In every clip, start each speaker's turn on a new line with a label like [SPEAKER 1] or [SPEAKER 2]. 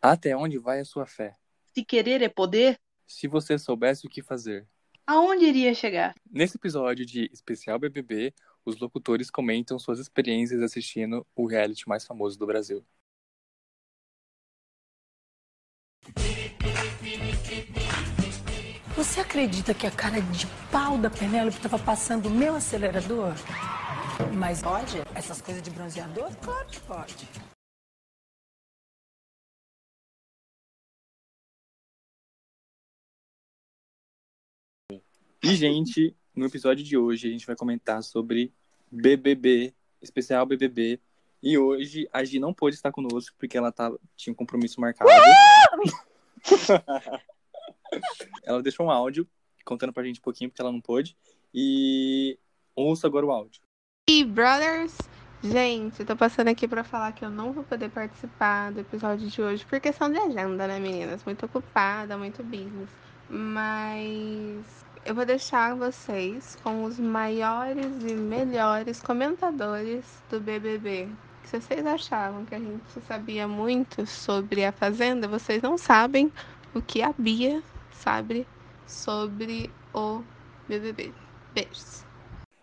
[SPEAKER 1] Até onde vai a sua fé?
[SPEAKER 2] Se querer é poder,
[SPEAKER 1] Se você soubesse o que fazer.
[SPEAKER 2] aonde iria chegar?
[SPEAKER 1] Nesse episódio de Especial BBB, os locutores comentam suas experiências assistindo o reality mais famoso do Brasil.
[SPEAKER 3] Você acredita que a cara de pau da Penélope estava passando o meu acelerador? Mas pode? Essas coisas de bronzeador? Claro que pode.
[SPEAKER 1] E, gente, no episódio de hoje a gente vai comentar sobre BBB, especial BBB. E hoje a Gi não pôde estar conosco porque ela tava, tinha um compromisso marcado. ela deixou um áudio contando pra gente um pouquinho porque ela não pôde. E ouça agora o áudio.
[SPEAKER 4] E brothers, gente, eu tô passando aqui pra falar que eu não vou poder participar do episódio de hoje por questão de agenda, né, meninas? Muito ocupada, muito business. Mas eu vou deixar vocês com os maiores e melhores comentadores do BBB. Se vocês achavam que a gente sabia muito sobre a Fazenda, vocês não sabem o que a Bia sabe sobre o BBB. Beijos.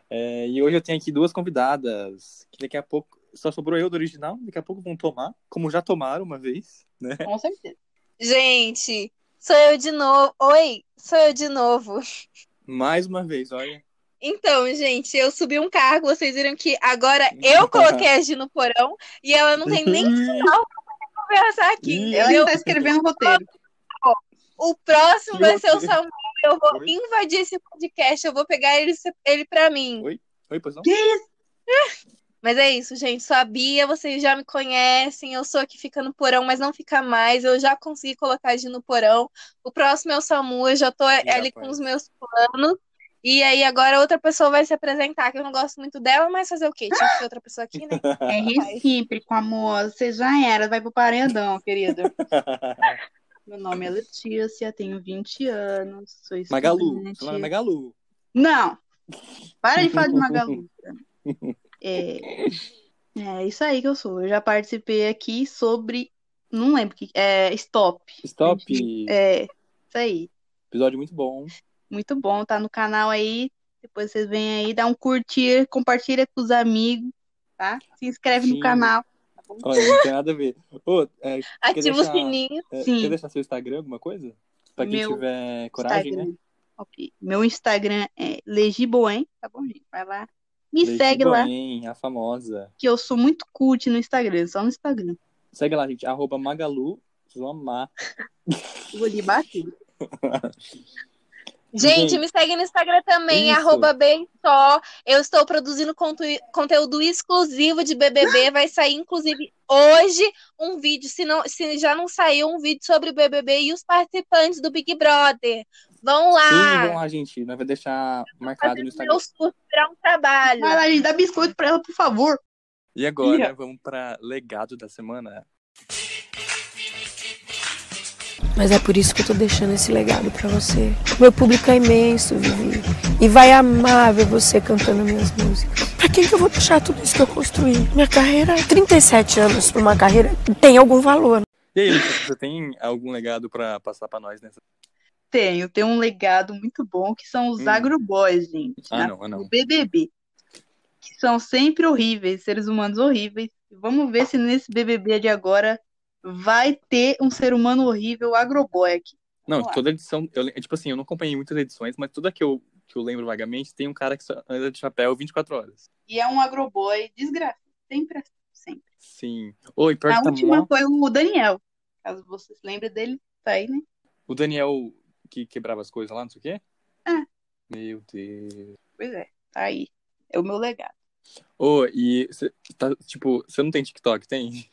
[SPEAKER 1] É, e hoje eu tenho aqui duas convidadas que daqui a pouco. Só sobrou eu do original, daqui a pouco vão tomar, como já tomaram uma vez, né?
[SPEAKER 2] Com certeza.
[SPEAKER 5] Gente, sou eu de novo. Oi, sou eu de novo.
[SPEAKER 1] Mais uma vez, olha.
[SPEAKER 5] Então, gente, eu subi um cargo, vocês viram que agora eu coloquei a Gi no porão e ela não tem nem sinal pra poder conversar aqui,
[SPEAKER 1] Uhum. Ih.
[SPEAKER 2] Ela
[SPEAKER 5] entendeu?
[SPEAKER 2] está escrevendo um roteiro.
[SPEAKER 5] O próximo vai ser o
[SPEAKER 1] Ih.
[SPEAKER 5] Samuel, eu vou
[SPEAKER 1] Oi.
[SPEAKER 5] invadir esse podcast, eu vou pegar ele, ele pra mim.
[SPEAKER 1] Oi. Oi, pois não?
[SPEAKER 5] Mas é isso, gente, sou a Bia, vocês já me conhecem, eu sou a que fica no porão, mas não fica mais, eu já consegui colocar a Gi no porão. O próximo é o Samu, eu já tô ali com
[SPEAKER 1] rapaz.
[SPEAKER 5] os meus planos. E aí agora outra pessoa vai se apresentar, que eu não gosto muito dela, mas fazer o quê? Tinha que ter outra pessoa aqui, né?
[SPEAKER 2] É recíproco, amor. Você já era, vai pro paredão, querido. Meu nome é Letícia, tenho 20 anos, sou
[SPEAKER 1] Magalu.
[SPEAKER 2] estudante.
[SPEAKER 1] Seu nome é Magalu.
[SPEAKER 2] Não! Para de falar de Magalu. cara. É, é isso aí que eu sou. Eu já participei aqui sobre. Não lembro o que. É, stop.
[SPEAKER 1] Stop.
[SPEAKER 2] É, isso aí.
[SPEAKER 1] Episódio muito bom.
[SPEAKER 2] Muito bom, tá no canal aí. Depois vocês vêm aí, dá um curtir, compartilha com os amigos, tá? Se inscreve
[SPEAKER 1] Sim.
[SPEAKER 2] no canal.
[SPEAKER 1] Olha, não tem nada a ver. Ô, é,
[SPEAKER 5] Ativa
[SPEAKER 1] deixar-
[SPEAKER 5] o sininho.
[SPEAKER 1] é,
[SPEAKER 2] Sim.
[SPEAKER 1] quer deixar seu Instagram, alguma coisa? Pra quem
[SPEAKER 2] Meu
[SPEAKER 1] tiver coragem, né?
[SPEAKER 2] Instagram. Ok. Meu Instagram é Legiboen, tá bom, gente? Vai lá. Me
[SPEAKER 1] Leite
[SPEAKER 2] segue lá,
[SPEAKER 1] Boen, a famosa.
[SPEAKER 2] que eu sou muito cult no Instagram, só no Instagram.
[SPEAKER 1] Segue lá, gente. Arroba Magalu. Vocês vão amar.
[SPEAKER 2] Eu vou lhe bater.
[SPEAKER 5] Gente,
[SPEAKER 1] Gente.
[SPEAKER 5] me segue no Instagram também,
[SPEAKER 1] Isso.
[SPEAKER 5] arroba bem só. Eu estou produzindo contu- conteúdo exclusivo de
[SPEAKER 1] Ah!
[SPEAKER 5] BBB. Vai sair, inclusive, hoje um vídeo, se, não, se já não saiu, um vídeo sobre o BBB e os participantes do Big Brother. Vão
[SPEAKER 2] Ah!
[SPEAKER 1] Sim, vão
[SPEAKER 5] lá.
[SPEAKER 1] lá, gente. Nós vai deixar marcado
[SPEAKER 5] fazer
[SPEAKER 1] no
[SPEAKER 5] o
[SPEAKER 1] Instagram.
[SPEAKER 5] meu surto virar um trabalho.
[SPEAKER 2] Vai lá, gente, dá biscoito pra ela, por favor.
[SPEAKER 1] E agora,
[SPEAKER 2] Ih, ó.
[SPEAKER 1] vamos pra legado da semana.
[SPEAKER 3] Mas é por isso que eu tô deixando esse legado pra você. Meu público é imenso, Vivi. E vai amar ver você cantando minhas músicas. Pra quem que eu vou deixar tudo isso que eu construí? Minha carreira, é 37 anos pra uma carreira, tem algum valor.
[SPEAKER 1] E aí, Letícia, você tem algum legado pra passar pra nós nessa?
[SPEAKER 2] Tenho, tenho um legado muito bom que são os
[SPEAKER 1] Hum.
[SPEAKER 2] agroboys, gente,
[SPEAKER 1] Ah,
[SPEAKER 2] na-
[SPEAKER 1] não, ah, não.
[SPEAKER 2] no BBB, que são sempre horríveis, seres humanos horríveis. Vamos ver se nesse BBB de agora vai ter um ser humano horrível agroboy aqui.
[SPEAKER 1] Não,
[SPEAKER 2] Vamos lá.
[SPEAKER 1] toda edição. Eu, le- tipo assim, eu não acompanhei muitas edições, mas toda que eu, que eu lembro vagamente tem um cara que só anda de chapéu 24 horas.
[SPEAKER 2] E é um agroboy desgraçado, sempre assim, sempre.
[SPEAKER 1] Sim. Oi, pior
[SPEAKER 2] A
[SPEAKER 1] que tá
[SPEAKER 2] última
[SPEAKER 1] mó-
[SPEAKER 2] foi o Daniel, caso vocês lembrem dele, tá aí, né?
[SPEAKER 1] O Daniel que quebrava as coisas lá, não sei o quê?
[SPEAKER 2] É.
[SPEAKER 1] Meu Deus.
[SPEAKER 2] Pois é, tá aí. É o meu legado.
[SPEAKER 1] Ô, e você tá, tipo, você não tem TikTok, tem?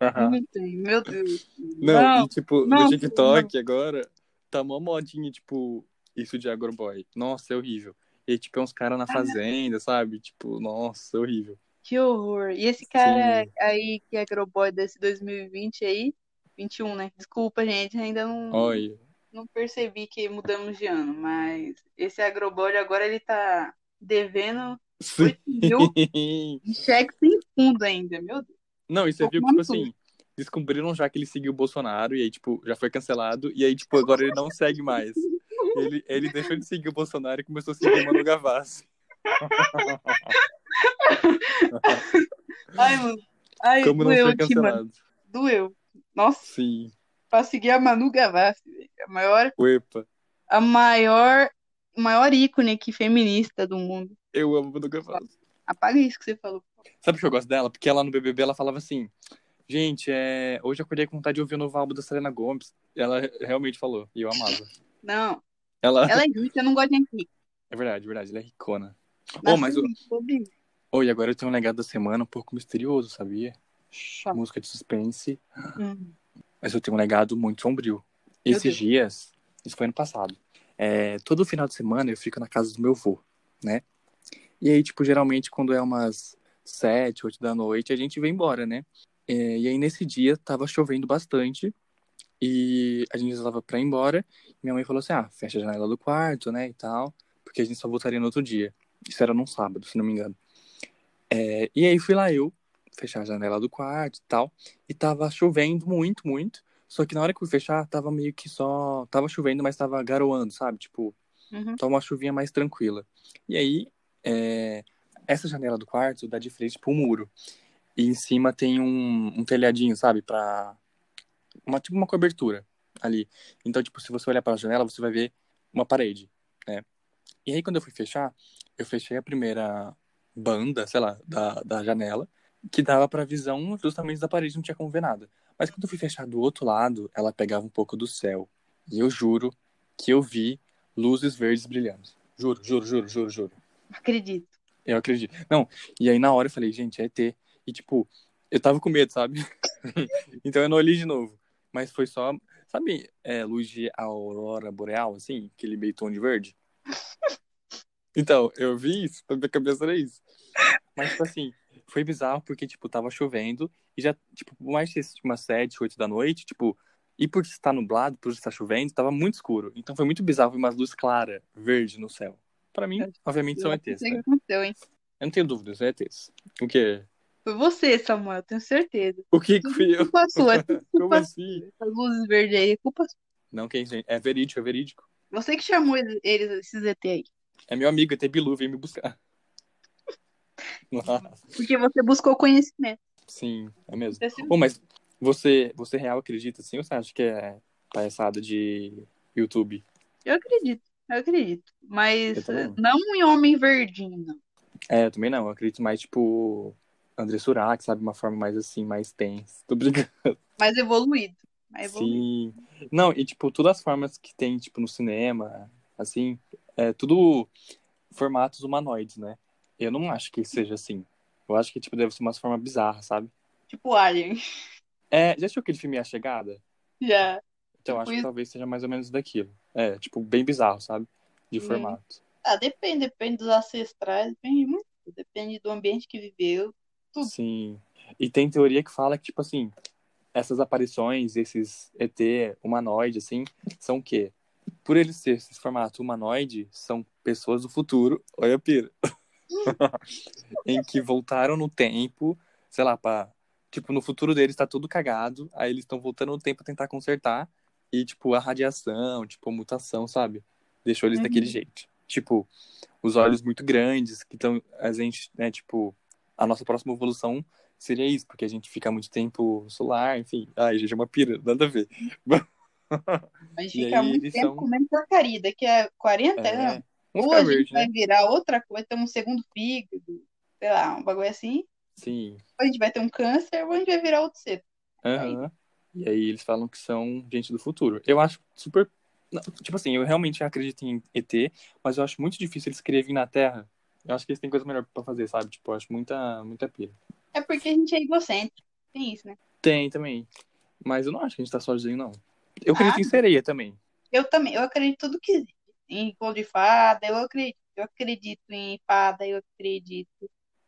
[SPEAKER 1] Ah.
[SPEAKER 2] Meu Deus, Meu Deus.
[SPEAKER 1] não, e tipo,
[SPEAKER 2] não,
[SPEAKER 1] no TikTok agora tá mó modinha, tipo, isso de agroboy. Nossa, é horrível. E tipo, é uns caras na
[SPEAKER 2] Ah,
[SPEAKER 1] fazenda, sabe? Tipo, nossa, é horrível.
[SPEAKER 2] Que horror. E esse cara aí que é agroboy desse 2020 aí, 21, né? Desculpa, gente, ainda
[SPEAKER 1] Olha.
[SPEAKER 2] não, não percebi que mudamos de ano, mas esse agroboy agora ele tá devendo
[SPEAKER 1] Sim.
[SPEAKER 2] mil cheques sem fundo ainda, meu Deus.
[SPEAKER 1] Não, e você
[SPEAKER 2] Tô Tá
[SPEAKER 1] viu que, tipo
[SPEAKER 2] comendo
[SPEAKER 1] assim, descobriram já que ele seguiu o Bolsonaro, e aí, tipo, já foi cancelado, e aí, tipo, agora ele não segue mais. Ele, ele deixou de seguir o Bolsonaro e começou a seguir o Manu Gavassi.
[SPEAKER 2] Ai, mano. Ai,
[SPEAKER 1] Como não
[SPEAKER 2] doeu
[SPEAKER 1] foi
[SPEAKER 2] aqui, mano.
[SPEAKER 1] cancelado.
[SPEAKER 2] Doeu. Nossa,
[SPEAKER 1] Sim.
[SPEAKER 2] pra seguir a Manu Gavassi, velho, a maior,
[SPEAKER 1] Uepa.
[SPEAKER 2] a maior, o maior ícone aqui feminista do mundo.
[SPEAKER 1] Eu amo Manu Gavassi.
[SPEAKER 2] Apaga isso que você falou.
[SPEAKER 1] Sabe o que eu gosto dela? Porque ela no BBB ela falava assim: Gente, é... hoje eu acordei com vontade de ouvir o novo álbum da Selena Gomes. Ela realmente falou, e eu amava.
[SPEAKER 2] Não,
[SPEAKER 1] Ela...
[SPEAKER 2] ela é rica, eu não gosto de gente rica.
[SPEAKER 1] É verdade, verdade, ela é ricona.
[SPEAKER 2] Nasceu
[SPEAKER 1] oh, mas o...
[SPEAKER 2] rico, pobre.
[SPEAKER 1] oh, e agora eu tenho um legado da semana um pouco misterioso, sabia? Música de suspense.
[SPEAKER 2] Hum.
[SPEAKER 1] Mas eu tenho um legado muito sombrio.
[SPEAKER 2] Meu
[SPEAKER 1] Esses
[SPEAKER 2] Deus.
[SPEAKER 1] dias, isso foi ano passado, é, todo final de semana eu fico na casa do meu avô, né? E aí, tipo, geralmente quando é umas sete, oito da noite, a gente vem embora, né? É, e aí nesse dia tava chovendo bastante e a gente já tava pra ir embora. minha mãe falou assim, ah, fecha a janela do quarto, né, e tal, porque a gente só voltaria no outro dia. Isso era num sábado, se não me engano. É, e aí fui lá eu, fechar a janela do quarto e tal, e tava chovendo muito, muito. Só que na hora que eu fui fechar, tava meio que só. Tava chovendo, mas tava garoando, sabe? Tipo,
[SPEAKER 2] Uhum.
[SPEAKER 1] tava uma chuvinha mais tranquila. E aí, é, essa janela do quarto dá de frente pro muro. E em cima tem um, um telhadinho, sabe? Pra. Uma, tipo uma cobertura ali. Então, tipo, se você olhar pra janela, você vai ver uma parede, né? E aí, quando eu fui fechar, eu fechei a primeira banda, sei lá, da, da janela, que dava pra visão justamente da parede, não tinha como ver nada. Mas quando eu fui fechar do outro lado, ela pegava um pouco do céu. E eu juro que eu vi luzes verdes brilhando. Juro, juro, juro, juro, juro.
[SPEAKER 2] Acredito.
[SPEAKER 1] Eu acredito. Não, e aí na hora eu falei, gente, é ET. E tipo, eu tava com medo, sabe? então eu não olhei de novo. Mas foi só, sabe, é, luz de aurora boreal, assim, aquele meio tom de verde? Então, eu vi isso, na minha cabeça era isso. Mas, tipo assim, foi bizarro porque, tipo, tava chovendo e já, tipo, por mais que seja umas sete, oito da noite, tipo, e por estar nublado, por estar chovendo, tava muito escuro. Então foi muito bizarro ver umas luzes claras, verde no céu. Pra mim, obviamente, são
[SPEAKER 2] Eu
[SPEAKER 1] ETs,
[SPEAKER 2] sei o
[SPEAKER 1] né?
[SPEAKER 2] que aconteceu, hein?
[SPEAKER 1] Eu não tenho dúvidas, é ETs. O quê?
[SPEAKER 2] Foi você, Samuel, tenho certeza.
[SPEAKER 1] O que que fui eu?
[SPEAKER 2] Culpa sua, é
[SPEAKER 1] Como
[SPEAKER 2] culpa
[SPEAKER 1] assim?
[SPEAKER 2] Essas luzes verdes aí, é culpa sua.
[SPEAKER 1] Não, que é, isso, gente. é verídico, é verídico.
[SPEAKER 2] Você que chamou eles, eles- esses ET aí.
[SPEAKER 1] É meu amigo, até Bilu, vem me buscar. Nossa,
[SPEAKER 2] Porque você buscou conhecimento.
[SPEAKER 1] Sim, é mesmo.
[SPEAKER 2] Você se-
[SPEAKER 1] Ô, mas você, você real acredita assim ou você acha que é palhaçada de YouTube?
[SPEAKER 2] Eu acredito, eu acredito. Mas
[SPEAKER 1] Eu também.
[SPEAKER 2] não em homem verdinho, não.
[SPEAKER 1] É, eu também não. Eu acredito mais, tipo, André Surak, sabe? Uma forma mais assim, mais tensa. Tô brincando.
[SPEAKER 2] Mas evoluído. Mas É evoluído.
[SPEAKER 1] Sim. Não, e tipo, todas as formas que tem, tipo, no cinema, assim, é tudo formatos humanoides, né? Eu não acho que seja assim. Eu acho que, tipo, deve ser umas formas bizarras, sabe?
[SPEAKER 2] Tipo Alien.
[SPEAKER 1] É, já assistiu aquele filme A Chegada?
[SPEAKER 2] Já.
[SPEAKER 1] Então, eu acho
[SPEAKER 2] Tipo
[SPEAKER 1] que
[SPEAKER 2] isso.
[SPEAKER 1] talvez seja mais ou menos daquilo. É, tipo, bem bizarro, sabe? De
[SPEAKER 2] Hum.
[SPEAKER 1] formato.
[SPEAKER 2] Ah, depende, depende dos ancestrais, depende de muito. Depende do ambiente que viveu. Tudo.
[SPEAKER 1] Sim. E tem teoria que fala que, tipo assim, essas aparições, esses ET humanoide, assim, são o quê? Por eles ser esse formato humanoide, são pessoas do futuro, olha a pira, em que voltaram no tempo, sei lá, pra, tipo, no futuro deles tá tudo cagado, aí eles estão voltando no tempo pra tentar consertar, e, tipo, a radiação, tipo, a mutação, sabe? Deixou eles
[SPEAKER 2] Uhum.
[SPEAKER 1] daquele jeito. Tipo, os olhos muito grandes, que estão, a gente, né, tipo, a nossa próxima evolução seria isso, porque a gente fica muito tempo no solar, enfim. Ai, gente, é uma pira, nada a ver.
[SPEAKER 2] Mas
[SPEAKER 1] E
[SPEAKER 2] fica
[SPEAKER 1] aí
[SPEAKER 2] muito
[SPEAKER 1] eles
[SPEAKER 2] tempo
[SPEAKER 1] são-
[SPEAKER 2] comendo porcaria. Daqui a 40 anos,
[SPEAKER 1] É, vamos
[SPEAKER 2] ou
[SPEAKER 1] ficar
[SPEAKER 2] a gente
[SPEAKER 1] verde,
[SPEAKER 2] vai
[SPEAKER 1] né?
[SPEAKER 2] virar outra coisa, ter um segundo fígado, sei lá, um bagulho assim.
[SPEAKER 1] Sim.
[SPEAKER 2] Ou a gente vai ter um câncer ou a gente vai virar outro ser.
[SPEAKER 1] aham. E aí eles falam que são gente do futuro. Eu acho super. não, tipo assim, eu realmente acredito em ET, mas eu acho muito difícil eles quererem vir na Terra. Eu acho que eles têm coisa melhor pra fazer, sabe? Tipo, eu acho muita, muita pira.
[SPEAKER 2] É porque a gente é egocêntrico. Tem isso, né?
[SPEAKER 1] Tem também. Mas eu não acho que a gente tá sozinho, não. Eu
[SPEAKER 2] Ah.
[SPEAKER 1] acredito em sereia também.
[SPEAKER 2] Eu também, eu acredito em tudo que existe. Em conto de fada, eu acredito. Eu acredito em fada, eu acredito.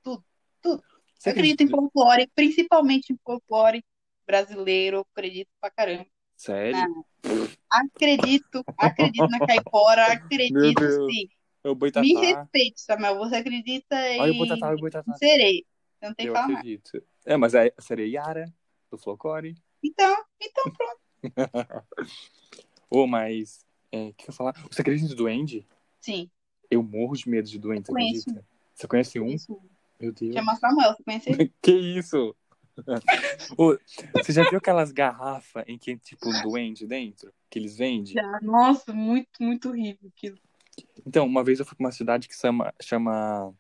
[SPEAKER 1] Você
[SPEAKER 2] eu acredito em folclore, principalmente em folclore brasileiro, eu acredito pra caramba.
[SPEAKER 1] Sério?
[SPEAKER 2] Ah. Acredito, acredito na caipora,
[SPEAKER 1] Meu
[SPEAKER 2] acredito
[SPEAKER 1] Deus.
[SPEAKER 2] sim.
[SPEAKER 1] É o boitatá.
[SPEAKER 2] Me respeite, Samuel. Você acredita
[SPEAKER 1] Olha o
[SPEAKER 2] em
[SPEAKER 1] boitatá, olha o boitatá.
[SPEAKER 2] em sereia. Você não tem que
[SPEAKER 1] Eu
[SPEAKER 2] falar mais.
[SPEAKER 1] acredito. É, mas a é sereia Yara, do do Flocore.
[SPEAKER 2] Então, então pronto.
[SPEAKER 1] Ô, mas. é, O que eu ia falar? Você acredita em duende?
[SPEAKER 2] Sim.
[SPEAKER 1] Eu morro de medo de duende, você
[SPEAKER 2] Conheço.
[SPEAKER 1] acredita? Você conhece um?
[SPEAKER 2] Isso.
[SPEAKER 1] Meu Deus.
[SPEAKER 2] Chama Samuel, você conhece ele?
[SPEAKER 1] Que isso? Ô, você já viu aquelas garrafas em que tem, tipo um duende dentro? Que eles vendem?
[SPEAKER 2] Já. Nossa, muito, muito horrível aquilo.
[SPEAKER 1] Então, uma vez eu fui pra uma cidade que chama, chama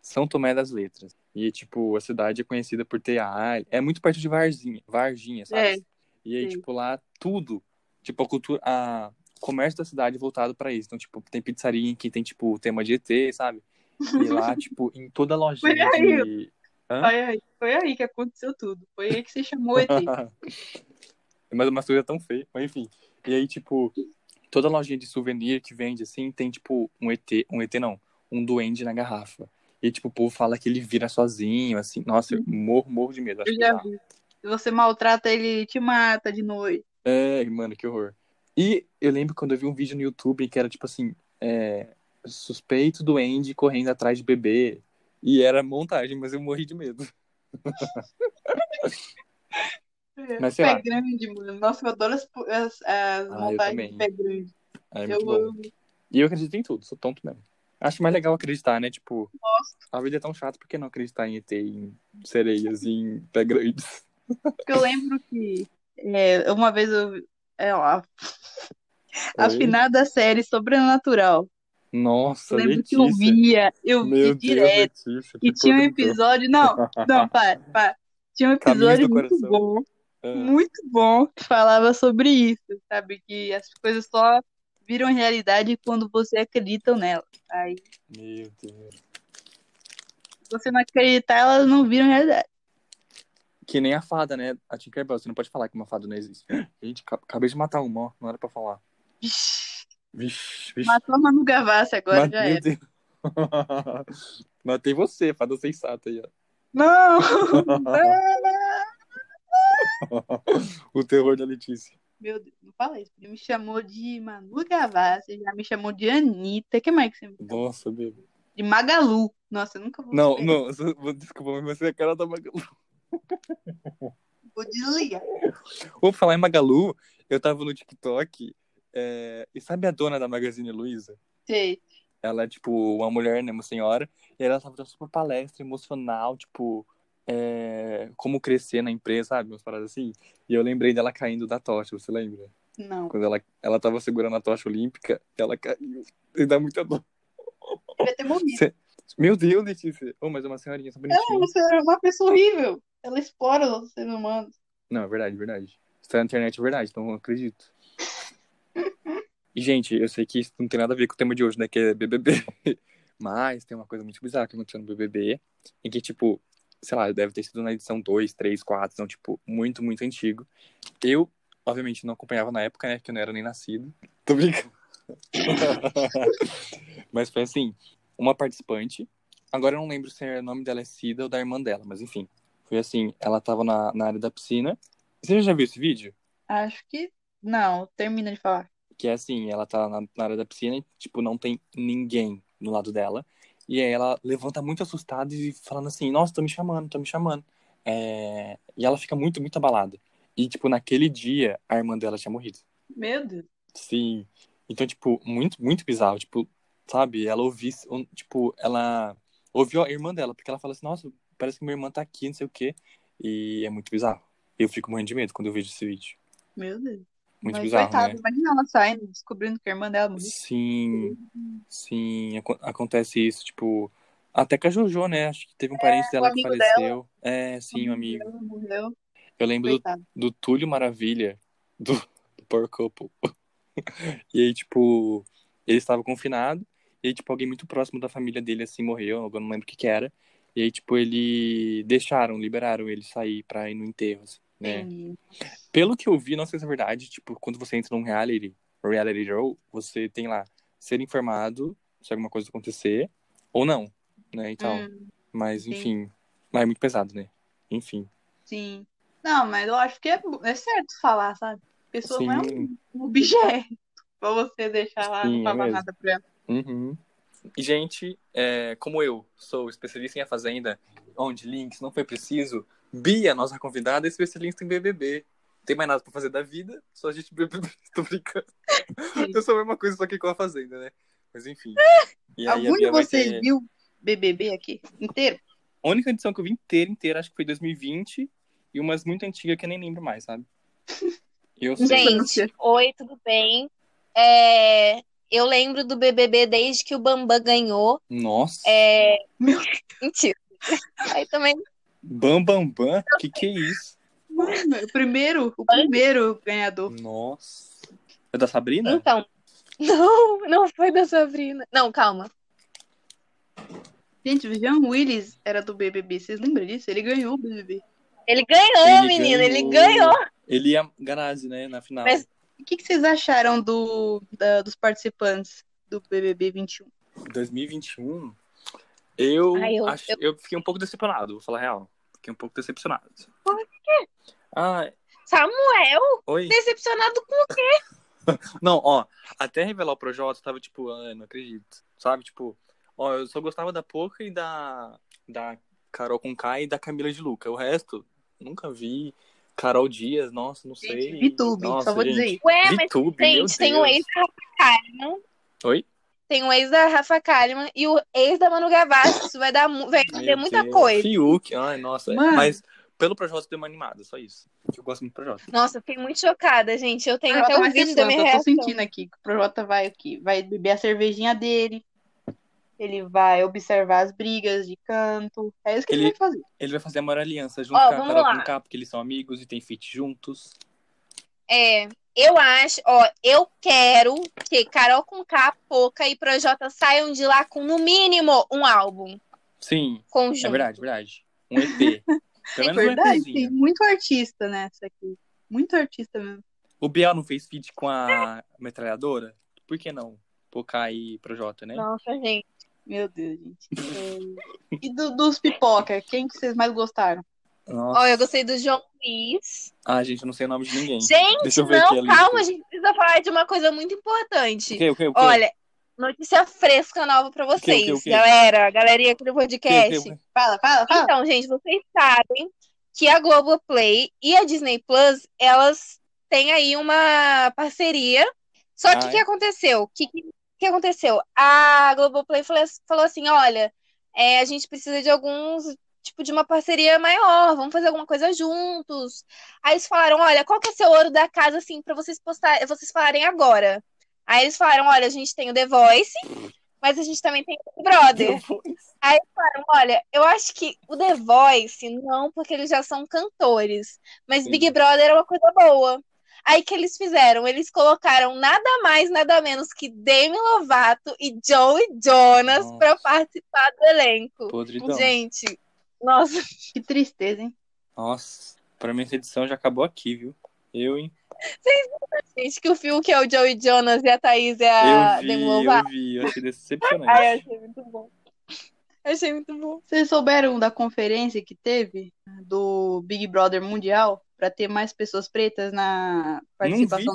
[SPEAKER 1] São Tomé das Letras. E, tipo, a cidade é conhecida por ter a área. É muito perto de Varginha, Varginha sabe?
[SPEAKER 2] É,
[SPEAKER 1] e aí,
[SPEAKER 2] sim.
[SPEAKER 1] tipo, lá tudo. Tipo, a cultura. A... O comércio da cidade é voltado pra isso. Então, tipo, tem pizzaria em que tem, tipo, tema de ET, sabe? E lá, tipo, em toda lojinha
[SPEAKER 2] Olha
[SPEAKER 1] de.
[SPEAKER 2] Foi aí, foi aí que aconteceu tudo. Foi aí que você chamou ele.
[SPEAKER 1] Mas é uma coisa tão feia, mas enfim. E aí, tipo, toda lojinha de souvenir que vende, assim, tem, tipo, um ET, um ET não, um duende na garrafa. E, tipo, o povo fala que ele vira sozinho, assim. Nossa, eu morro, morro de medo. acho
[SPEAKER 2] Uhum. Eu
[SPEAKER 1] que
[SPEAKER 2] já
[SPEAKER 1] dá.
[SPEAKER 2] vi. Se você maltrata ele, ele te mata de noite.
[SPEAKER 1] É, mano, que horror. E eu lembro quando eu vi um vídeo no YouTube que era, tipo assim, é, suspeito duende correndo atrás de bebê. E era montagem, mas eu morri de medo. Mas sei
[SPEAKER 2] pé
[SPEAKER 1] lá. Ah,
[SPEAKER 2] grande, mano. Nossa, eu adoro as, as, as
[SPEAKER 1] eu
[SPEAKER 2] montagens de
[SPEAKER 1] também.
[SPEAKER 2] pé grande.
[SPEAKER 1] É
[SPEAKER 2] eu
[SPEAKER 1] muito bom.
[SPEAKER 2] amo.
[SPEAKER 1] E eu acredito em tudo, sou tonto mesmo. Acho mais legal acreditar, né? Tipo, a vida é tão chata, por que não acreditar em ET, em sereias, em pé grandes?
[SPEAKER 2] Porque eu lembro que é, uma vez eu. É, ó, a
[SPEAKER 1] Oi?
[SPEAKER 2] final da série Sobrenatural.
[SPEAKER 1] Nossa,
[SPEAKER 2] Eu lembro que
[SPEAKER 1] Letícia.
[SPEAKER 2] eu via, eu
[SPEAKER 1] Meu
[SPEAKER 2] vi
[SPEAKER 1] Deus,
[SPEAKER 2] direto.
[SPEAKER 1] Letícia. Ah,
[SPEAKER 2] E
[SPEAKER 1] que
[SPEAKER 2] tinha um
[SPEAKER 1] podridão.
[SPEAKER 2] episódio. Não, não, para, para. Tinha um
[SPEAKER 1] Caminhos
[SPEAKER 2] episódio
[SPEAKER 1] do
[SPEAKER 2] muito
[SPEAKER 1] coração.
[SPEAKER 2] bom,
[SPEAKER 1] Ah,
[SPEAKER 2] muito bom, que falava sobre isso, sabe? Que as coisas só viram realidade quando você acredita nela. Aí,
[SPEAKER 1] Meu Deus.
[SPEAKER 2] se você não acreditar, elas não viram realidade.
[SPEAKER 1] Que nem a fada, né? A Tinkerbell, você não pode falar que uma fada não existe. Gente, ca- acabei de matar uma, ó. Não era pra falar.
[SPEAKER 2] Vixe,
[SPEAKER 1] Vixe, vixe.
[SPEAKER 2] Matou a Manu Gavassi agora,
[SPEAKER 1] Mat-
[SPEAKER 2] já
[SPEAKER 1] Meu
[SPEAKER 2] era.
[SPEAKER 1] Deus. Matei você, fada sensata aí, ó.
[SPEAKER 2] Não!
[SPEAKER 1] o terror da Letícia.
[SPEAKER 2] Meu Deus, não fala isso. Ele me chamou de Manu Gavassi, já me chamou de Anitta. que mais que você me chamou?
[SPEAKER 1] Nossa, meu.
[SPEAKER 2] De Magalu. Nossa, eu nunca vou
[SPEAKER 1] Não,
[SPEAKER 2] superar.
[SPEAKER 1] não, você- vou- desculpa, mas você é a cara da Magalu.
[SPEAKER 2] Vou desligar.
[SPEAKER 1] Vou falar em Magalu, eu tava no TikTok, é, e sabe a dona da Magazine Luiza?
[SPEAKER 2] Sei.
[SPEAKER 1] Ela é, tipo, uma mulher, né, uma senhora, e ela tava dando super palestra emocional, tipo, é, como crescer na empresa, sabe, umas paradas assim. E eu lembrei dela caindo da tocha, você lembra?
[SPEAKER 2] Não.
[SPEAKER 1] Quando ela, ela tava segurando a tocha olímpica, ela caiu, e dá muita dor.
[SPEAKER 2] Devia ter morrido.
[SPEAKER 1] Meu Deus, Letícia! Oh, mas é uma senhorinha, tão
[SPEAKER 2] Não,
[SPEAKER 1] bonitinha.
[SPEAKER 2] você era uma pessoa horrível. Ela explora os outros seres humanos.
[SPEAKER 1] Não, é verdade, verdade. Está na internet, é verdade, então eu acredito. E, gente, eu sei que isso não tem nada a ver com o tema de hoje, né? Que é BBB. Mas tem uma coisa muito bizarra que aconteceu no BBB. Em que, tipo, sei lá, deve ter sido na edição 2, 3, 4. Então, tipo, muito, muito antigo. Eu, obviamente, não acompanhava na época, né? Porque eu não era nem nascido. Tô brincando. mas foi assim, uma participante. Agora eu não lembro se o nome dela é Cida ou da irmã dela. Mas, enfim. Foi assim, ela tava na, na área da piscina. Você já viu esse vídeo?
[SPEAKER 2] Acho que. Não, termina de falar.
[SPEAKER 1] Que é assim, ela tá na, na área da piscina e, tipo, não tem ninguém do lado dela. E aí ela levanta muito assustada e falando assim, nossa, tô me chamando, tô me chamando. É, E ela fica muito, muito abalada. E, tipo, naquele dia, a irmã dela tinha morrido.
[SPEAKER 2] Meu Deus.
[SPEAKER 1] Sim. Então, tipo, muito, muito bizarro. Tipo, sabe? Ela ouviu, tipo, ela ouviu a irmã dela, porque ela fala assim, nossa, parece que minha irmã tá aqui, não sei o quê. E é muito bizarro. Eu fico morrendo de medo quando eu vejo esse vídeo.
[SPEAKER 2] Meu Deus.
[SPEAKER 1] Muito
[SPEAKER 2] Mas
[SPEAKER 1] bizarro,
[SPEAKER 2] coitada,
[SPEAKER 1] né?
[SPEAKER 2] imagina ela saindo, descobrindo que a irmã dela morreu.
[SPEAKER 1] Sim, sim, aco- acontece isso, tipo, até com a Jojo, né? Acho que teve um parente dela que
[SPEAKER 2] amigo Uhum.
[SPEAKER 1] faleceu. É, sim, um amigo.
[SPEAKER 2] Ela morreu.
[SPEAKER 1] Eu lembro do,
[SPEAKER 2] Coitada.
[SPEAKER 1] do Túlio Maravilha, do, do Power Couple. E aí, tipo, ele estava confinado, e aí, tipo, alguém muito próximo da família dele, assim, morreu, agora não lembro o que que era. E aí, tipo, ele deixaram, liberaram ele sair pra ir no enterro, assim, né?
[SPEAKER 2] Entendi.
[SPEAKER 1] Pelo que eu vi, não sei se é verdade, tipo, quando você entra num reality, reality show, você tem lá ser informado se alguma coisa acontecer ou não, né? Então,
[SPEAKER 2] Hum,
[SPEAKER 1] mas
[SPEAKER 2] entendi.
[SPEAKER 1] enfim, mas é muito pesado, né? Enfim.
[SPEAKER 2] sim. Não, mas eu acho que é, é certo falar, sabe? A pessoa não é um
[SPEAKER 1] Sim.
[SPEAKER 2] um objeto pra você deixar lá,
[SPEAKER 1] Sim,
[SPEAKER 2] não
[SPEAKER 1] é
[SPEAKER 2] falar
[SPEAKER 1] mesmo.
[SPEAKER 2] nada pra ela.
[SPEAKER 1] Uhum. E gente, é, como eu sou especialista em a fazenda, onde links não foi preciso, Bia, nossa convidada, é especialista em BBB. Não tem mais nada pra fazer da vida, só a gente BBB. Tô brincando. Eu sou a mesma coisa, só que com a Fazenda, né? Mas enfim. E aí a
[SPEAKER 2] Algum de
[SPEAKER 1] Bia vai
[SPEAKER 2] vocês
[SPEAKER 1] ter...
[SPEAKER 2] viu BBB aqui? Inteiro?
[SPEAKER 1] A única edição que eu vi inteira, inteira, acho que foi 2020. E umas muito antigas que eu nem lembro mais, sabe? Eu sei.
[SPEAKER 5] Gente, oi, tudo bem? É, eu lembro do BBB desde que o Bambam ganhou.
[SPEAKER 1] Nossa.
[SPEAKER 5] É... Mentira. Aí também
[SPEAKER 1] Bam, bam, bam. Que que é isso?
[SPEAKER 2] Mano, o primeiro, o primeiro ganhador.
[SPEAKER 1] Nossa. É da Sabrina?
[SPEAKER 5] Então. Não, não foi da Sabrina. Não, calma.
[SPEAKER 2] Gente, o Jean Willis era do BBB, vocês lembram disso? Ele ganhou o BBB.
[SPEAKER 5] Ele ganhou, menina, ele ganhou.
[SPEAKER 1] Ele ia Ganazzi, né? Na final.
[SPEAKER 5] Mas-
[SPEAKER 2] O que, que vocês acharam do, da- dos participantes do BBB 21?
[SPEAKER 1] 2021, eu,
[SPEAKER 5] Ai, eu-
[SPEAKER 1] acho- eu... fiquei um pouco decepcionado, vou falar a real. Fiquei um pouco decepcionado. Por quê? Ah,
[SPEAKER 5] Samuel,
[SPEAKER 1] oi.
[SPEAKER 5] decepcionado com
[SPEAKER 1] Não, ó, até revelar o Projota, eu tava tipo, ah, não acredito. Sabe, tipo, ó, eu só gostava da Poca e da, da Carol Conká e da Camila de Luca. O resto, nunca vi. Carol Dias, nossa, não sei.
[SPEAKER 2] Gente, VTube,
[SPEAKER 1] Nossa,
[SPEAKER 2] só vou dizer
[SPEAKER 1] gente.
[SPEAKER 2] isso.
[SPEAKER 5] Ué, É, mas
[SPEAKER 1] VTube, meu
[SPEAKER 5] gente, tem um o
[SPEAKER 1] Deus.
[SPEAKER 5] ex da Rafa Kalimann.
[SPEAKER 1] Oi?
[SPEAKER 5] Tem o ex da Rafa Kalimann e o ex da Manu Gavassi. Isso vai dar mu- vai
[SPEAKER 1] Meu
[SPEAKER 5] perder muita
[SPEAKER 1] Deus.
[SPEAKER 5] coisa.
[SPEAKER 1] Fiuk, ai, nossa.
[SPEAKER 2] Mano.
[SPEAKER 1] Mas pelo Projota deu uma animada, só isso. Eu gosto muito do Projota.
[SPEAKER 5] Nossa, eu fiquei muito chocada, gente. Eu tenho até
[SPEAKER 2] Projota
[SPEAKER 5] um
[SPEAKER 2] vai ser
[SPEAKER 5] vídeo da minha
[SPEAKER 2] planta, Eu tô
[SPEAKER 5] reação.
[SPEAKER 2] sentindo aqui que o Projota vai aqui, vai beber a cervejinha dele. Ele vai observar as brigas de canto. É isso que ele,
[SPEAKER 1] Ele-
[SPEAKER 2] vai fazer.
[SPEAKER 1] Ele vai fazer a maior aliança junto
[SPEAKER 5] Ó,
[SPEAKER 1] com a
[SPEAKER 5] vamos
[SPEAKER 1] Carol
[SPEAKER 5] lá.
[SPEAKER 1] Conká, porque eles são amigos e tem feat juntos.
[SPEAKER 5] É, eu acho, ó, eu quero que Carol com K, Poca e Projota saiam de lá com, no mínimo, um álbum
[SPEAKER 1] Sim,
[SPEAKER 5] conjunto.
[SPEAKER 1] é verdade, verdade. Um EP. Pelo
[SPEAKER 2] É
[SPEAKER 1] menos um
[SPEAKER 2] verdade, tem
[SPEAKER 1] EPzinho.
[SPEAKER 2] muito artista nessa aqui. Muito artista mesmo.
[SPEAKER 1] O Biel não fez feat com a metralhadora? Por que não? Pocá e Projota, né?
[SPEAKER 5] Nossa, gente.
[SPEAKER 2] Meu Deus, gente. É. E do- dos pipoca, quem que vocês mais gostaram?
[SPEAKER 1] Nossa.
[SPEAKER 5] Ó, eu gostei do João Luiz.
[SPEAKER 1] Ah, gente, eu não sei o nome de ninguém.
[SPEAKER 5] Gente,
[SPEAKER 1] Deixa eu ver aqui a
[SPEAKER 5] não,
[SPEAKER 1] lista.
[SPEAKER 5] calma, a gente precisa falar de uma coisa muito
[SPEAKER 1] O
[SPEAKER 5] importante.
[SPEAKER 1] quê, o quê, o quê?
[SPEAKER 5] Olha, notícia fresca nova pra
[SPEAKER 1] quê, o
[SPEAKER 5] vocês,
[SPEAKER 1] quê, o quê?
[SPEAKER 5] galera, galerinha aqui do
[SPEAKER 1] O quê, o
[SPEAKER 5] podcast.
[SPEAKER 1] quê, o quê?
[SPEAKER 2] Fala, fala, fala.
[SPEAKER 5] Então, gente, vocês sabem que a Globoplay e a Disney Plus, elas têm aí uma parceria. Só que o
[SPEAKER 1] Ah,
[SPEAKER 5] que
[SPEAKER 1] é?
[SPEAKER 5] aconteceu? O que, que aconteceu? A Globoplay falou, falou assim: olha, é, a gente precisa de alguns. Tipo, de uma parceria maior, vamos fazer alguma coisa juntos. Aí eles falaram: olha, qual que é seu ouro da casa, assim, pra vocês postar, vocês falarem agora? Aí eles falaram: olha, a gente tem o The Voice, mas a gente também tem o Big Brother. Olha, eu acho que o The Voice, não, porque eles já são cantores, mas
[SPEAKER 1] Sim.
[SPEAKER 5] Big Brother é uma coisa boa. Aí o que eles fizeram? Eles colocaram nada mais, nada menos que Demi Lovato e Joey Jonas
[SPEAKER 1] Nossa.
[SPEAKER 5] pra participar do elenco.
[SPEAKER 1] Podridão.
[SPEAKER 5] Gente, nossa,
[SPEAKER 2] Que tristeza, hein?
[SPEAKER 1] Nossa, pra mim essa edição já acabou aqui, viu? Eu, hein?
[SPEAKER 5] gente, que o Fiuk é o Joey Jonas e a Thaís é a
[SPEAKER 1] eu vi,
[SPEAKER 5] Demi Lovato.
[SPEAKER 1] eu vi. Eu achei decepcionante.
[SPEAKER 5] Ai, eu achei muito bom. Eu achei muito bom.
[SPEAKER 2] Vocês souberam da conferência que teve do Big Brother Mundial para ter mais pessoas pretas na participação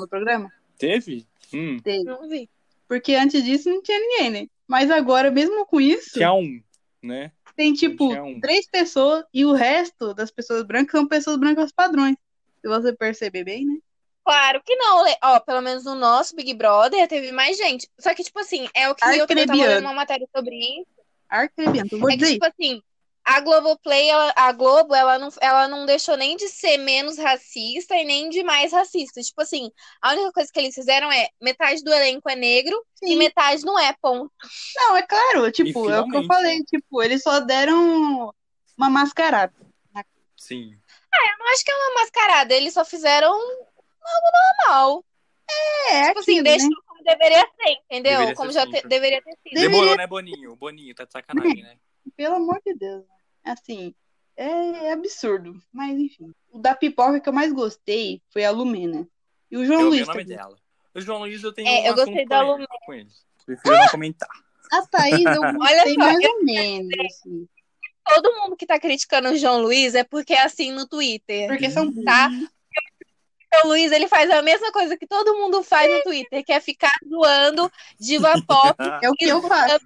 [SPEAKER 1] vi.
[SPEAKER 2] do programa?
[SPEAKER 1] Teve? Hum.
[SPEAKER 5] Não vi.
[SPEAKER 2] Porque antes disso não tinha ninguém, né? Mas agora, mesmo com isso,
[SPEAKER 1] Tinha um, né?
[SPEAKER 2] tem tipo
[SPEAKER 1] tinha um.
[SPEAKER 2] três pessoas e o resto das pessoas brancas são pessoas brancas padrões. Se você perceber bem, né?
[SPEAKER 5] Claro que não, Le- ó, pelo menos no nosso Big Brother teve mais gente. Só que, tipo assim, é o que eu, eu tava
[SPEAKER 2] Arcrebiano.
[SPEAKER 5] lendo uma matéria sobre isso.
[SPEAKER 2] Arcrebiano, vou
[SPEAKER 5] É que,
[SPEAKER 2] dizer
[SPEAKER 5] tipo assim, a Globoplay, ela, a Globo, ela não, ela não deixou nem de ser menos racista e nem de mais racista. Tipo assim, a única coisa que eles fizeram é metade do elenco é negro e
[SPEAKER 2] Sim.
[SPEAKER 5] metade não é, ponto.
[SPEAKER 2] Não, é claro, tipo, é o que eu
[SPEAKER 1] finalmente,
[SPEAKER 2] falei, tipo, eles só deram uma mascarada.
[SPEAKER 1] Sim.
[SPEAKER 5] Eu não acho que é uma mascarada, eles só fizeram um algo normal.
[SPEAKER 2] É,
[SPEAKER 5] Tipo assim,
[SPEAKER 2] aquilo,
[SPEAKER 5] deixou
[SPEAKER 2] né?
[SPEAKER 5] como deveria ser, entendeu?
[SPEAKER 1] Deveria ser
[SPEAKER 5] Como já te-
[SPEAKER 1] sempre.
[SPEAKER 5] deveria ter sido.
[SPEAKER 2] Deveria-
[SPEAKER 1] Demorou, né, Boninho? Boninho, tá de sacanagem, né?
[SPEAKER 2] Pelo amor de Deus. né? Assim, é absurdo, mas enfim. O da pipoca que eu mais gostei foi a Lumena. E o João
[SPEAKER 1] Eu vi
[SPEAKER 2] Luiz.
[SPEAKER 1] o nome
[SPEAKER 2] também.
[SPEAKER 1] dela. O João Luiz, eu tenho
[SPEAKER 5] É,
[SPEAKER 1] um
[SPEAKER 5] eu gostei
[SPEAKER 1] assunto
[SPEAKER 5] da
[SPEAKER 1] polêmico com ele. Prefiro não comentar.
[SPEAKER 2] A Thaís eu gostei
[SPEAKER 5] só,
[SPEAKER 2] mais ou menos, assim.
[SPEAKER 5] todo mundo que tá criticando o João Luiz é porque é assim no Twitter.
[SPEAKER 2] Porque é assim. são
[SPEAKER 5] Tá? O João Luiz, ele faz a mesma coisa que todo mundo faz no Twitter, que é ficar zoando diva pop
[SPEAKER 2] É o que eu faço.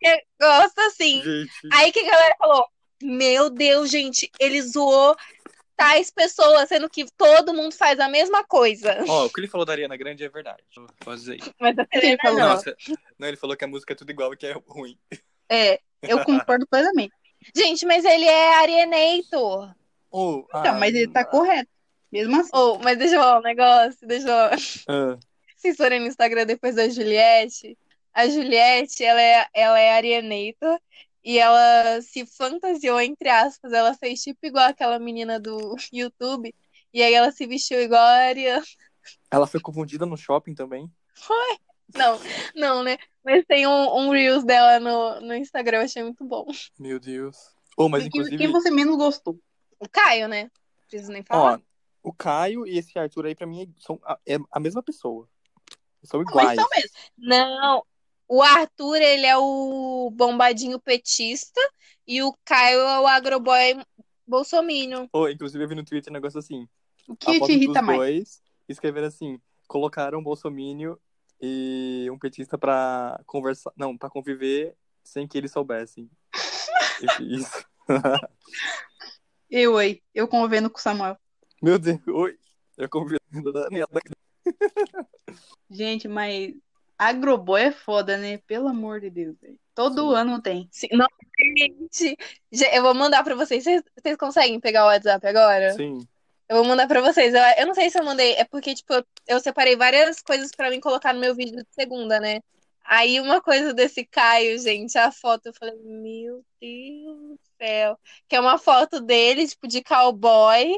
[SPEAKER 5] que gosta assim.
[SPEAKER 1] Gente,
[SPEAKER 5] Aí que a galera falou, Meu Deus, gente, ele zoou tais pessoas, sendo que todo mundo faz a mesma coisa.
[SPEAKER 1] Ó, o que ele falou da Ariana Grande é verdade. Posso dizer isso.
[SPEAKER 5] Mas
[SPEAKER 2] é
[SPEAKER 5] a Selena
[SPEAKER 2] falou?
[SPEAKER 5] não.
[SPEAKER 1] Nossa, não, ele falou que a música é tudo igual e que é ruim.
[SPEAKER 2] É, eu concordo plenamente.
[SPEAKER 5] Gente, mas ele é Arienator.
[SPEAKER 1] Ou,
[SPEAKER 2] Então,
[SPEAKER 1] ah,
[SPEAKER 2] mas ele tá correto. Mesmo assim.
[SPEAKER 5] Ou, mas deixa eu falar um negócio, deixa eu
[SPEAKER 1] ah,
[SPEAKER 5] vocês forem no Instagram depois da Juliette, a Juliette, ela é, ela é Arianator e ela se fantasiou, entre aspas, ela fez tipo igual aquela menina do YouTube, e aí ela se vestiu igual a Ariana.
[SPEAKER 1] Ela foi confundida no shopping também.
[SPEAKER 5] Não, não, né? Mas tem um, um Reels dela no, no Instagram, eu achei muito bom.
[SPEAKER 1] Meu Deus. Ou, mas
[SPEAKER 2] Quem-
[SPEAKER 1] inclusive.
[SPEAKER 2] Quem você menos gostou?
[SPEAKER 5] O Caio, né? Não preciso nem falar.
[SPEAKER 1] Ó, o Caio e esse Arthur aí, pra mim, são a, é a mesma pessoa. São
[SPEAKER 2] Não, Ah, mas
[SPEAKER 1] iguais.
[SPEAKER 2] são mesmo.
[SPEAKER 5] Não, o Arthur, ele é o bombadinho petista e o Caio é o agroboy bolsominion.
[SPEAKER 1] Ou, inclusive, eu vi no Twitter um negócio assim.
[SPEAKER 2] O
[SPEAKER 1] a
[SPEAKER 2] que
[SPEAKER 1] foto
[SPEAKER 2] te irrita
[SPEAKER 1] dos
[SPEAKER 2] mais?
[SPEAKER 1] dois escreveram assim: colocaram um bolsomínio e um petista pra conversar. Não, pra conviver sem que eles soubessem. E Isso.
[SPEAKER 2] Eu aí, eu convendo com o Samuel.
[SPEAKER 1] Meu Deus, oi. Eu convido a Daniela.
[SPEAKER 2] Gente, mas agroboy é foda, né? Pelo amor de Deus. velho. Todo
[SPEAKER 1] Sim.
[SPEAKER 2] ano tem.
[SPEAKER 5] Sim, não, gente. Já- Eu vou mandar pra vocês. Vocês vocês conseguem pegar o WhatsApp
[SPEAKER 2] É.
[SPEAKER 5] agora?
[SPEAKER 1] Sim.
[SPEAKER 5] Eu vou mandar pra vocês. Eu, eu não sei se eu mandei. É porque, tipo, eu, eu separei várias coisas pra mim colocar no meu vídeo de segunda, né? Aí uma coisa desse Caio, gente, a foto, eu falei, meu Deus do céu. Que é uma foto dele, tipo, de cowboy.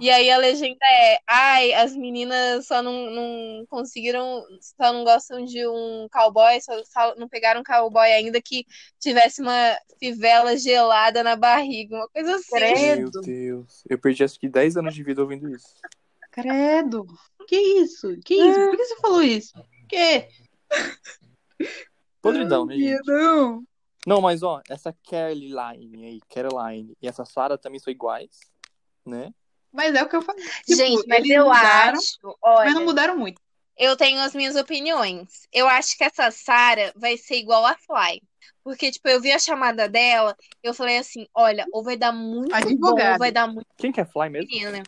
[SPEAKER 5] E aí a legenda é, ai, as meninas só não, não conseguiram, só não gostam de um cowboy, só, só não pegaram um cowboy ainda que tivesse uma fivela gelada na barriga, uma coisa assim.
[SPEAKER 1] Meu
[SPEAKER 2] Credo.
[SPEAKER 1] Deus. Eu perdi acho que 10 anos de vida ouvindo isso.
[SPEAKER 2] Credo. Que isso? Que isso? Por que você falou isso? Que?
[SPEAKER 1] Podridão, né, gente?
[SPEAKER 2] Não.
[SPEAKER 1] Não, mas ó, essa Caroline aí, Caroline e essa Sarah também são iguais, né?
[SPEAKER 2] Mas é o que eu falei.
[SPEAKER 5] Gente,
[SPEAKER 2] Tipo,
[SPEAKER 5] mas
[SPEAKER 2] eles
[SPEAKER 5] eu
[SPEAKER 2] mudaram,
[SPEAKER 5] acho,
[SPEAKER 2] Mas
[SPEAKER 5] olha,
[SPEAKER 2] não mudaram muito.
[SPEAKER 5] eu tenho as minhas opiniões. Eu acho que essa Sarah vai ser igual a Fly. Porque, tipo, eu vi a chamada dela, eu falei assim, olha, ou vai dar muito bom, ou
[SPEAKER 2] Advogada.
[SPEAKER 5] vai dar muito
[SPEAKER 1] Quem que é Fly mesmo?
[SPEAKER 5] menina.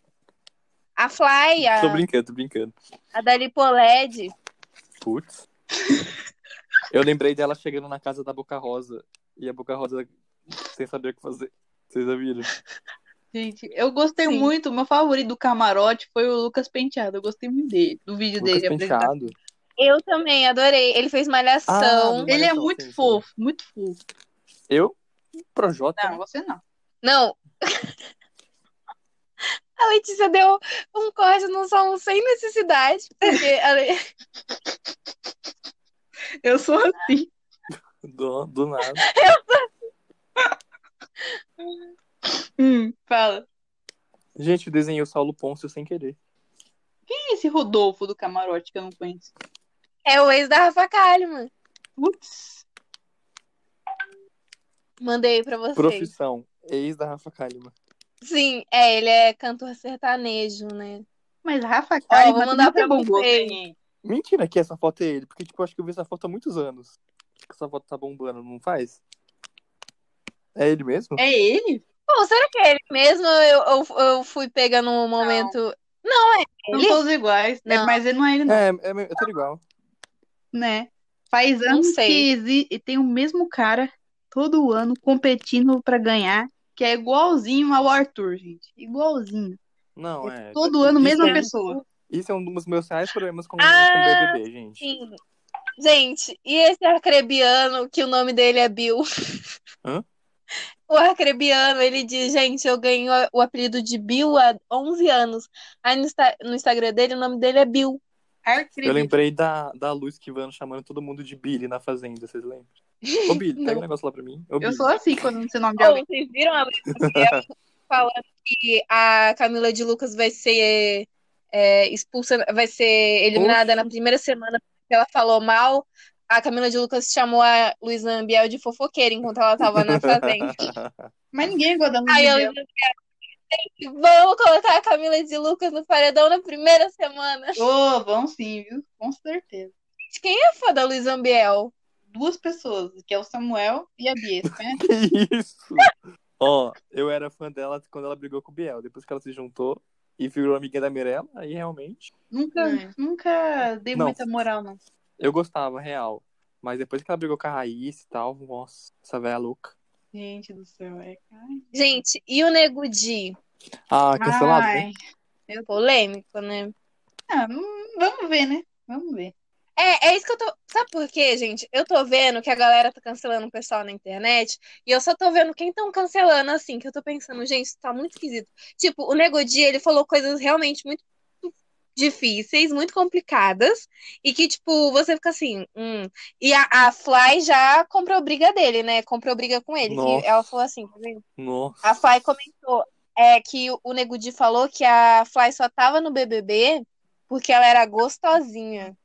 [SPEAKER 5] A Fly, a,
[SPEAKER 1] Tô brincando, tô brincando.
[SPEAKER 5] a Dali Poled,
[SPEAKER 1] Putz. Eu lembrei dela chegando na casa da Boca Rosa. E a Boca Rosa sem saber o que fazer. Vocês já viram?
[SPEAKER 2] Gente, eu gostei
[SPEAKER 5] Sim.
[SPEAKER 2] muito. Meu favorito do camarote foi o Lucas Penteado. Eu gostei muito dele, do vídeo
[SPEAKER 1] Lucas
[SPEAKER 2] dele apresentado.
[SPEAKER 1] Penteado.
[SPEAKER 5] Eu também adorei. Ele fez Malhação.
[SPEAKER 1] Ah,
[SPEAKER 2] Ele é
[SPEAKER 1] Olha só,
[SPEAKER 2] muito
[SPEAKER 1] sim, sim.
[SPEAKER 2] fofo, muito fofo.
[SPEAKER 1] Eu? Projota.
[SPEAKER 2] Não, você não.
[SPEAKER 5] Não. A Letícia deu um corte no som sem necessidade. Porque a Le-
[SPEAKER 2] Eu sou assim.
[SPEAKER 1] Do, do nada.
[SPEAKER 2] Hum, fala.
[SPEAKER 1] Gente, eu desenhei o Saulo Pôncio sem querer.
[SPEAKER 2] Quem é esse Rodolfo do camarote que eu não conheço?
[SPEAKER 5] É o ex da Rafa Kalimann.
[SPEAKER 2] Putz.
[SPEAKER 5] Mandei pra vocês.
[SPEAKER 1] Profissão. Ex da Rafa Kalimann.
[SPEAKER 5] Sim, é, ele é cantor sertanejo, né?
[SPEAKER 2] Mas Rafa
[SPEAKER 5] Ó,
[SPEAKER 2] Kalimann
[SPEAKER 5] vou
[SPEAKER 2] tem
[SPEAKER 5] mandar
[SPEAKER 2] muito
[SPEAKER 5] pra
[SPEAKER 2] bom gosto,
[SPEAKER 5] vocês.
[SPEAKER 2] hein?
[SPEAKER 1] Mentira que essa foto é ele, porque tipo, eu acho que eu vi essa foto há muitos anos. Que essa foto tá bombando, não faz? É ele mesmo?
[SPEAKER 2] É ele?
[SPEAKER 5] Pô, será que é ele mesmo? Eu, eu, eu fui pegando um momento. Não, é
[SPEAKER 2] São
[SPEAKER 5] Ele?
[SPEAKER 2] todos iguais. É,
[SPEAKER 5] Não.
[SPEAKER 2] mas ele não é ele, não.
[SPEAKER 1] É, é, é tudo igual.
[SPEAKER 2] Né? Faz anos
[SPEAKER 5] sei.
[SPEAKER 2] que exi- e tem o mesmo cara todo ano competindo pra ganhar, que é igualzinho ao Arthur, gente. Igualzinho.
[SPEAKER 1] Não,
[SPEAKER 2] É
[SPEAKER 1] é.
[SPEAKER 2] todo ano,
[SPEAKER 1] isso
[SPEAKER 2] mesma
[SPEAKER 1] é-
[SPEAKER 2] pessoa.
[SPEAKER 1] Isso é um dos meus reais problemas com,
[SPEAKER 5] Ah,
[SPEAKER 1] com BBB, gente.
[SPEAKER 5] sim. Gente, e esse arcrebiano, que o nome dele é Bill?
[SPEAKER 1] Hã?
[SPEAKER 5] O arcrebiano, ele diz, gente, eu ganhei o- o apelido de Bill há 11 anos. Aí no, Insta- no Instagram dele, o nome dele é Bill.
[SPEAKER 2] Arcrebiano.
[SPEAKER 1] Eu lembrei da, da Luz Kivano chamando todo mundo de Billy na fazenda, vocês lembram? Ô Billy, pega
[SPEAKER 5] Não.
[SPEAKER 1] um negócio lá pra mim. Ô,
[SPEAKER 2] Eu
[SPEAKER 1] Billy.
[SPEAKER 2] sou assim quando não sei o nome de
[SPEAKER 5] Ou
[SPEAKER 2] alguém.
[SPEAKER 5] vocês viram a Luísa Miguel falando que a Camila de Lucas vai ser é, expulsa, vai ser eliminada na primeira semana porque ela falou mal. A Camila de Lucas chamou a Luísa Ambiel de fofoqueira enquanto ela tava na fazenda.
[SPEAKER 2] Mas ninguém gosta da Luísa
[SPEAKER 5] Aí a
[SPEAKER 2] Miguel.
[SPEAKER 5] Luísa Ambiel, vamos colocar a Camila de Lucas no paredão na primeira semana.
[SPEAKER 2] Ô, vão sim, viu? Com certeza.
[SPEAKER 5] Gente, Quem é fã da Luísa Ambiel?
[SPEAKER 2] Duas pessoas, que é o Samuel e a Bia. Né?
[SPEAKER 1] que isso? Ó, eu era fã dela quando ela brigou com o Biel. Depois que ela se juntou e virou amiguinha da Mirella, aí realmente.
[SPEAKER 2] Nunca, nunca dei
[SPEAKER 1] Não.
[SPEAKER 2] muita moral, não.
[SPEAKER 1] Eu gostava, real. Mas depois que ela brigou com a Raíssa e tal, nossa, essa velha louca.
[SPEAKER 2] Gente do céu, é. Ai,
[SPEAKER 5] Gente, e o Nego Di? É
[SPEAKER 1] Ah, cancelado,
[SPEAKER 2] Ai.
[SPEAKER 1] né?
[SPEAKER 5] Polêmico, né?
[SPEAKER 2] Ah, hum, vamos ver, né? Vamos ver.
[SPEAKER 5] É, é isso que eu tô. Sabe por quê, gente? Eu tô vendo que a galera tá cancelando o pessoal na internet e eu só tô vendo quem tão cancelando assim, que eu tô pensando, gente, isso tá muito esquisito. Tipo, o Nego Di, ele falou coisas realmente muito difíceis, muito complicadas e que, tipo, você fica assim, hum. E a, a Fly já comprou briga dele, né? Comprou briga com ele. que
[SPEAKER 1] Nossa.
[SPEAKER 5] ela falou assim, tá vendo?
[SPEAKER 1] Nossa.
[SPEAKER 5] A Fly comentou é, que o- o Nego Di falou que a Fly só tava no BBB porque ela era gostosinha.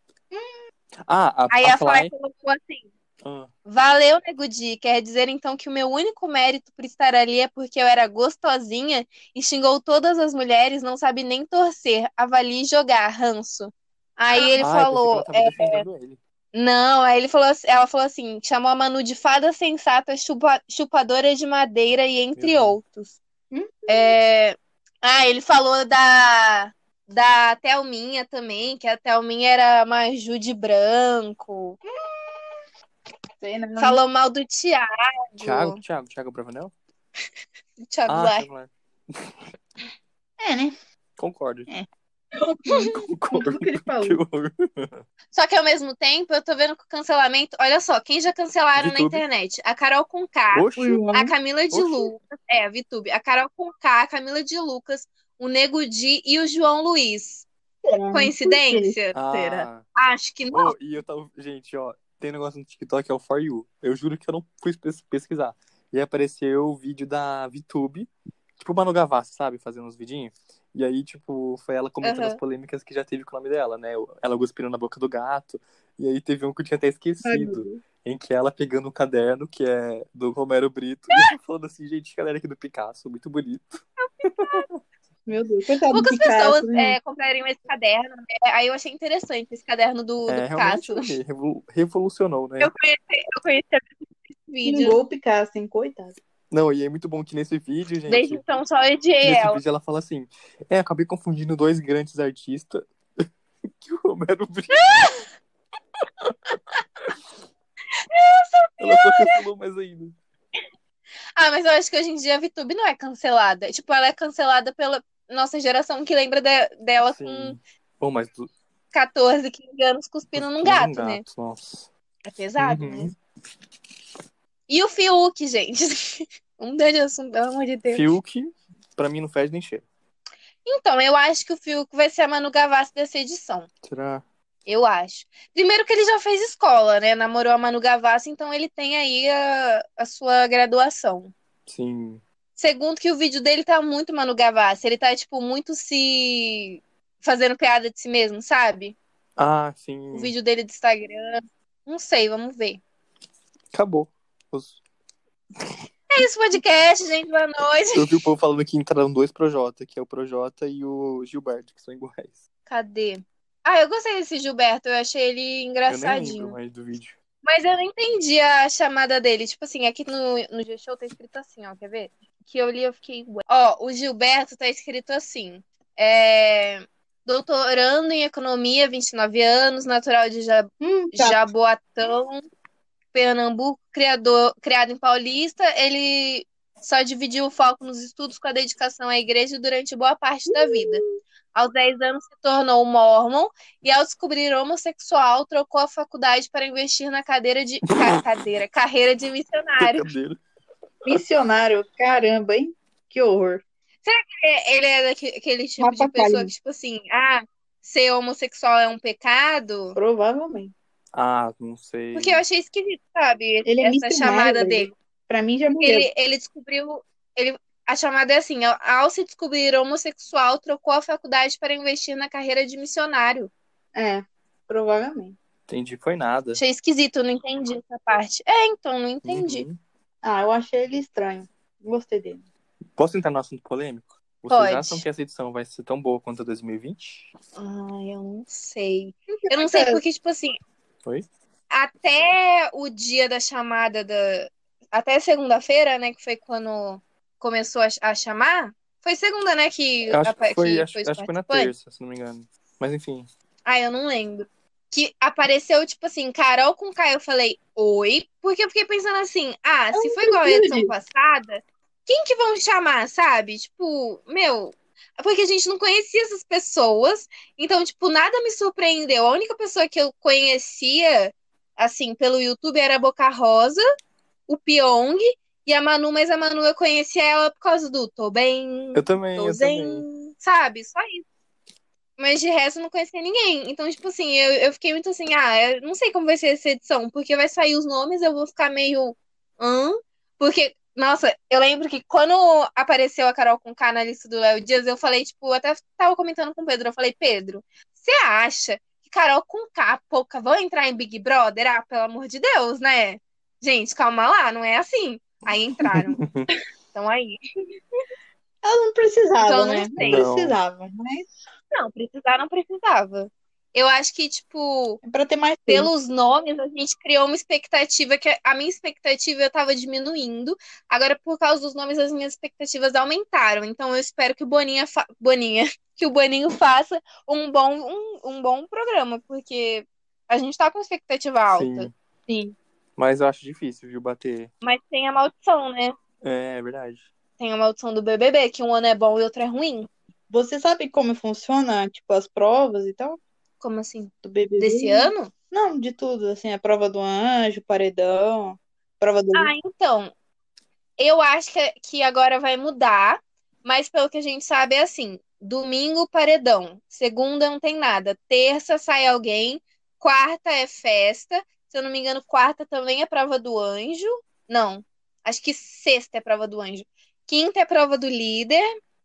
[SPEAKER 1] Ah, a,
[SPEAKER 5] Aí
[SPEAKER 1] a
[SPEAKER 5] a Fly
[SPEAKER 1] Fly.
[SPEAKER 5] colocou assim:
[SPEAKER 1] Ah,
[SPEAKER 5] Valeu, Nego Di. Quer dizer então que o meu único mérito por estar ali é porque eu era gostosinha e xingou todas as mulheres, não sabe nem torcer, avalie jogar, ranço. Aí ele
[SPEAKER 1] ah,
[SPEAKER 5] falou: "É,
[SPEAKER 1] eu pensei que ela tava defendendo ele.
[SPEAKER 5] Não, aí ele falou, assim- ela falou assim: chamou a Manu de fada sensata, chupa- chupadora de madeira e entre
[SPEAKER 1] Meu Deus.
[SPEAKER 5] outros. É, Ah, ele falou da. Da Thelminha também, que a Thelminha era uma Jude branco.
[SPEAKER 2] Sei, né? Não-
[SPEAKER 5] Falou mal do Thiago,
[SPEAKER 1] Thiago, Thiago, Thiago Bravanel?
[SPEAKER 5] do Thiago
[SPEAKER 1] Ah,
[SPEAKER 5] Lai.
[SPEAKER 1] Thiago Lai.
[SPEAKER 2] É, né?
[SPEAKER 1] Concordo.
[SPEAKER 2] É.
[SPEAKER 1] Concordo.
[SPEAKER 2] Tudo que ele falou.
[SPEAKER 1] Que horror. tá.
[SPEAKER 5] Só que ao mesmo tempo, eu tô vendo que o cancelamento. Olha só, quem já cancelaram na
[SPEAKER 1] Vitube.
[SPEAKER 5] internet? A Carol Conká,
[SPEAKER 1] Oxi.
[SPEAKER 2] um
[SPEAKER 5] a Camila de
[SPEAKER 1] Oxi.
[SPEAKER 5] Lucas. É, a Vitube. A Carol Conká, a Camila de Lucas, o Nego Di e o João Luiz.
[SPEAKER 2] um
[SPEAKER 5] Coincidência?
[SPEAKER 2] Será?
[SPEAKER 1] Ah,
[SPEAKER 5] Acho que não.
[SPEAKER 1] Ô, e eu tava. Gente, ó, tem negócio no TikTok que é o For You. Eu juro que eu não fui pes- pesquisar. E apareceu o vídeo da VTube, tipo Manu Gavassi, sabe? Fazendo uns vidinhos. E aí, tipo, foi ela comentando
[SPEAKER 5] Aham.
[SPEAKER 1] as polêmicas que já teve com o nome dela, né? Ela cuspindo na boca do gato. E aí teve um que eu tinha até esquecido, em que ela pegando um caderno que é do Romero Brito.
[SPEAKER 5] Ah!
[SPEAKER 1] E ela falando assim, gente, galera aqui do Picasso, muito bonito.
[SPEAKER 2] Meu Deus, coitado do
[SPEAKER 5] Poucas
[SPEAKER 2] Picasso,
[SPEAKER 5] pessoas
[SPEAKER 2] né?
[SPEAKER 5] é, comprariam esse caderno, né? Aí eu achei interessante esse caderno do, do
[SPEAKER 1] É, realmente
[SPEAKER 5] Picasso.
[SPEAKER 1] revo- revolucionou, né?
[SPEAKER 5] Eu conheci, eu conheci esse vídeo.
[SPEAKER 2] Xingou o Picasso, hein? Coitado.
[SPEAKER 1] Não, e é muito bom que nesse vídeo, gente.
[SPEAKER 5] Desde então, só odiei
[SPEAKER 1] Nesse
[SPEAKER 5] ela.
[SPEAKER 1] vídeo ela fala assim: É, acabei confundindo dois grandes artistas. que o Romero Brito. ela só
[SPEAKER 5] né?
[SPEAKER 1] cancelou mais ainda.
[SPEAKER 5] Ah, mas eu acho que hoje em dia a VTube não é cancelada. Tipo, ela é cancelada pela nossa geração que lembra de- dela com
[SPEAKER 1] Sim. Pô, mas do,
[SPEAKER 5] 14, 15 anos cuspindo num gato, né?
[SPEAKER 1] Nossa.
[SPEAKER 5] É pesado,
[SPEAKER 1] Uhum.
[SPEAKER 5] né? E o Fiuk, gente? Um grande assunto, pelo amor de Deus.
[SPEAKER 1] Fiuk, pra mim, não fede nem cheiro.
[SPEAKER 5] Então, eu acho que o Fiuk vai ser a Manu Gavassi dessa edição.
[SPEAKER 1] Será?
[SPEAKER 5] Eu acho. Primeiro que ele já fez escola, né? Namorou a Manu Gavassi, então ele tem aí a, a sua graduação.
[SPEAKER 1] Sim.
[SPEAKER 5] Segundo que o vídeo dele tá muito Manu Gavassi. Ele tá, tipo, muito se... Fazendo piada de si mesmo, sabe?
[SPEAKER 1] Ah, sim.
[SPEAKER 5] O vídeo dele do Instagram. Não sei, vamos ver.
[SPEAKER 1] Acabou. Os-
[SPEAKER 5] É isso, podcast, gente. Boa noite.
[SPEAKER 1] Eu vi o povo falando que entraram dois Projota, que é o Projota e o Gilberto, que são iguais.
[SPEAKER 5] Cadê? Ah, eu gostei desse Gilberto. Eu achei ele
[SPEAKER 1] Eu nem lembro
[SPEAKER 5] engraçadinho.
[SPEAKER 1] mais do vídeo.
[SPEAKER 5] Mas eu não entendi a chamada dele. Tipo assim, aqui no, no G-Show tá escrito assim, ó. Quer ver? Que eu li, eu fiquei. ué. Ó, o Gilberto tá escrito assim. É. Doutorando em economia, 29 anos, natural de Ja-
[SPEAKER 2] Hum, tá.
[SPEAKER 5] Jaboatão, Pernambuco, criador, criado em Paulista, ele só dividiu o foco nos estudos com a dedicação à igreja durante boa parte da vida. Aos 10 anos se tornou mormon e ao descobrir homossexual trocou a faculdade para investir na cadeira de ca- cadeira, carreira de missionário.
[SPEAKER 1] Brincadeira.
[SPEAKER 2] Missionário, caramba, hein? Que horror.
[SPEAKER 5] É, Ele é daque- aquele tipo de
[SPEAKER 2] Mata
[SPEAKER 5] pessoa
[SPEAKER 2] Kalin.
[SPEAKER 5] que tipo assim, ah, ser homossexual é um pecado?
[SPEAKER 2] Provavelmente.
[SPEAKER 1] Ah, não sei.
[SPEAKER 5] Porque eu achei esquisito, sabe?
[SPEAKER 2] Ele é
[SPEAKER 5] Essa
[SPEAKER 2] missionário,
[SPEAKER 5] chamada
[SPEAKER 2] velho.
[SPEAKER 5] dele.
[SPEAKER 2] Pra mim
[SPEAKER 1] é
[SPEAKER 2] já morreu.
[SPEAKER 5] Ele, ele descobriu. Ele, a chamada é assim: ao, ao se descobrir homossexual, trocou a faculdade para investir na carreira de missionário.
[SPEAKER 2] É, provavelmente.
[SPEAKER 1] Entendi, foi nada.
[SPEAKER 5] Achei esquisito, não entendi essa parte. É, então, não entendi.
[SPEAKER 1] Uhum.
[SPEAKER 2] Ah, eu achei ele estranho. Gostei dele.
[SPEAKER 1] Posso entrar no assunto polêmico? Vocês
[SPEAKER 5] Pode.
[SPEAKER 1] acham que essa edição vai ser tão boa quanto a 2020? Uhum.
[SPEAKER 5] Ai, eu não sei. Eu não
[SPEAKER 1] É.
[SPEAKER 5] sei porque, tipo assim.
[SPEAKER 1] Oi?
[SPEAKER 5] Até o dia da chamada da. Até segunda-feira, né? Que foi quando começou a, a chamar? Foi segunda, né? Que,
[SPEAKER 1] Eu acho
[SPEAKER 5] a-
[SPEAKER 1] que foi,
[SPEAKER 5] que
[SPEAKER 1] acho,
[SPEAKER 5] foi os
[SPEAKER 1] acho que foi na
[SPEAKER 5] participantes?
[SPEAKER 1] terça, se não me engano. Mas enfim.
[SPEAKER 5] Ah, eu não lembro. Que apareceu, tipo assim, Carol com Caio. Eu falei, oi. Porque eu fiquei pensando assim, ah, se foi igual a
[SPEAKER 2] entendi.
[SPEAKER 5] edição passada, quem que vão chamar, sabe? Tipo, meu. Porque a gente não conhecia essas pessoas. Então, tipo, nada me surpreendeu. A única pessoa que eu conhecia, assim, pelo YouTube era a Boca Rosa, o Pyong e a Manu. Mas a Manu eu conhecia ela por causa do Tô Bem,
[SPEAKER 1] Eu também,
[SPEAKER 5] Tô
[SPEAKER 1] eu também.
[SPEAKER 5] zen, sabe? Só isso. Mas de resto eu não conhecia ninguém. Então, tipo assim, eu, eu fiquei muito assim, ah, eu não sei como vai ser essa edição, porque vai sair os nomes, eu vou ficar meio. Hã? Porque, nossa, eu lembro que quando apareceu a Carol com K na lista do Léo Dias, eu falei, tipo, eu até tava comentando com o Pedro, eu falei, Pedro, você acha que Carol com K, pouca, vão entrar em Big Brother? Ah, pelo amor de Deus, né? Gente, calma lá, não é assim. Aí entraram. Então aí.
[SPEAKER 2] Ela não precisava,
[SPEAKER 5] Então, não
[SPEAKER 2] né?
[SPEAKER 5] sei.
[SPEAKER 1] Não.
[SPEAKER 2] precisava, né? mas
[SPEAKER 5] Não, precisar não precisava. Eu acho que, tipo,
[SPEAKER 2] é pra ter mais tempo.
[SPEAKER 5] pelos nomes, a gente criou uma expectativa que a minha expectativa eu tava diminuindo. Agora, por causa dos nomes, as minhas expectativas aumentaram. Então, eu espero que o Boninha, fa- Boninha, que o Boninho faça um bom, um, um bom programa, porque a gente tá com expectativa alta.
[SPEAKER 1] Sim. Mas eu acho difícil, viu, bater.
[SPEAKER 5] Mas tem a maldição, né?
[SPEAKER 1] É, é verdade.
[SPEAKER 5] Tem a maldição do BBB, que um ano é bom e outro é ruim.
[SPEAKER 2] Você sabe como funciona, tipo, as provas e tal
[SPEAKER 5] Como assim?
[SPEAKER 2] do BBB?
[SPEAKER 5] Desse ano?
[SPEAKER 2] Não, de tudo, assim, a prova do anjo, paredão, prova do...
[SPEAKER 5] Ah, então. Eu acho que, que agora vai mudar, mas pelo que a gente sabe é assim: domingo, paredão. Segunda não tem nada. Terça sai alguém. Quarta é festa. Se eu não me engano, quarta também é prova do anjo. Não. Acho que sexta é prova do anjo. Quinta é prova do líder.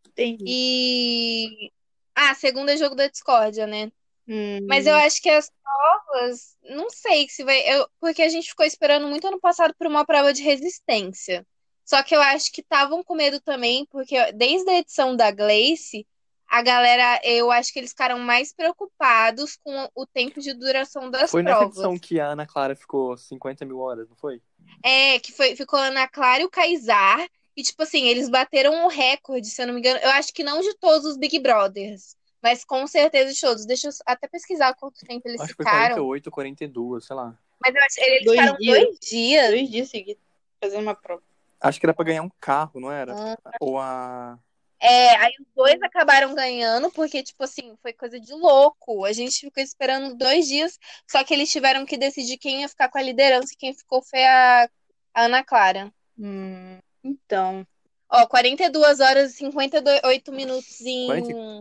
[SPEAKER 2] Entendi.
[SPEAKER 5] E. Ah, segunda é jogo da discórdia, né?
[SPEAKER 2] Hum,
[SPEAKER 5] Mas eu acho que as provas, não sei se vai. eu- porque a gente ficou esperando muito ano passado por uma prova de resistência. Só que eu acho que estavam com medo também, porque desde a edição da Gleice, a galera, eu acho que eles ficaram mais preocupados com o tempo de duração das
[SPEAKER 1] Foi nessa
[SPEAKER 5] provas.
[SPEAKER 1] edição que a Ana Clara ficou 50 mil horas, não foi?
[SPEAKER 5] É, que foi, ficou a Ana Clara e o Kaysar. E, tipo assim, eles bateram o recorde, se eu não me engano. Eu acho que não de todos os Big Brothers, mas com certeza de todos. Deixa eu até pesquisar quanto tempo eles
[SPEAKER 1] Acho que foi
[SPEAKER 5] ficaram.
[SPEAKER 1] 48, 42, sei lá.
[SPEAKER 5] Mas eu acho que eles
[SPEAKER 2] Dois
[SPEAKER 5] ficaram
[SPEAKER 2] dias.
[SPEAKER 5] dois dias.
[SPEAKER 2] dois dias seguidos fazendo uma prova.
[SPEAKER 1] Acho que era pra ganhar um carro, não era?
[SPEAKER 5] Ah.
[SPEAKER 1] Ou a.
[SPEAKER 5] É, aí os dois acabaram ganhando, porque, tipo assim, foi coisa de louco. A gente ficou esperando dois dias, só que eles tiveram que decidir quem ia ficar com a liderança e quem ficou foi a, a Ana Clara.
[SPEAKER 2] Hum, então,
[SPEAKER 5] Ó, 42 horas e 58 minutos em,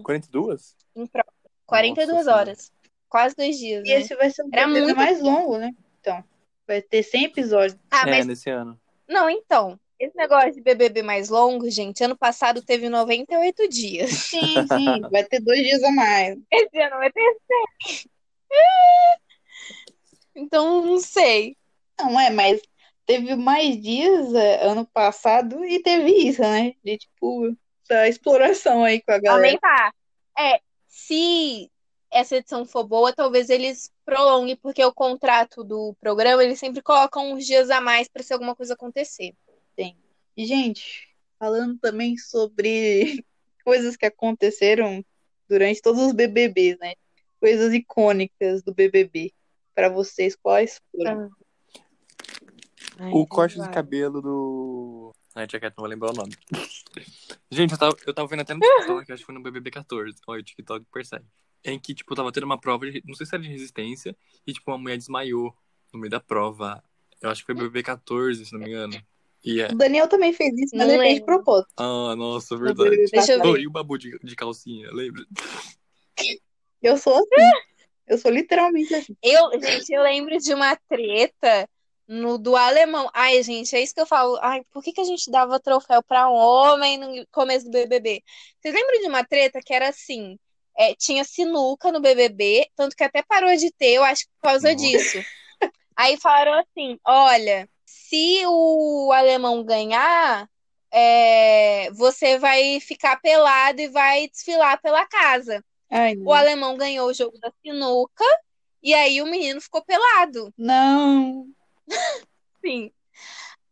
[SPEAKER 1] 42?
[SPEAKER 5] em prova. 42
[SPEAKER 1] Senhora.
[SPEAKER 5] horas. Quase dois dias,
[SPEAKER 2] e
[SPEAKER 5] né?
[SPEAKER 2] esse vai ser o
[SPEAKER 5] Era
[SPEAKER 2] BBB
[SPEAKER 5] muito-
[SPEAKER 2] mais longo, né? Então, vai ter 100 episódios.
[SPEAKER 5] Ah,
[SPEAKER 1] é,
[SPEAKER 5] mas
[SPEAKER 1] nesse ano.
[SPEAKER 5] Não, então, esse negócio de BBB mais longo, gente, ano passado teve 98 dias.
[SPEAKER 2] Sim, sim, vai ter dois dias a mais.
[SPEAKER 5] Esse ano vai ter 100. Então, não sei.
[SPEAKER 2] Não é, mas teve mais dias é, ano passado e teve isso, né? De tipo, essa exploração aí com a galera.
[SPEAKER 5] Aumentar. É, se essa edição for boa, talvez eles prolonguem, porque o contrato do programa, eles sempre colocam uns dias a mais pra se alguma coisa acontecer.
[SPEAKER 2] E, gente, falando também sobre coisas que aconteceram durante todos os BBBs, né? Coisas icônicas do BBB. Pra vocês, quais foram?
[SPEAKER 1] O corte de cabelo do. Ai, tia Cat, não vou lembrar o nome. Gente, eu tava, eu tava vendo até no TikTok, acho que foi no BBB 14. Olha, o TikTok persegue. Em que, tipo, tava tendo uma prova, de, não sei se era de resistência, e, tipo, uma mulher desmaiou no meio da prova. Eu acho que foi BBB 14, se não me engano. E é.
[SPEAKER 2] O Daniel também fez isso, mas
[SPEAKER 5] Não
[SPEAKER 2] ele fez de
[SPEAKER 5] lembro.
[SPEAKER 2] propósito.
[SPEAKER 1] Ah, nossa,
[SPEAKER 2] no
[SPEAKER 1] verdade.
[SPEAKER 2] BBB
[SPEAKER 5] Deixa eu
[SPEAKER 2] passado.
[SPEAKER 1] Oh,
[SPEAKER 5] ver.
[SPEAKER 1] e o babu de, de calcinha, lembra?
[SPEAKER 2] Eu sou assim. Eu sou literalmente assim.
[SPEAKER 5] Eu, gente, eu lembro de uma treta no do alemão. Ai, gente, é isso que eu falo. Ai, por que que a gente dava troféu pra homem no começo do BBB? Vocês lembram de uma treta que era assim? é, tinha sinuca no BBB, tanto que até parou de ter, eu acho que por causa
[SPEAKER 1] Nossa.
[SPEAKER 5] disso. Aí falaram assim: olha, se o alemão ganhar, é, você vai ficar pelado e vai desfilar pela casa.
[SPEAKER 2] Ai,
[SPEAKER 5] O alemão ganhou o jogo da sinuca e aí o menino ficou pelado.
[SPEAKER 2] não.
[SPEAKER 5] Sim.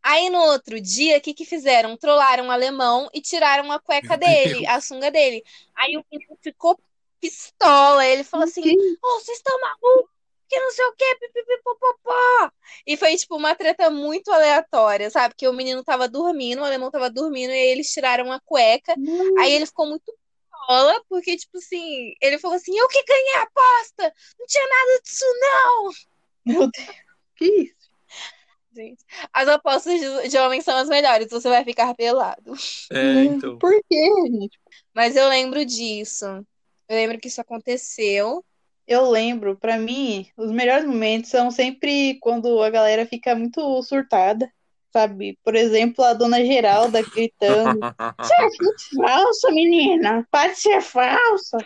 [SPEAKER 5] Aí no outro dia, o que que fizeram? Trollaram um alemão e tiraram a
[SPEAKER 1] Meu
[SPEAKER 5] cueca dele, a sunga dele. Aí o menino ficou pistola. Ele falou assim: Ô, vocês estão malucos? Que não sei o quê, pipipipopopó. E foi, tipo, uma treta muito aleatória, sabe? Que o menino tava dormindo, o alemão tava dormindo, e aí eles tiraram a cueca. Aí ele ficou muito pistola, porque, tipo assim, ele falou assim: eu que ganhei a aposta! Não tinha nada disso,
[SPEAKER 2] Meu Deus. Que isso?
[SPEAKER 5] Gente, as apostas de, de homens são as melhores, você vai ficar pelado.
[SPEAKER 2] Hum.
[SPEAKER 1] É, então.
[SPEAKER 2] Por quê, gente?
[SPEAKER 5] Mas eu lembro disso. Eu lembro que isso aconteceu.
[SPEAKER 2] Eu lembro, pra mim, os melhores momentos são sempre quando a galera fica muito surtada, sabe? Por exemplo, a dona Geralda gritando: Você é muito falsa, menina! Pode ser falsa!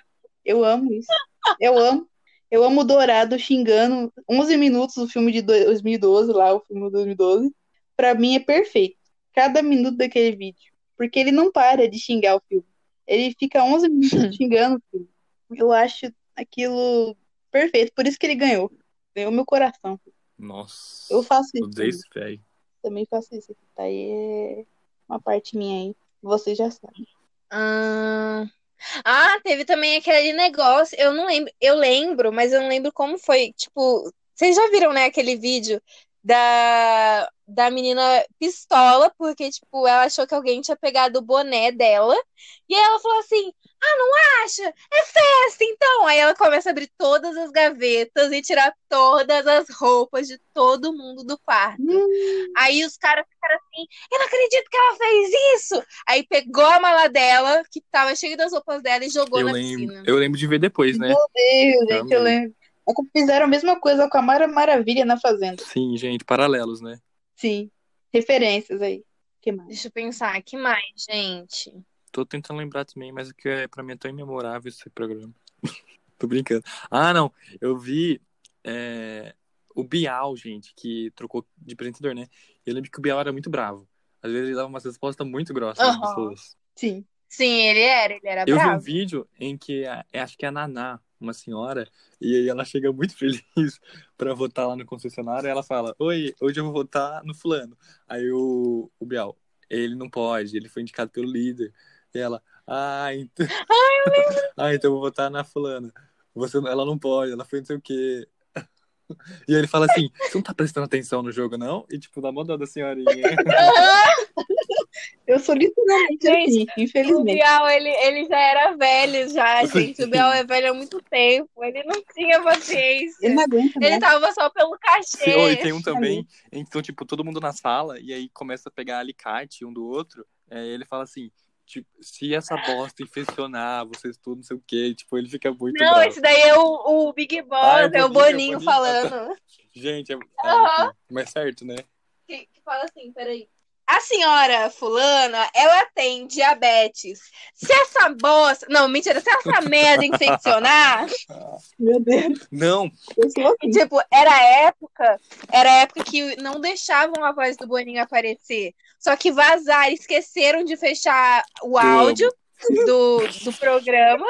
[SPEAKER 2] Eu amo isso. Eu amo. Eu amo o Dourado xingando 11 minutos do filme de do- 2012, lá, o filme de 2012. Pra mim é perfeito. Cada minuto daquele vídeo. Porque ele não para de xingar o filme. Ele fica 11 minutos xingando o filme. Eu acho aquilo perfeito. Por isso que ele ganhou. Ganhou meu coração.
[SPEAKER 1] Nossa.
[SPEAKER 2] Eu faço isso.
[SPEAKER 1] Odeio esse velho.
[SPEAKER 2] Também faço isso. Tá aí é uma parte minha aí. Vocês já sabem.
[SPEAKER 5] Ah, ah, teve também aquele negócio. Eu não lembro, eu lembro, mas eu não lembro como foi. Tipo, vocês já viram, né, aquele vídeo da, da menina pistola, porque, tipo, ela achou que alguém tinha pegado o boné dela. E aí ela falou assim: Ah, não acha? É festa, então. Aí ela começa a abrir todas as gavetas e tirar todas as roupas de todo mundo do quarto. Aí os caras ficaram assim: Eu não acredito que ela fez isso. Aí pegou a mala dela, que tava cheia das roupas dela, e jogou
[SPEAKER 1] Eu
[SPEAKER 5] na
[SPEAKER 1] lembro,
[SPEAKER 5] piscina.
[SPEAKER 1] eu lembro de ver depois, né?
[SPEAKER 2] Meu Deus, gente, eu
[SPEAKER 1] Amei.
[SPEAKER 2] lembro. É como Fizeram a mesma coisa com a Mara Maravilha na Fazenda.
[SPEAKER 1] Sim, gente, paralelos, né?
[SPEAKER 2] Sim. Referências aí. que mais?
[SPEAKER 5] Deixa eu pensar, que mais, gente?
[SPEAKER 1] Tô tentando lembrar também, mas é que é, pra mim é tão imemorável esse programa. Tô brincando. Ah, não. Eu vi é, o Bial, gente, que trocou de apresentador, né? Eu lembro que o Bial era muito bravo. Às vezes ele dava umas respostas muito grossas às
[SPEAKER 5] Aham.
[SPEAKER 1] pessoas.
[SPEAKER 2] Sim.
[SPEAKER 5] Sim, ele era, ele era
[SPEAKER 1] Eu vi um
[SPEAKER 5] bravo.
[SPEAKER 1] vídeo em que a- é, acho que é a Naná, uma senhora, e aí ela chega muito feliz pra votar lá no concessionário, e ela fala: Oi, hoje eu vou votar no fulano. Aí o, o Bial, ele não pode, ele foi indicado pelo líder. E ela, ah, então. ah, então eu vou votar na fulana. Você, não- ela não pode, ela foi não sei o quê. E aí ele fala assim: Você não tá prestando atenção no jogo, não? E tipo, dá mó dó da senhorinha.
[SPEAKER 2] Eu sou literalmente
[SPEAKER 5] Gente,
[SPEAKER 2] assim,
[SPEAKER 5] O
[SPEAKER 2] infelizmente.
[SPEAKER 5] Bial, ele, ele já era velho, já, gente. O Bial é velho há muito tempo. Ele não tinha paciência.
[SPEAKER 2] Ele não aguenta,
[SPEAKER 5] Ele
[SPEAKER 2] né?
[SPEAKER 5] tava só pelo
[SPEAKER 1] Sim, ou, e
[SPEAKER 5] cachê.
[SPEAKER 1] tem um também em que estão, tipo, todo mundo na sala e aí começa a pegar alicate um do outro. é, ele fala assim, tipo, se essa bosta infeccionar, vocês tudo, não sei o quê. Tipo, ele fica muito
[SPEAKER 5] Não,
[SPEAKER 1] bravo.
[SPEAKER 5] esse daí é o, o Big Boss,
[SPEAKER 1] Ah, é o
[SPEAKER 5] é
[SPEAKER 1] Boninho,
[SPEAKER 5] o Boninho
[SPEAKER 1] é o Boninho.
[SPEAKER 5] falando.
[SPEAKER 1] Gente, é...
[SPEAKER 5] Aham.
[SPEAKER 1] é, mas certo, né?
[SPEAKER 5] Que, que fala assim, peraí. A senhora fulana, ela tem diabetes. Se essa bosta... Não, mentira. Se essa merda infeccionar...
[SPEAKER 2] Meu Deus,
[SPEAKER 1] Não,
[SPEAKER 2] eu sou
[SPEAKER 5] E,
[SPEAKER 2] assim.
[SPEAKER 5] tipo, era a época, era a época que não deixavam a voz do Boninho aparecer. Só que vazaram, esqueceram de fechar o
[SPEAKER 1] amo.
[SPEAKER 5] áudio do, do programa.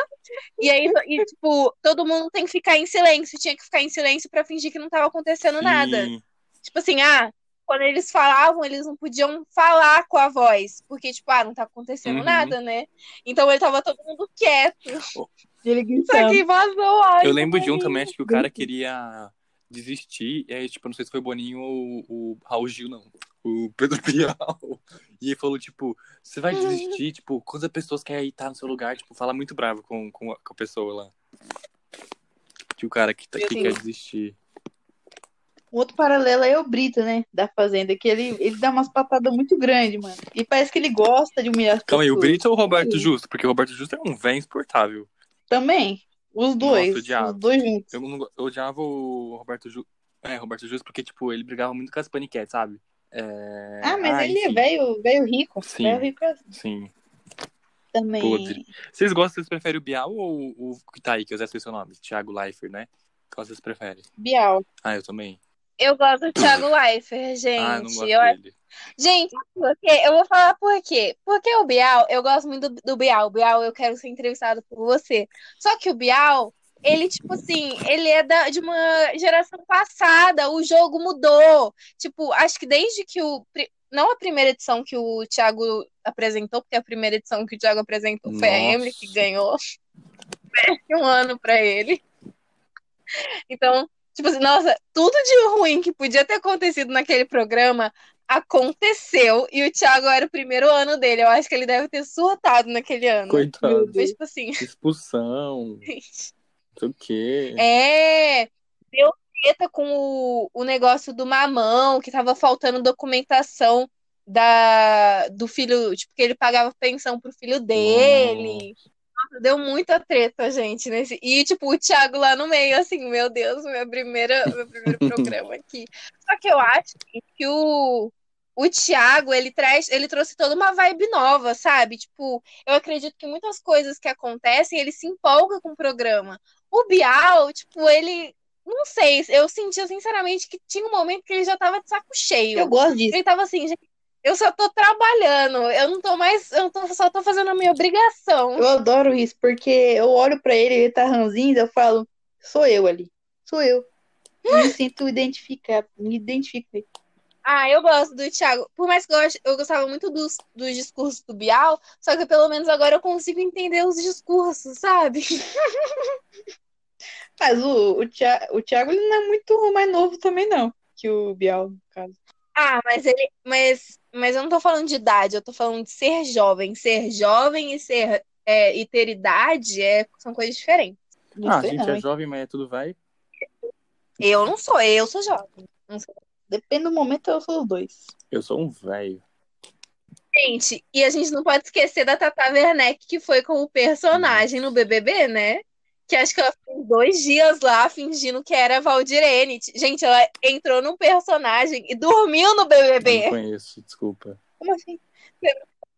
[SPEAKER 5] E aí, e, tipo, todo mundo tem que ficar em silêncio. Tinha que ficar em silêncio pra fingir que não tava acontecendo nada.
[SPEAKER 1] sim.
[SPEAKER 5] Tipo assim, ah, quando eles falavam, eles não podiam falar com a voz. Porque, tipo, ah, não tá acontecendo
[SPEAKER 1] Uhum.
[SPEAKER 5] nada, né? Então ele tava todo mundo quieto.
[SPEAKER 2] Ele
[SPEAKER 5] Só
[SPEAKER 3] É.
[SPEAKER 2] gritando.
[SPEAKER 5] que vazou o áudio.
[SPEAKER 1] Eu lembro de um
[SPEAKER 5] do Boninho.
[SPEAKER 1] também, acho que o cara queria desistir. E aí, tipo, não sei se foi o Boninho ou o Raul Gil, não. O Pedro Bial. E ele falou, tipo, você vai desistir? Tipo, quantas pessoas querem estar no seu lugar? Tipo, fala muito bravo com, com, a, com a pessoa lá. Que o cara que, tá-
[SPEAKER 5] Meu
[SPEAKER 1] que
[SPEAKER 5] Deus.
[SPEAKER 1] quer desistir.
[SPEAKER 2] Um outro paralelo é o Brito, né? Da Fazenda, que ele, ele dá umas patadas muito grandes, mano. E parece que ele gosta de humilhar as
[SPEAKER 1] Calma aí, o
[SPEAKER 2] pessoas.
[SPEAKER 1] Brito ou o Roberto
[SPEAKER 2] Sim.
[SPEAKER 1] Justo? Porque o Roberto Justo é um véio insuportável.
[SPEAKER 2] Também. Os dois.
[SPEAKER 1] Nossa, odiava.
[SPEAKER 2] os dois juntos.
[SPEAKER 1] Eu, não, go- eu odiava o Roberto Justo. É, Roberto Justo, porque, tipo, ele brigava muito com as paniquetes, sabe? É...
[SPEAKER 2] Ah, mas ele
[SPEAKER 1] enfim.
[SPEAKER 2] é velho, velho rico.
[SPEAKER 1] Sim.
[SPEAKER 2] Velho rico é assim.
[SPEAKER 1] Sim.
[SPEAKER 2] também.
[SPEAKER 1] Podre. Vocês gostam, vocês preferem o Bial ou o o que tá aí, que eu já sei o seu nome? Thiago Leifert, né? Qual vocês preferem?
[SPEAKER 2] Bial.
[SPEAKER 1] Ah, eu também.
[SPEAKER 5] Eu gosto do Thiago Leifert, gente.
[SPEAKER 1] ah, não gosto
[SPEAKER 5] eu acho
[SPEAKER 1] dele.
[SPEAKER 5] Gente, sabe por quê? Eu vou falar por quê. Porque o Bial, eu gosto muito do, do Bial. Bial, eu quero ser entrevistado por você. Só que o Bial, ele, tipo assim, ele é da, de uma geração passada. O jogo mudou. Tipo, acho que desde que o. pri- Não a primeira edição que o Thiago apresentou, porque a primeira edição que o Thiago apresentou foi a
[SPEAKER 1] Nossa.
[SPEAKER 5] Emily que ganhou. um ano pra ele. Então, tipo assim, nossa, tudo de ruim que podia ter acontecido naquele programa aconteceu e o Thiago era o primeiro ano dele. Eu acho que ele deve ter surtado naquele ano.
[SPEAKER 1] Coitado.
[SPEAKER 5] Mas, tipo assim,
[SPEAKER 1] Expulsão. Não sei o quê.
[SPEAKER 5] é, deu treta com o, o negócio do mamão, que tava faltando documentação da, do filho, tipo, que ele pagava pensão pro filho dele. Nossa, Deu muita treta, gente, nesse. E, tipo, o Thiago lá no meio, assim, meu Deus, minha primeira, meu primeiro programa aqui. Só que eu acho gente, que o, o Thiago, ele traz, ele trouxe toda uma vibe nova, sabe? Tipo, eu acredito que muitas coisas que acontecem, ele se empolga com o programa. O Bial, tipo, ele. Não sei, eu sentia sinceramente que tinha um momento que ele já tava de saco cheio.
[SPEAKER 2] Eu gosto disso.
[SPEAKER 5] Ele tava assim, gente, eu só tô trabalhando, eu não tô mais, eu tô- só tô fazendo a minha obrigação.
[SPEAKER 2] Eu adoro isso, porque eu olho pra ele, ele tá ranzinho, eu falo, sou eu ali, sou eu. Eu Me sinto identificar, me identifico. com ele.
[SPEAKER 5] Ah, eu gosto do Thiago. Por mais que eu, ach- eu gostava muito dos, dos discursos do Bial, só que pelo menos agora eu consigo entender os discursos, sabe?
[SPEAKER 2] Mas o, o, Thia- o Thiago, ele não é muito mais novo também, não, que o Bial, no caso.
[SPEAKER 5] Ah, mas ele. Mas, mas eu não tô falando de idade, eu tô falando de ser jovem. Ser jovem e ser é, e ter idade é, são coisas diferentes.
[SPEAKER 2] Não
[SPEAKER 1] Ah, a
[SPEAKER 2] sei
[SPEAKER 1] gente
[SPEAKER 2] não,
[SPEAKER 1] é
[SPEAKER 2] hein?
[SPEAKER 1] jovem, mas tudo vai.
[SPEAKER 5] Eu não sou, eu sou jovem.
[SPEAKER 2] Depende do momento, eu sou os dois.
[SPEAKER 1] Eu sou um velho.
[SPEAKER 5] Gente, e a gente não pode esquecer da Tata Werneck, que foi com o personagem no BBB, né? Que acho que ela ficou dois dias lá fingindo que era Valdirene. Gente, ela entrou num personagem e dormiu no
[SPEAKER 1] Não
[SPEAKER 5] BBB.
[SPEAKER 1] conheço, desculpa.
[SPEAKER 2] Como assim?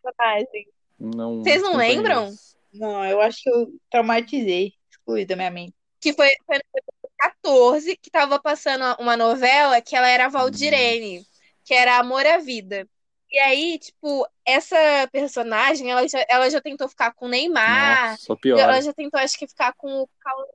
[SPEAKER 5] personagem.
[SPEAKER 1] Não,
[SPEAKER 5] Vocês não lembram?
[SPEAKER 1] conheço.
[SPEAKER 2] Não, eu acho que eu traumatizei, excluí da minha mente.
[SPEAKER 5] Que foi, foi no BBB 14, que tava passando uma novela que ela era Valdirene. que era Amor à Vida. E aí, tipo, essa personagem, ela já, ela já tentou ficar com o Neymar,
[SPEAKER 1] Nossa, só
[SPEAKER 5] E Ela
[SPEAKER 1] pior.
[SPEAKER 5] já tentou, acho que, ficar com o Cauê,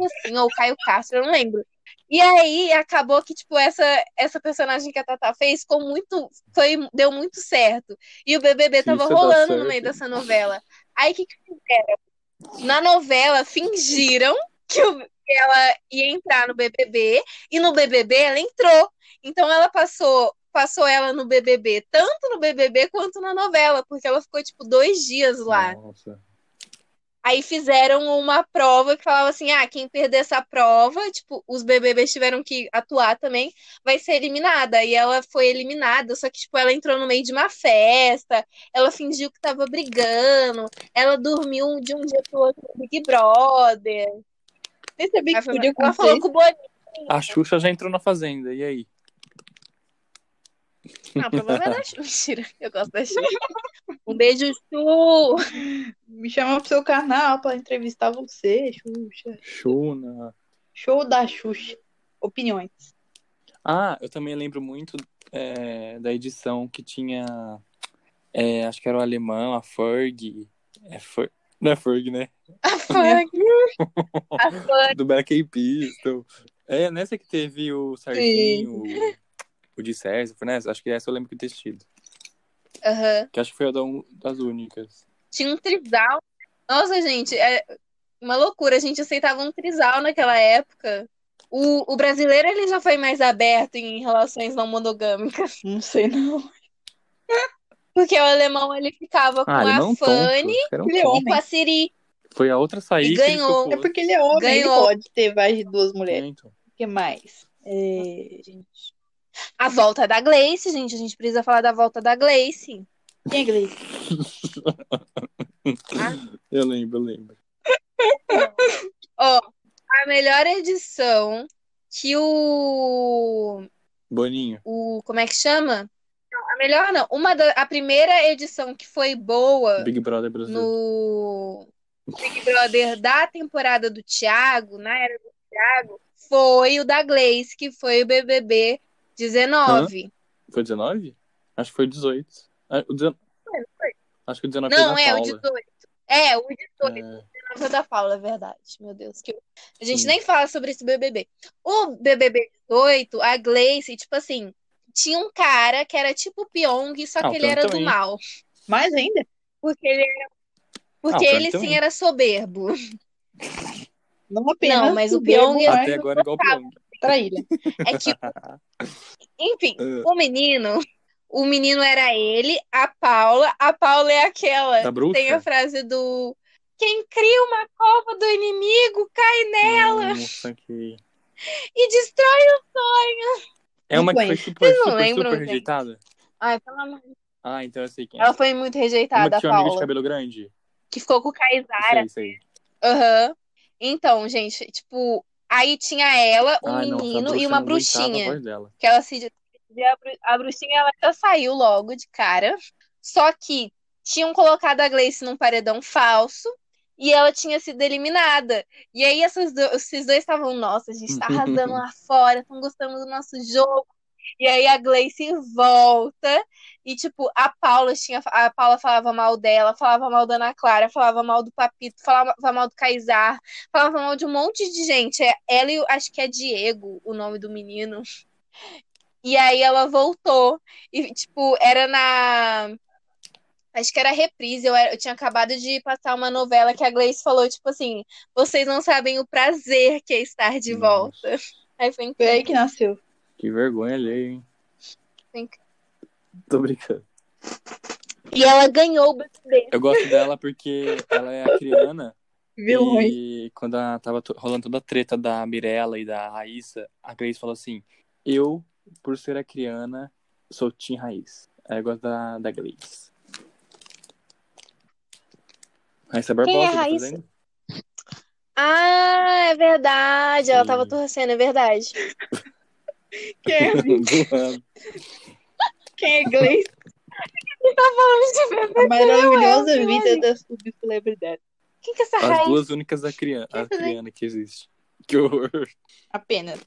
[SPEAKER 5] assim, ou o Caio Castro, eu não lembro. E aí acabou que, tipo, essa, essa personagem que a Tata fez ficou muito. Foi, deu muito certo. E o BBB
[SPEAKER 1] Se
[SPEAKER 5] tava
[SPEAKER 1] isso dá
[SPEAKER 5] rolando no
[SPEAKER 1] certo.
[SPEAKER 5] meio dessa novela. Aí o que, que fizeram? Na novela, fingiram que, o- que ela ia entrar no BBB, e no BBB ela entrou. Então ela passou. Passou ela no BBB, tanto no BBB quanto na novela, porque ela ficou, tipo, dois dias lá.
[SPEAKER 1] Nossa.
[SPEAKER 5] Aí fizeram uma prova que falava assim: ah, quem perder essa prova, tipo, os BBBs tiveram que atuar também, vai ser eliminada. E ela foi eliminada, só que, tipo, ela entrou no meio de uma festa, ela fingiu que tava brigando, ela dormiu de um dia pro outro no Big Brother.
[SPEAKER 2] Nem sabia
[SPEAKER 5] Ela
[SPEAKER 2] que podia
[SPEAKER 5] falou- ela falou
[SPEAKER 2] acontecer.
[SPEAKER 5] com o Boninho.
[SPEAKER 1] A Xuxa já entrou na Fazenda, e aí?
[SPEAKER 5] Ah, o problema é da Xuxa. Mentira, eu gosto da Xuxa. Um beijo, Chu!
[SPEAKER 2] Me chama pro seu canal pra entrevistar você, Xuxa.
[SPEAKER 1] Xuna.
[SPEAKER 2] Show da Xuxa. Opiniões.
[SPEAKER 1] Ah, eu também lembro muito é, da edição que tinha. é, acho que era o alemão, a Ferg. É Fer- Não é Ferg, né?
[SPEAKER 5] A funk! A funk!
[SPEAKER 1] Do Black Eyed Pistol. É nessa que teve o Sarginho, o, o de César, foi nessa? Acho que essa eu lembro que ter tido.
[SPEAKER 5] Aham.
[SPEAKER 1] Que acho que foi a da um- das únicas.
[SPEAKER 5] Tinha um trisal. Nossa, gente, é uma loucura. A gente aceitava um trisal naquela época. O, o brasileiro ele já foi mais aberto em relações não monogâmicas.
[SPEAKER 2] Não sei não.
[SPEAKER 5] Porque o alemão ele ficava com
[SPEAKER 1] Ah, ele
[SPEAKER 5] a
[SPEAKER 1] não
[SPEAKER 5] Fanny
[SPEAKER 2] ele é
[SPEAKER 5] e com a Siri.
[SPEAKER 1] um Foi a outra saída.
[SPEAKER 5] E
[SPEAKER 1] que ele
[SPEAKER 5] ganhou.
[SPEAKER 1] ficou
[SPEAKER 2] É
[SPEAKER 1] com
[SPEAKER 2] porque ele é homem,
[SPEAKER 5] Ganhou.
[SPEAKER 2] ele pode ter mais de duas mulheres.
[SPEAKER 1] outro. Então,
[SPEAKER 2] O que mais? É, gente.
[SPEAKER 5] A volta da Gleice, gente. A gente precisa falar da volta da Gleice.
[SPEAKER 2] Quem é Gleice?
[SPEAKER 1] Eu lembro, eu lembro.
[SPEAKER 5] Ó, a melhor edição que o.
[SPEAKER 1] Boninho.
[SPEAKER 5] o como é que chama? Não, a melhor não. Uma da, a primeira edição que foi boa.
[SPEAKER 1] Big Brother Brasil.
[SPEAKER 5] no Big Brother da temporada do Thiago, na era do Thiago, foi o da Gleice, que foi o BBB 19.
[SPEAKER 1] Foi 19? Acho que foi 18. Ah, o 19... Acho que o 19
[SPEAKER 5] Não,
[SPEAKER 1] foi da
[SPEAKER 5] é
[SPEAKER 1] Paula.
[SPEAKER 5] o 18. É, o 18
[SPEAKER 1] É,
[SPEAKER 5] foi da Paula, é verdade. Meu Deus, que a gente
[SPEAKER 1] Sim.
[SPEAKER 5] nem fala sobre esse BBB. O BBB 18, a Gleice, tipo assim, tinha um cara que era tipo Pyong, só que
[SPEAKER 1] Ah, o
[SPEAKER 5] ele
[SPEAKER 1] Pyong
[SPEAKER 5] era do
[SPEAKER 1] também.
[SPEAKER 5] mal.
[SPEAKER 2] Mais ainda.
[SPEAKER 5] Porque ele era. Porque
[SPEAKER 1] Ah, o Pyong
[SPEAKER 5] ele sim
[SPEAKER 1] também.
[SPEAKER 5] era soberbo.
[SPEAKER 2] Não apenas
[SPEAKER 5] Não, mas o
[SPEAKER 2] bebo,
[SPEAKER 5] Pyong-
[SPEAKER 2] mas
[SPEAKER 1] Até agora é igual o Pyong.
[SPEAKER 2] traíra.
[SPEAKER 5] É que, enfim,
[SPEAKER 1] É.
[SPEAKER 5] o menino, o menino era ele, a Paula. A Paula é aquela.
[SPEAKER 1] Da bruxa?
[SPEAKER 5] Tem a frase do quem cria uma cova do inimigo cai nela
[SPEAKER 1] Nossa, que...
[SPEAKER 5] e destrói.
[SPEAKER 1] É uma que foi
[SPEAKER 2] Vocês
[SPEAKER 1] super,
[SPEAKER 5] não
[SPEAKER 1] super,
[SPEAKER 5] lembram,
[SPEAKER 1] super
[SPEAKER 5] gente?
[SPEAKER 1] rejeitada?
[SPEAKER 5] Ai, pelo amor de Deus.
[SPEAKER 1] Ah, então eu sei quem é.
[SPEAKER 5] Ela foi muito
[SPEAKER 1] uma
[SPEAKER 5] rejeitada,
[SPEAKER 1] que
[SPEAKER 5] a
[SPEAKER 1] tinha um amigo de
[SPEAKER 5] Paula,
[SPEAKER 1] cabelo grande?
[SPEAKER 5] que ficou com o Kaysara.
[SPEAKER 1] Sei, sei.
[SPEAKER 5] Aham. Então, gente, tipo, aí tinha ela, um
[SPEAKER 1] Ai, nossa, a
[SPEAKER 5] menino
[SPEAKER 1] bruxa
[SPEAKER 5] e uma
[SPEAKER 1] Ah, não aguentava
[SPEAKER 5] bruxinha.
[SPEAKER 1] A voz dela.
[SPEAKER 5] que ela se e a bru- a bruxinha ela já saiu logo de cara. Só que tinham colocado a Gleice num paredão falso e ela tinha sido eliminada. E aí essas do- esses dois estavam, nossa, a gente tá arrasando lá fora, estão gostando do nosso jogo. E aí a Gleice volta e tipo, a Paula tinha a Paula falava mal dela, falava mal da Ana Clara, falava mal do Papito, falava mal do Kaysar, falava mal de um monte de gente. É- Ela e o- acho que é Diego, o nome do menino. E aí ela voltou. E, tipo, era na. Acho que era reprise. Eu, era- eu tinha acabado de passar uma novela que a Gleice falou, tipo assim, vocês não sabem o prazer que é estar de
[SPEAKER 1] Nossa.
[SPEAKER 5] volta. Aí foi
[SPEAKER 2] Foi aí
[SPEAKER 5] incrível.
[SPEAKER 2] que nasceu.
[SPEAKER 1] Que vergonha alheia, hein?
[SPEAKER 5] Tem
[SPEAKER 1] Tô brincando.
[SPEAKER 5] E ela ganhou o BBB.
[SPEAKER 1] Eu gosto dela porque ela é a Criana.
[SPEAKER 2] Vilões.
[SPEAKER 1] E quando a- tava to- rolando toda a treta da Mirella e da Raíssa, a Grace falou assim: Eu, por ser a Criana, sou Tim Raiz. Aí eu gosto da, da Grace. Raíssa Barbosa,
[SPEAKER 5] Quem é a
[SPEAKER 1] tá
[SPEAKER 5] Raíssa?
[SPEAKER 1] fazendo?
[SPEAKER 5] Ah, é verdade. Ela tava
[SPEAKER 1] Sim.
[SPEAKER 5] torcendo, é verdade.
[SPEAKER 2] Quem é,
[SPEAKER 1] Voando.
[SPEAKER 2] quem é Gleice?
[SPEAKER 5] tá Quem
[SPEAKER 2] A maravilhosa
[SPEAKER 5] né? eu, né?
[SPEAKER 2] vida
[SPEAKER 5] Gleice.
[SPEAKER 2] das subcelebridades.
[SPEAKER 5] que é essa
[SPEAKER 1] As
[SPEAKER 5] raiz?
[SPEAKER 1] duas únicas da Criana,
[SPEAKER 5] Quem
[SPEAKER 1] a
[SPEAKER 5] tá fazendo?
[SPEAKER 1] Criana que existe. Que horror.
[SPEAKER 2] Apenas.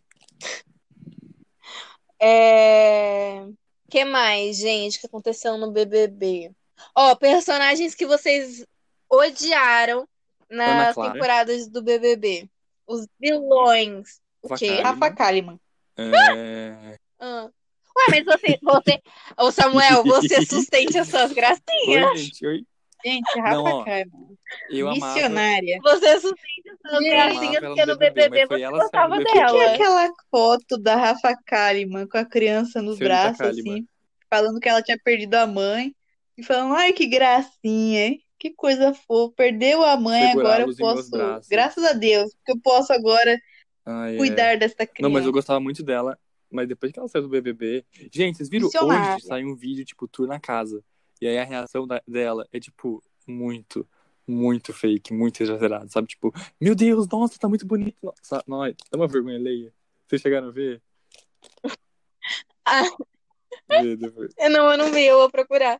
[SPEAKER 5] É... que mais, gente, que aconteceu no BBB? Ó, personagens que vocês odiaram
[SPEAKER 1] Ana
[SPEAKER 5] nas
[SPEAKER 1] Clara.
[SPEAKER 5] temporadas do BBB. Os vilões. O quê?
[SPEAKER 1] Vacalho.
[SPEAKER 2] Rafa Kalimann.
[SPEAKER 1] É...
[SPEAKER 5] Ah. Ué, mas você, você... Ô, Samuel, você sustente as suas gracinhas.
[SPEAKER 1] Oi, gente. Oi.
[SPEAKER 2] Gente,
[SPEAKER 1] Não, ó,
[SPEAKER 2] Rafa Kalimann.
[SPEAKER 1] Eu amava.
[SPEAKER 2] Missionária.
[SPEAKER 5] Você sustente as suas
[SPEAKER 2] Gente, eu
[SPEAKER 5] gracinhas
[SPEAKER 1] amava ela
[SPEAKER 5] porque
[SPEAKER 1] no
[SPEAKER 5] no BBB
[SPEAKER 1] mas foi
[SPEAKER 5] você
[SPEAKER 1] ela
[SPEAKER 5] gostava
[SPEAKER 1] saindo do
[SPEAKER 5] dela.
[SPEAKER 1] BBB.
[SPEAKER 2] Que é aquela foto da Rafa Kalimann com a criança no
[SPEAKER 1] Senhorita
[SPEAKER 2] braço,
[SPEAKER 1] Kalimann.
[SPEAKER 2] assim, falando que ela tinha perdido a mãe. E falando, ai, que gracinha, hein? Que coisa fofa. Perdeu a mãe, agora eu
[SPEAKER 1] Segurá-los em meus
[SPEAKER 2] posso.
[SPEAKER 1] braços.
[SPEAKER 2] Graças a Deus, porque eu posso agora
[SPEAKER 1] Ai, é.
[SPEAKER 2] cuidar desta
[SPEAKER 1] Não,
[SPEAKER 2] criança.
[SPEAKER 1] mas eu gostava muito dela. Mas depois que ela saiu do BBB. Gente, vocês viram?
[SPEAKER 2] Missionária.
[SPEAKER 1] Hoje saiu um vídeo, tipo, tour na casa. E aí a reação da- dela é, tipo, muito, muito fake, muito exagerada, sabe? Tipo, meu Deus, nossa, tá muito bonito. Nossa, nossa dá uma vergonha alheia. Vocês chegaram a ver?
[SPEAKER 5] Ah.
[SPEAKER 1] Vê depois.
[SPEAKER 5] Eu Não, eu não vi, eu vou procurar.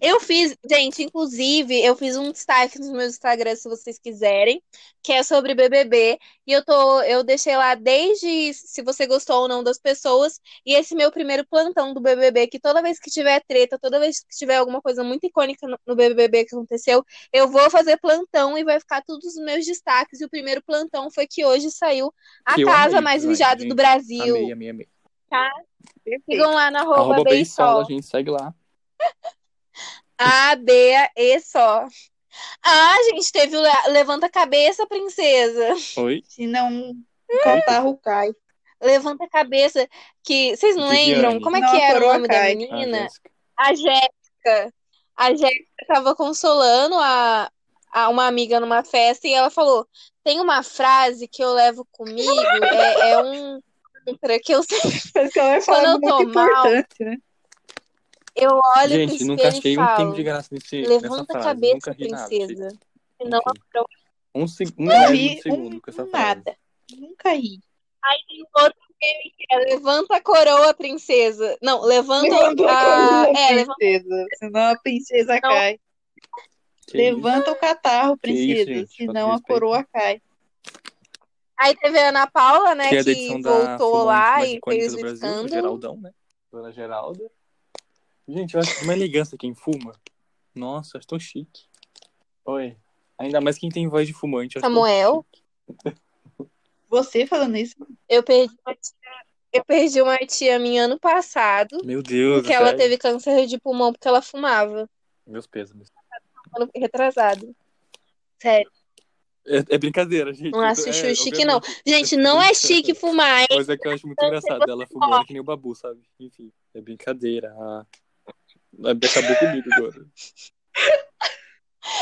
[SPEAKER 5] Eu fiz, gente, inclusive, eu fiz um destaque nos meus Instagrams, se vocês quiserem, que é sobre BBB, e eu tô, eu deixei lá desde se você gostou ou não das pessoas, e esse meu primeiro plantão do BBB, que toda vez que tiver treta, toda vez que tiver alguma coisa muito icônica no, no BBB que aconteceu, eu vou fazer plantão e vai ficar todos os meus destaques, e o primeiro plantão foi que hoje saiu a
[SPEAKER 1] Que eu
[SPEAKER 5] casa
[SPEAKER 1] amei
[SPEAKER 5] mais
[SPEAKER 1] também,
[SPEAKER 5] vigiada
[SPEAKER 1] gente.
[SPEAKER 5] do Brasil.
[SPEAKER 1] Amei, amei, amei.
[SPEAKER 5] Sigam lá na arroba
[SPEAKER 1] Arroba bem
[SPEAKER 5] Beisol.
[SPEAKER 1] a gente segue lá.
[SPEAKER 5] A, B, A, E só. Ah, gente, teve o le- Levanta a Cabeça, Princesa.
[SPEAKER 1] Oi?
[SPEAKER 2] Se não, o catarro cai.
[SPEAKER 5] Levanta a Cabeça, que vocês não
[SPEAKER 1] Viviane.
[SPEAKER 5] lembram? Como é
[SPEAKER 2] Não,
[SPEAKER 5] que
[SPEAKER 2] a
[SPEAKER 5] era o
[SPEAKER 2] coroa
[SPEAKER 5] nome da
[SPEAKER 2] cai.
[SPEAKER 1] Ah,
[SPEAKER 5] menina?
[SPEAKER 1] Jéssica.
[SPEAKER 5] A Jéssica. A Jéssica estava consolando a, a uma amiga numa festa e ela falou: tem uma frase que eu levo comigo, é, é um mantra que eu sempre
[SPEAKER 2] Parece que ela vai
[SPEAKER 5] Quando
[SPEAKER 2] falar
[SPEAKER 5] eu
[SPEAKER 2] muito
[SPEAKER 5] tô mal,
[SPEAKER 2] importante, né?
[SPEAKER 5] eu olho pro
[SPEAKER 1] Gente, nunca
[SPEAKER 5] espelho e
[SPEAKER 1] achei um
[SPEAKER 5] falo:
[SPEAKER 1] pingo de graça nesse, nessa
[SPEAKER 5] levanta a
[SPEAKER 1] frase.
[SPEAKER 5] cabeça,
[SPEAKER 1] nunca ri nada.
[SPEAKER 5] princesa.
[SPEAKER 1] Enfim.
[SPEAKER 5] Senão
[SPEAKER 1] Um, seg... um
[SPEAKER 2] Não
[SPEAKER 1] milésimo
[SPEAKER 2] ri
[SPEAKER 1] de segundo
[SPEAKER 2] um,
[SPEAKER 1] com essa frase.
[SPEAKER 2] nada. Nunca ri.
[SPEAKER 5] Aí tem um outro meme que é Levanta a coroa, princesa. Não, levanta
[SPEAKER 2] Levanta
[SPEAKER 5] a.
[SPEAKER 2] a
[SPEAKER 5] É,
[SPEAKER 2] princesa,
[SPEAKER 5] levanta
[SPEAKER 2] senão a princesa cai.
[SPEAKER 1] Que
[SPEAKER 2] Levanta o catarro,
[SPEAKER 1] Que isso,
[SPEAKER 2] princesa,
[SPEAKER 1] gente,
[SPEAKER 2] senão a
[SPEAKER 1] falta de
[SPEAKER 2] coroa cai.
[SPEAKER 5] Aí teve a Ana Paula, né,
[SPEAKER 1] isso? Que é da
[SPEAKER 5] que
[SPEAKER 1] edição da
[SPEAKER 5] voltou
[SPEAKER 1] fumante
[SPEAKER 5] lá
[SPEAKER 1] mais
[SPEAKER 5] e
[SPEAKER 1] icônica
[SPEAKER 5] fez
[SPEAKER 1] do
[SPEAKER 5] o
[SPEAKER 1] Brasil,
[SPEAKER 5] escândalo.
[SPEAKER 1] o Geraldão, né? Dona Geralda. Gente, eu acho uma elegância quem fuma. Nossa, acho tão chique. Oi. Ainda mais quem tem voz de fumante. eu acho tão
[SPEAKER 5] Samuel,
[SPEAKER 1] chique.
[SPEAKER 2] Você falando isso,
[SPEAKER 5] eu perdi, uma tia- Eu perdi uma tia minha ano passado,
[SPEAKER 1] Meu Deus.
[SPEAKER 5] porque ela
[SPEAKER 1] sério?
[SPEAKER 5] teve câncer de pulmão porque ela fumava.
[SPEAKER 1] Meus pêsames.
[SPEAKER 5] Ano retrasado. Sério,
[SPEAKER 1] É, é brincadeira, gente.
[SPEAKER 5] não acho
[SPEAKER 1] é,
[SPEAKER 5] chique, não.
[SPEAKER 1] obviamente.
[SPEAKER 5] Gente, não é chique fumar, hein?
[SPEAKER 1] Mas é que eu acho muito engraçado dela fumando que nem o babu, sabe? Enfim, é brincadeira. Ah, acabou comigo agora.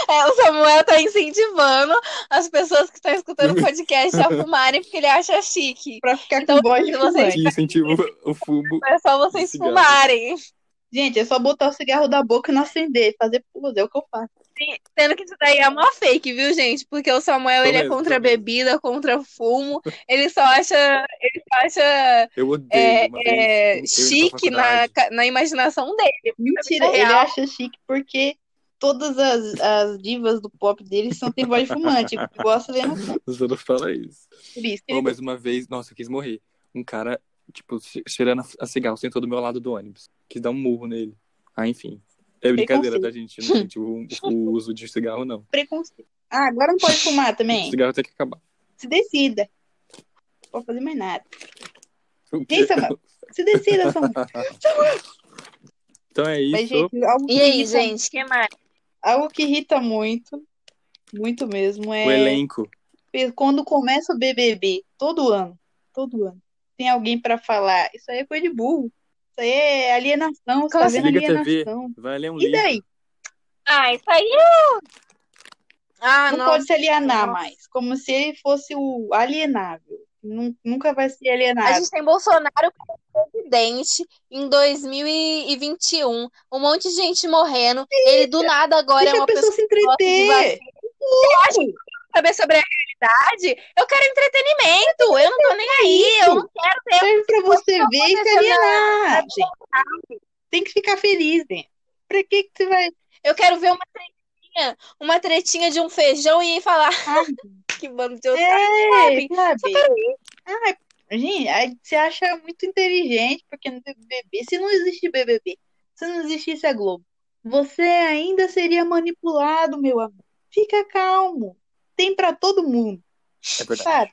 [SPEAKER 5] É, o Samuel tá incentivando as pessoas que estão escutando o podcast a fumarem porque ele acha chique.
[SPEAKER 2] Pra ficar
[SPEAKER 5] Então,
[SPEAKER 2] com bode
[SPEAKER 5] se
[SPEAKER 2] de
[SPEAKER 5] vocês-
[SPEAKER 2] vocês.
[SPEAKER 1] Que incentiva o fumo.
[SPEAKER 5] É só vocês
[SPEAKER 1] Cigarro.
[SPEAKER 5] fumarem.
[SPEAKER 2] Gente, é só botar o cigarro da boca e não acender. Fazer pose, é o que eu faço.
[SPEAKER 5] Sendo que isso daí é uma fake, viu, gente? Porque o Samuel,
[SPEAKER 1] Tô
[SPEAKER 5] ele é
[SPEAKER 1] mesmo,
[SPEAKER 5] contra
[SPEAKER 1] tô mesmo.
[SPEAKER 5] bebida, contra fumo. Ele só acha, ele só acha
[SPEAKER 1] Eu odeio.
[SPEAKER 5] é,
[SPEAKER 1] uma
[SPEAKER 5] é,
[SPEAKER 1] vez, eu indo pra
[SPEAKER 5] chique na,
[SPEAKER 1] faculdade.
[SPEAKER 5] ca- na imaginação dele.
[SPEAKER 2] É Mentira,
[SPEAKER 5] vida
[SPEAKER 2] ele
[SPEAKER 5] real.
[SPEAKER 2] acha chique porque todas as, as divas do pop dele são tem voz de fumante. Igual a Selena Gomez,
[SPEAKER 1] Você não fala isso.
[SPEAKER 2] por isso.
[SPEAKER 1] Ou mais uma vez, nossa, eu quis morrer. Um cara, tipo, che- cheirando a- a cigarro, sentou do meu lado do ônibus. Quis dar um murro nele. Ah, enfim. É brincadeira
[SPEAKER 2] Preconceito.
[SPEAKER 1] da gente, não gente, o, o uso de cigarro, não.
[SPEAKER 2] Preconceito. Ah, agora não pode fumar
[SPEAKER 1] O
[SPEAKER 2] também.
[SPEAKER 1] cigarro tem que acabar.
[SPEAKER 2] Se decida. Não pode fazer mais nada.
[SPEAKER 1] O
[SPEAKER 2] Quem
[SPEAKER 1] quê?
[SPEAKER 2] Samuel? Se decida, Samuel.
[SPEAKER 1] Então é
[SPEAKER 2] Mas,
[SPEAKER 1] isso.
[SPEAKER 2] gente, algo que
[SPEAKER 5] E aí,
[SPEAKER 2] irrita-
[SPEAKER 5] gente, o que mais?
[SPEAKER 2] Algo que irrita muito, muito mesmo,
[SPEAKER 1] O
[SPEAKER 2] é
[SPEAKER 1] elenco.
[SPEAKER 2] quando começa o BBB, todo ano, todo ano, tem alguém pra falar, isso aí é coisa de burro, isso aí é alienação, você tá
[SPEAKER 5] Classe-
[SPEAKER 1] Liga
[SPEAKER 2] vendo
[SPEAKER 1] a TV.
[SPEAKER 2] alienação.
[SPEAKER 1] Vai ler um
[SPEAKER 2] E
[SPEAKER 1] livro.
[SPEAKER 2] daí?
[SPEAKER 5] Ah, isso aí é... Ah,
[SPEAKER 2] Não
[SPEAKER 5] não.
[SPEAKER 2] pode se alienar
[SPEAKER 5] Nossa.
[SPEAKER 2] mais, como se ele fosse o alienável. Nun- Nunca vai ser alienado.
[SPEAKER 5] A gente tem Bolsonaro como presidente em 2021. Um monte de gente morrendo. Ele do nada agora
[SPEAKER 2] Deixa a
[SPEAKER 5] é uma
[SPEAKER 2] pessoa se
[SPEAKER 5] gosta de
[SPEAKER 2] entreter.
[SPEAKER 5] saber sobre a realidade, eu quero entretenimento. Eu não tô nem aí. Eu não quero ter.
[SPEAKER 2] Serve pra você
[SPEAKER 5] tá
[SPEAKER 2] ver e se
[SPEAKER 5] acontecendo
[SPEAKER 2] alienar. gente. Tem que ficar feliz, né? Pra que que você vai...
[SPEAKER 5] Eu quero ver uma tretinha, uma tretinha de um feijão e falar
[SPEAKER 2] Ah,
[SPEAKER 5] que bando de otário.
[SPEAKER 2] É,
[SPEAKER 5] sabe?
[SPEAKER 2] sabe? Ah, gente, aí você acha muito inteligente porque no BBB, se não existe BBB, se não existisse a Globo, você ainda seria manipulado, meu amor. Fica calmo. Tem pra todo mundo,
[SPEAKER 1] É verdade.
[SPEAKER 2] sabe?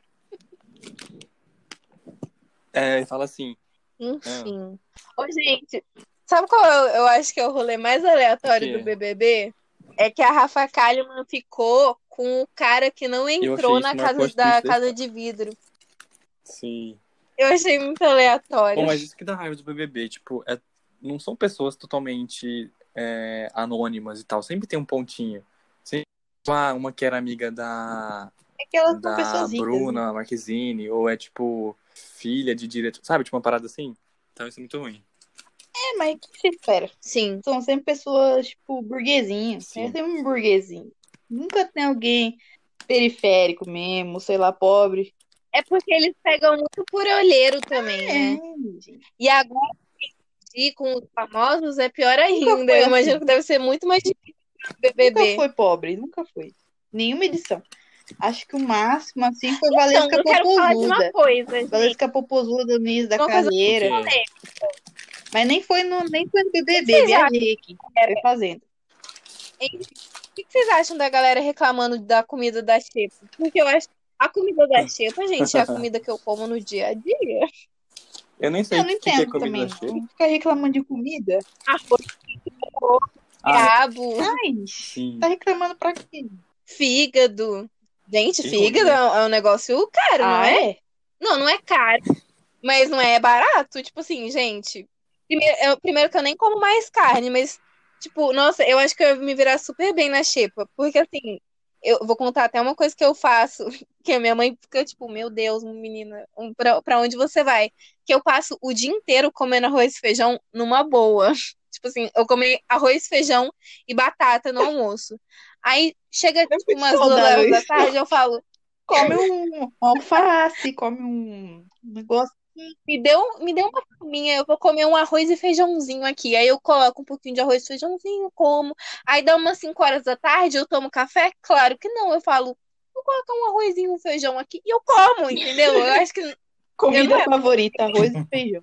[SPEAKER 1] É, e fala assim.
[SPEAKER 5] Enfim. Ô, gente, sabe qual eu, eu acho que é o rolê mais aleatório
[SPEAKER 1] O quê?
[SPEAKER 5] do BBB? É que a Rafa Kalimann ficou com o cara que não entrou
[SPEAKER 1] isso
[SPEAKER 5] na
[SPEAKER 1] uma
[SPEAKER 5] casa
[SPEAKER 1] inconstância.
[SPEAKER 5] da casa de vidro.
[SPEAKER 1] Sim.
[SPEAKER 5] Eu achei muito aleatório.
[SPEAKER 1] Bom, mas isso que dá raiva do BBB, tipo, é, não são pessoas totalmente é, anônimas e tal. Sempre tem um pontinho. Sempre, ah, uma que era amiga da,
[SPEAKER 2] É que elas são
[SPEAKER 1] da
[SPEAKER 2] pessoas ricas. né?
[SPEAKER 1] Bruna Marquezine, ou é, tipo, filha de diretor, sabe? Tipo, uma parada assim. Então isso é muito ruim.
[SPEAKER 2] É, mas o que você espera?
[SPEAKER 5] Sim.
[SPEAKER 2] São sempre pessoas, tipo, burguesinhas.
[SPEAKER 1] Sim.
[SPEAKER 2] É sempre um burguesinho. Nunca tem alguém periférico mesmo, sei lá, pobre.
[SPEAKER 5] É porque eles pegam muito por olheiro também, né?
[SPEAKER 2] É, gente.
[SPEAKER 5] E agora dividir com os famosos é pior ainda.
[SPEAKER 2] foi
[SPEAKER 5] Eu
[SPEAKER 2] assim.
[SPEAKER 5] imagino que deve ser muito mais difícil do
[SPEAKER 2] Nunca
[SPEAKER 5] BBB.
[SPEAKER 2] foi pobre, nunca foi. Nenhuma edição. Acho que o máximo, assim, foi Valesca
[SPEAKER 5] Então, eu quero falar de uma
[SPEAKER 2] Popozuda.
[SPEAKER 5] coisa, gente.
[SPEAKER 2] Valesca Popozuda no início da
[SPEAKER 5] Uma coisa-
[SPEAKER 2] carreira.
[SPEAKER 1] Porque-
[SPEAKER 2] Mas nem foi no, nem foi no
[SPEAKER 5] Vocês
[SPEAKER 2] BBB, viajei aqui. Foi fazendo.
[SPEAKER 5] O que vocês acham da galera reclamando da comida da Xepa? Porque eu acho a comida da Xepa, gente, é a comida que eu como no dia a dia.
[SPEAKER 1] eu nem sei
[SPEAKER 2] Eu
[SPEAKER 1] o
[SPEAKER 2] não
[SPEAKER 1] que, que é
[SPEAKER 2] entendo
[SPEAKER 1] comida
[SPEAKER 2] também.
[SPEAKER 1] cheia.
[SPEAKER 2] não. Ficar reclamando de comida.
[SPEAKER 5] Arroz,
[SPEAKER 1] Ah,
[SPEAKER 5] cravo,
[SPEAKER 2] Ai,
[SPEAKER 1] sim.
[SPEAKER 2] tá reclamando pra quê?
[SPEAKER 5] fígado. Gente,
[SPEAKER 1] Que
[SPEAKER 5] fígado
[SPEAKER 1] ruim,
[SPEAKER 5] é um negócio caro, não
[SPEAKER 2] Ah,
[SPEAKER 5] é?
[SPEAKER 2] é?
[SPEAKER 5] Não, não é caro, mas não é barato. Tipo assim, gente. Primeiro, eu, primeiro que eu nem como mais carne, mas, tipo, nossa, eu acho que eu ia me virar super bem na xepa. Porque, assim, eu vou contar até uma coisa que eu faço, que a minha mãe fica, tipo, meu Deus, menina, um- pra, pra onde você vai? Que eu passo o dia inteiro comendo arroz e feijão numa boa. Tipo assim, eu comi arroz, feijão e batata no almoço. Aí chega, tipo, umas duas
[SPEAKER 2] saudável
[SPEAKER 5] horas da
[SPEAKER 2] isso.
[SPEAKER 5] tarde, eu falo.
[SPEAKER 2] Come um um alface, come um negócio.
[SPEAKER 5] Me deu, me deu uma fominha, eu vou comer um arroz e feijãozinho aqui. Aí eu coloco um pouquinho de arroz e feijãozinho, como. Aí dá umas 5 horas da tarde, eu tomo café? Claro que não. Eu falo, vou colocar um arrozinho, um feijão aqui e eu como, entendeu? Eu acho que
[SPEAKER 2] Comida
[SPEAKER 5] Eu não-
[SPEAKER 2] favorita, arroz e feijão.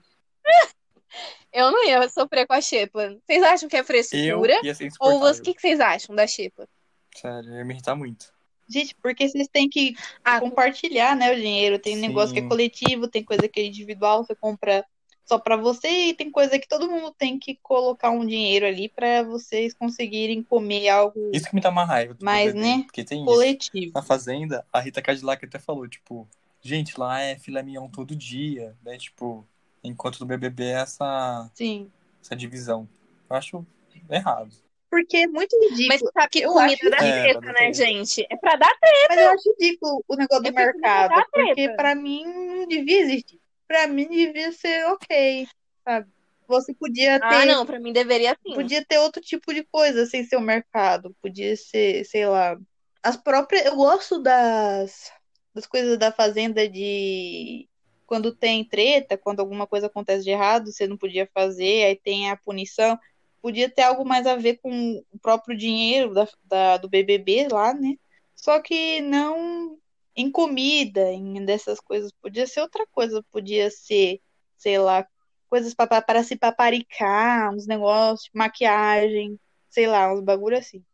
[SPEAKER 5] eu não ia sofrer com a xepa. Vocês acham que é
[SPEAKER 1] Eu
[SPEAKER 5] frescura?
[SPEAKER 1] ia ser
[SPEAKER 5] Ou
[SPEAKER 1] insuportável.
[SPEAKER 5] vocês- o que que vocês acham da xepa?
[SPEAKER 1] Sério, ia me irritar muito.
[SPEAKER 2] Gente, porque vocês têm que
[SPEAKER 5] Ah.
[SPEAKER 2] compartilhar, né, o dinheiro. Tem negócio que é
[SPEAKER 1] Sim.
[SPEAKER 2] coletivo, tem coisa que é individual, você compra só pra você, e tem coisa que todo mundo tem que colocar um dinheiro ali pra vocês conseguirem comer algo
[SPEAKER 1] Isso que me dá uma raiva. do
[SPEAKER 2] Mas,
[SPEAKER 1] BBB,
[SPEAKER 2] né,
[SPEAKER 1] Porque tem isso.
[SPEAKER 2] coletivo.
[SPEAKER 1] Na Fazenda, a Rita Cadillac até falou, tipo, gente, lá é filé mignon todo dia, né? Tipo, enquanto no BBB é essa,
[SPEAKER 2] Sim.
[SPEAKER 1] essa divisão. Eu acho errado.
[SPEAKER 2] Porque é muito
[SPEAKER 5] Mas
[SPEAKER 2] ridículo.
[SPEAKER 5] sabe que
[SPEAKER 2] Eu
[SPEAKER 5] comida
[SPEAKER 2] acho-
[SPEAKER 5] dá
[SPEAKER 1] É,
[SPEAKER 5] treta,
[SPEAKER 1] pra dar
[SPEAKER 5] né,
[SPEAKER 1] treta.
[SPEAKER 5] gente? É pra dar
[SPEAKER 2] Mas eu acho ridículo o negócio do
[SPEAKER 5] É porque tem que
[SPEAKER 2] mercado,
[SPEAKER 5] dar treta.
[SPEAKER 2] porque pra mim não devia existir. Pra mim devia ser ok, sabe? Você podia ter,
[SPEAKER 5] Ah, não, pra mim deveria sim.
[SPEAKER 2] podia ter outro tipo de coisa sem ser o mercado, podia ser, sei lá, as próprias, eu gosto das das coisas da fazenda de quando tem treta, quando alguma coisa acontece de errado, você não podia fazer, aí tem a punição. Podia ter algo mais a ver com o próprio dinheiro da, da- do BBB lá, né? Só que não em comida, em dessas coisas. Podia ser outra coisa, podia ser, sei lá, coisas pa- pa- para se paparicar, uns negócios, tipo, maquiagem, sei lá, uns bagulho assim.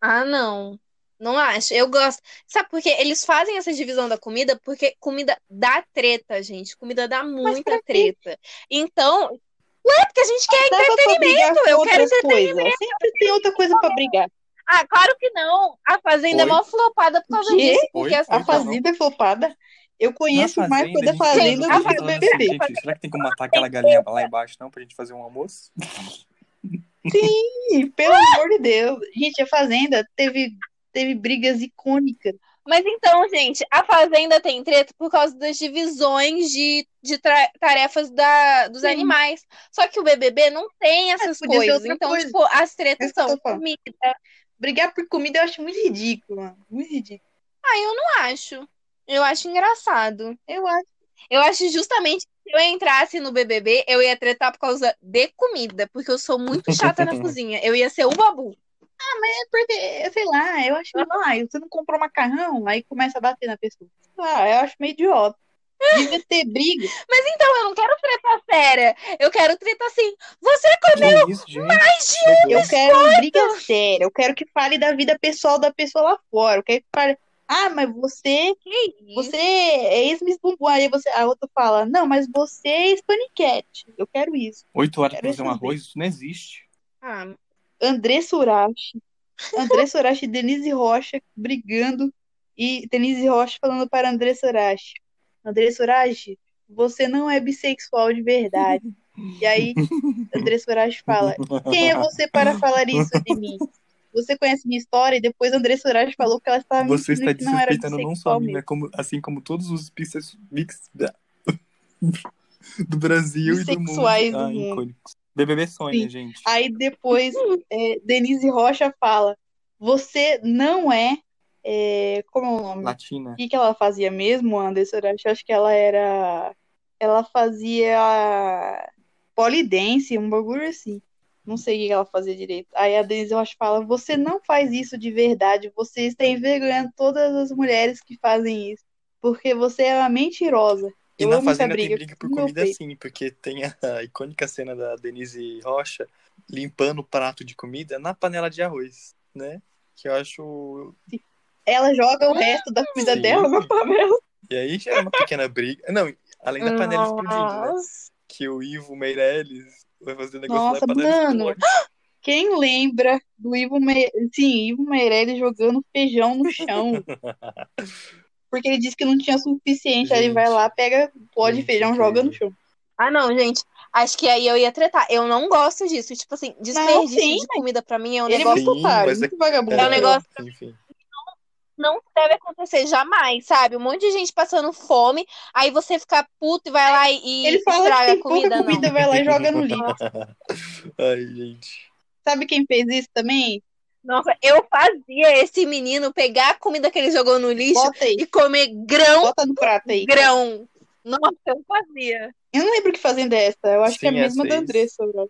[SPEAKER 5] Ah, não. Não acho. Eu gosto. Sabe por quê? Eles fazem essa divisão da comida porque comida dá treta, gente. Comida dá muita
[SPEAKER 2] pra quê?
[SPEAKER 5] treta. Então, ué, porque a gente quer.
[SPEAKER 2] Dá pra é brigar com
[SPEAKER 5] É eu quero
[SPEAKER 2] outras coisas. Sempre tem outra coisa pra brigar.
[SPEAKER 5] Ah, claro que não. A Fazenda é
[SPEAKER 1] Oi?
[SPEAKER 5] mó flopada por causa
[SPEAKER 2] Quê?
[SPEAKER 5] disso. Porque
[SPEAKER 1] Oi?
[SPEAKER 5] as-
[SPEAKER 2] A
[SPEAKER 1] Oi,
[SPEAKER 2] Fazenda é flopada. Eu conheço
[SPEAKER 1] Então. Na
[SPEAKER 2] mais coisa da
[SPEAKER 1] a gente tá
[SPEAKER 2] Fazenda do
[SPEAKER 5] a
[SPEAKER 2] que
[SPEAKER 1] falando
[SPEAKER 2] do
[SPEAKER 1] assim,
[SPEAKER 2] BBB.
[SPEAKER 1] gente, será que tem que matar aquela galinha lá embaixo, não, pra gente fazer um almoço?
[SPEAKER 2] Ih, Pelo amor de Deus. Gente, a Fazenda teve, teve brigas icônicas.
[SPEAKER 5] Mas então, gente, a Fazenda tem treta por causa das divisões de, de tra- tarefas da, dos
[SPEAKER 2] Sim.
[SPEAKER 5] animais. Só que o BBB não tem essas
[SPEAKER 2] podia ser
[SPEAKER 5] coisas.
[SPEAKER 2] outra
[SPEAKER 5] Então,
[SPEAKER 2] coisa. É
[SPEAKER 5] tipo, as tretas
[SPEAKER 2] Isso que eu tô
[SPEAKER 5] são
[SPEAKER 2] falando.
[SPEAKER 5] comida.
[SPEAKER 2] Brigar por comida eu acho muito ridículo, mano. Muito ridículo.
[SPEAKER 5] Ah, eu não acho. Eu acho engraçado.
[SPEAKER 2] Eu acho.
[SPEAKER 5] Eu acho justamente que se eu entrasse no BBB, eu ia tretar por causa de comida, porque eu sou muito chata na cozinha. Eu ia ser o babu.
[SPEAKER 2] É porque, sei lá, eu acho lá, você não comprou macarrão, aí começa a bater na pessoa. Sei lá, eu acho meio idiota. Devia ter briga.
[SPEAKER 5] Então, eu não quero tretar séria. Eu quero tretar assim. Você
[SPEAKER 1] que isso, gente? Meu
[SPEAKER 2] Eu
[SPEAKER 1] Deus.
[SPEAKER 2] quero briga séria. Eu quero que fale da vida pessoal da pessoa lá fora. Eu quero que fale. Ah, mas você,
[SPEAKER 5] que isso?
[SPEAKER 2] você é ex-miss bumbum. Aí você, a outra fala, não, mas você é ex-paniquete. Eu quero isso.
[SPEAKER 1] Oito horas pra
[SPEAKER 2] Quero
[SPEAKER 1] fazer um
[SPEAKER 2] saber.
[SPEAKER 1] arroz, isso não existe.
[SPEAKER 5] Ah,
[SPEAKER 2] André Surachi. André Surachi e Denise Rocha brigando e Denise Rocha falando para André Surachi. André Surachi, você não é bissexual de verdade. E aí André Surachi fala: "Quem é você para falar isso de mim?" Você conhece minha história e depois André Surachi falou que ela estava
[SPEAKER 1] Você está
[SPEAKER 2] mentindo e que não era
[SPEAKER 1] desrespeitando não só a
[SPEAKER 2] bissexual
[SPEAKER 1] mina,
[SPEAKER 2] mesmo.
[SPEAKER 1] como, assim como todos os pistas mix da- do Brasil e do mundo.
[SPEAKER 2] Bissexuais do
[SPEAKER 1] Ah,
[SPEAKER 2] mundo.
[SPEAKER 1] icônicos. BBB sonha,
[SPEAKER 2] Sim.
[SPEAKER 1] gente.
[SPEAKER 2] Aí depois é, Denise Rocha fala: "Você não é, é como é o nome?
[SPEAKER 1] Latina.
[SPEAKER 2] O que que ela fazia mesmo, Anderson? Eu acho que ela era. Ela fazia polidense, um bagulho assim. Não sei o que que ela fazia direito. Aí a Denise Rocha fala: Você não faz isso de verdade. Você está envergonhando todas as mulheres que fazem isso. Porque você é uma mentirosa.
[SPEAKER 1] E
[SPEAKER 2] Eu
[SPEAKER 1] na
[SPEAKER 2] amo essa
[SPEAKER 1] Fazenda tem
[SPEAKER 2] briga
[SPEAKER 1] briga por
[SPEAKER 2] no meu
[SPEAKER 1] comida
[SPEAKER 2] peito.
[SPEAKER 1] sim, porque tem a icônica cena da Denise Rocha limpando o prato de comida na panela de arroz, né? Que eu acho.
[SPEAKER 2] Ela joga o resto da comida
[SPEAKER 1] Sim.
[SPEAKER 2] dela na panela.
[SPEAKER 1] E aí já é uma pequena briga. Não, além da panela explodindo, né? Que o Ivo Meirelles vai fazer um negócio lá e a
[SPEAKER 2] Nossa,
[SPEAKER 1] panela
[SPEAKER 2] mano.
[SPEAKER 1] explode.
[SPEAKER 2] Quem lembra do Ivo Meirelles? Sim, Ivo Meirelles jogando feijão no chão. Porque ele disse que não tinha suficiente. Aí ele
[SPEAKER 1] Gente.
[SPEAKER 2] vai lá, pega o pó de
[SPEAKER 1] Gente, é
[SPEAKER 2] feijão,
[SPEAKER 1] incrível.
[SPEAKER 2] joga no chão.
[SPEAKER 5] Ah, não, gente. Acho que aí eu ia tretar. Eu não gosto disso. Tipo assim, desperdício
[SPEAKER 2] sim,
[SPEAKER 5] de comida pra mim é um
[SPEAKER 2] Ele é
[SPEAKER 5] negócio
[SPEAKER 2] muito
[SPEAKER 1] Sim,
[SPEAKER 2] otário,
[SPEAKER 1] mas é-
[SPEAKER 2] muito vagabundo.
[SPEAKER 5] É um negócio-
[SPEAKER 1] Enfim.
[SPEAKER 5] que não deve acontecer jamais, sabe? Um monte de gente passando fome, aí você fica puto e vai lá e
[SPEAKER 2] Ele fala que
[SPEAKER 5] estraga
[SPEAKER 2] tem
[SPEAKER 5] a comida,
[SPEAKER 2] pouca
[SPEAKER 5] não.
[SPEAKER 2] comida, vai lá e joga no lixo.
[SPEAKER 1] Ai, gente.
[SPEAKER 2] Sabe quem fez isso também?
[SPEAKER 5] Nossa, eu fazia esse menino pegar a comida que ele jogou no lixo
[SPEAKER 2] Bota aí,
[SPEAKER 5] e comer grão,
[SPEAKER 2] bota no prato aí.
[SPEAKER 5] grão. Nossa, eu fazia.
[SPEAKER 2] Eu não lembro que fazenda é essa. Eu acho que é a
[SPEAKER 1] Sim,
[SPEAKER 2] mesma
[SPEAKER 1] essa
[SPEAKER 2] da
[SPEAKER 1] é
[SPEAKER 2] Andressa. bro.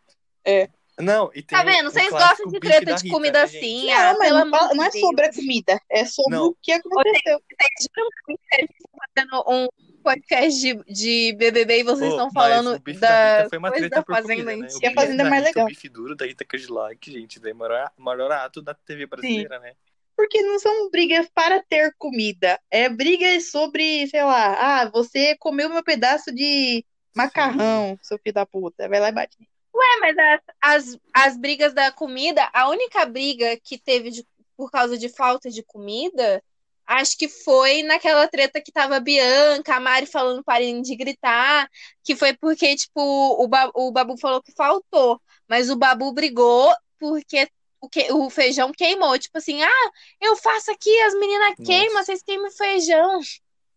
[SPEAKER 1] Não, e tem
[SPEAKER 5] Tá
[SPEAKER 1] o-
[SPEAKER 5] vendo?
[SPEAKER 1] o
[SPEAKER 5] Vocês
[SPEAKER 1] clássico
[SPEAKER 5] gostam de
[SPEAKER 1] bife
[SPEAKER 5] treta
[SPEAKER 1] da
[SPEAKER 5] de
[SPEAKER 1] Rita,
[SPEAKER 5] comida
[SPEAKER 1] né, gente?
[SPEAKER 5] assim? ah,
[SPEAKER 2] Não, mas
[SPEAKER 5] pelo
[SPEAKER 2] não, fala-
[SPEAKER 5] amor
[SPEAKER 2] não é
[SPEAKER 5] de
[SPEAKER 2] sobre a comida, é sobre
[SPEAKER 1] Não.
[SPEAKER 2] o que aconteceu.
[SPEAKER 5] Vocês juram pra mim que vocês estão fazendo um podcast de, de BBB e vocês
[SPEAKER 1] Ô,
[SPEAKER 5] estão
[SPEAKER 1] mas
[SPEAKER 5] falando
[SPEAKER 1] o bife da, Rita
[SPEAKER 5] da
[SPEAKER 1] foi uma
[SPEAKER 5] coisa
[SPEAKER 1] treta
[SPEAKER 5] da
[SPEAKER 1] por
[SPEAKER 5] fazenda
[SPEAKER 1] comida, né? O
[SPEAKER 5] antiga.
[SPEAKER 1] bife
[SPEAKER 2] Fazenda é
[SPEAKER 1] da
[SPEAKER 2] mais
[SPEAKER 1] Rita,
[SPEAKER 2] legal.
[SPEAKER 1] é O bife duro da Rita Cadillac, gente, daí maior, maior ato da TV brasileira, né?
[SPEAKER 2] Porque não são brigas para ter comida. É brigas sobre, sei lá, ah, você comeu meu pedaço de macarrão, seu filho da puta. Vai lá e bate.
[SPEAKER 5] É, mas as, as, as brigas da comida, a única briga que teve de- por causa de falta de comida, acho que foi naquela treta que tava a Bianca, a Mari falando parem de gritar, que foi porque, tipo, o, Ba- o Babu falou que faltou, mas o Babu brigou porque o, que, o feijão queimou. Tipo assim, ah, eu faço aqui, as meninas queimam, vocês queimam feijão.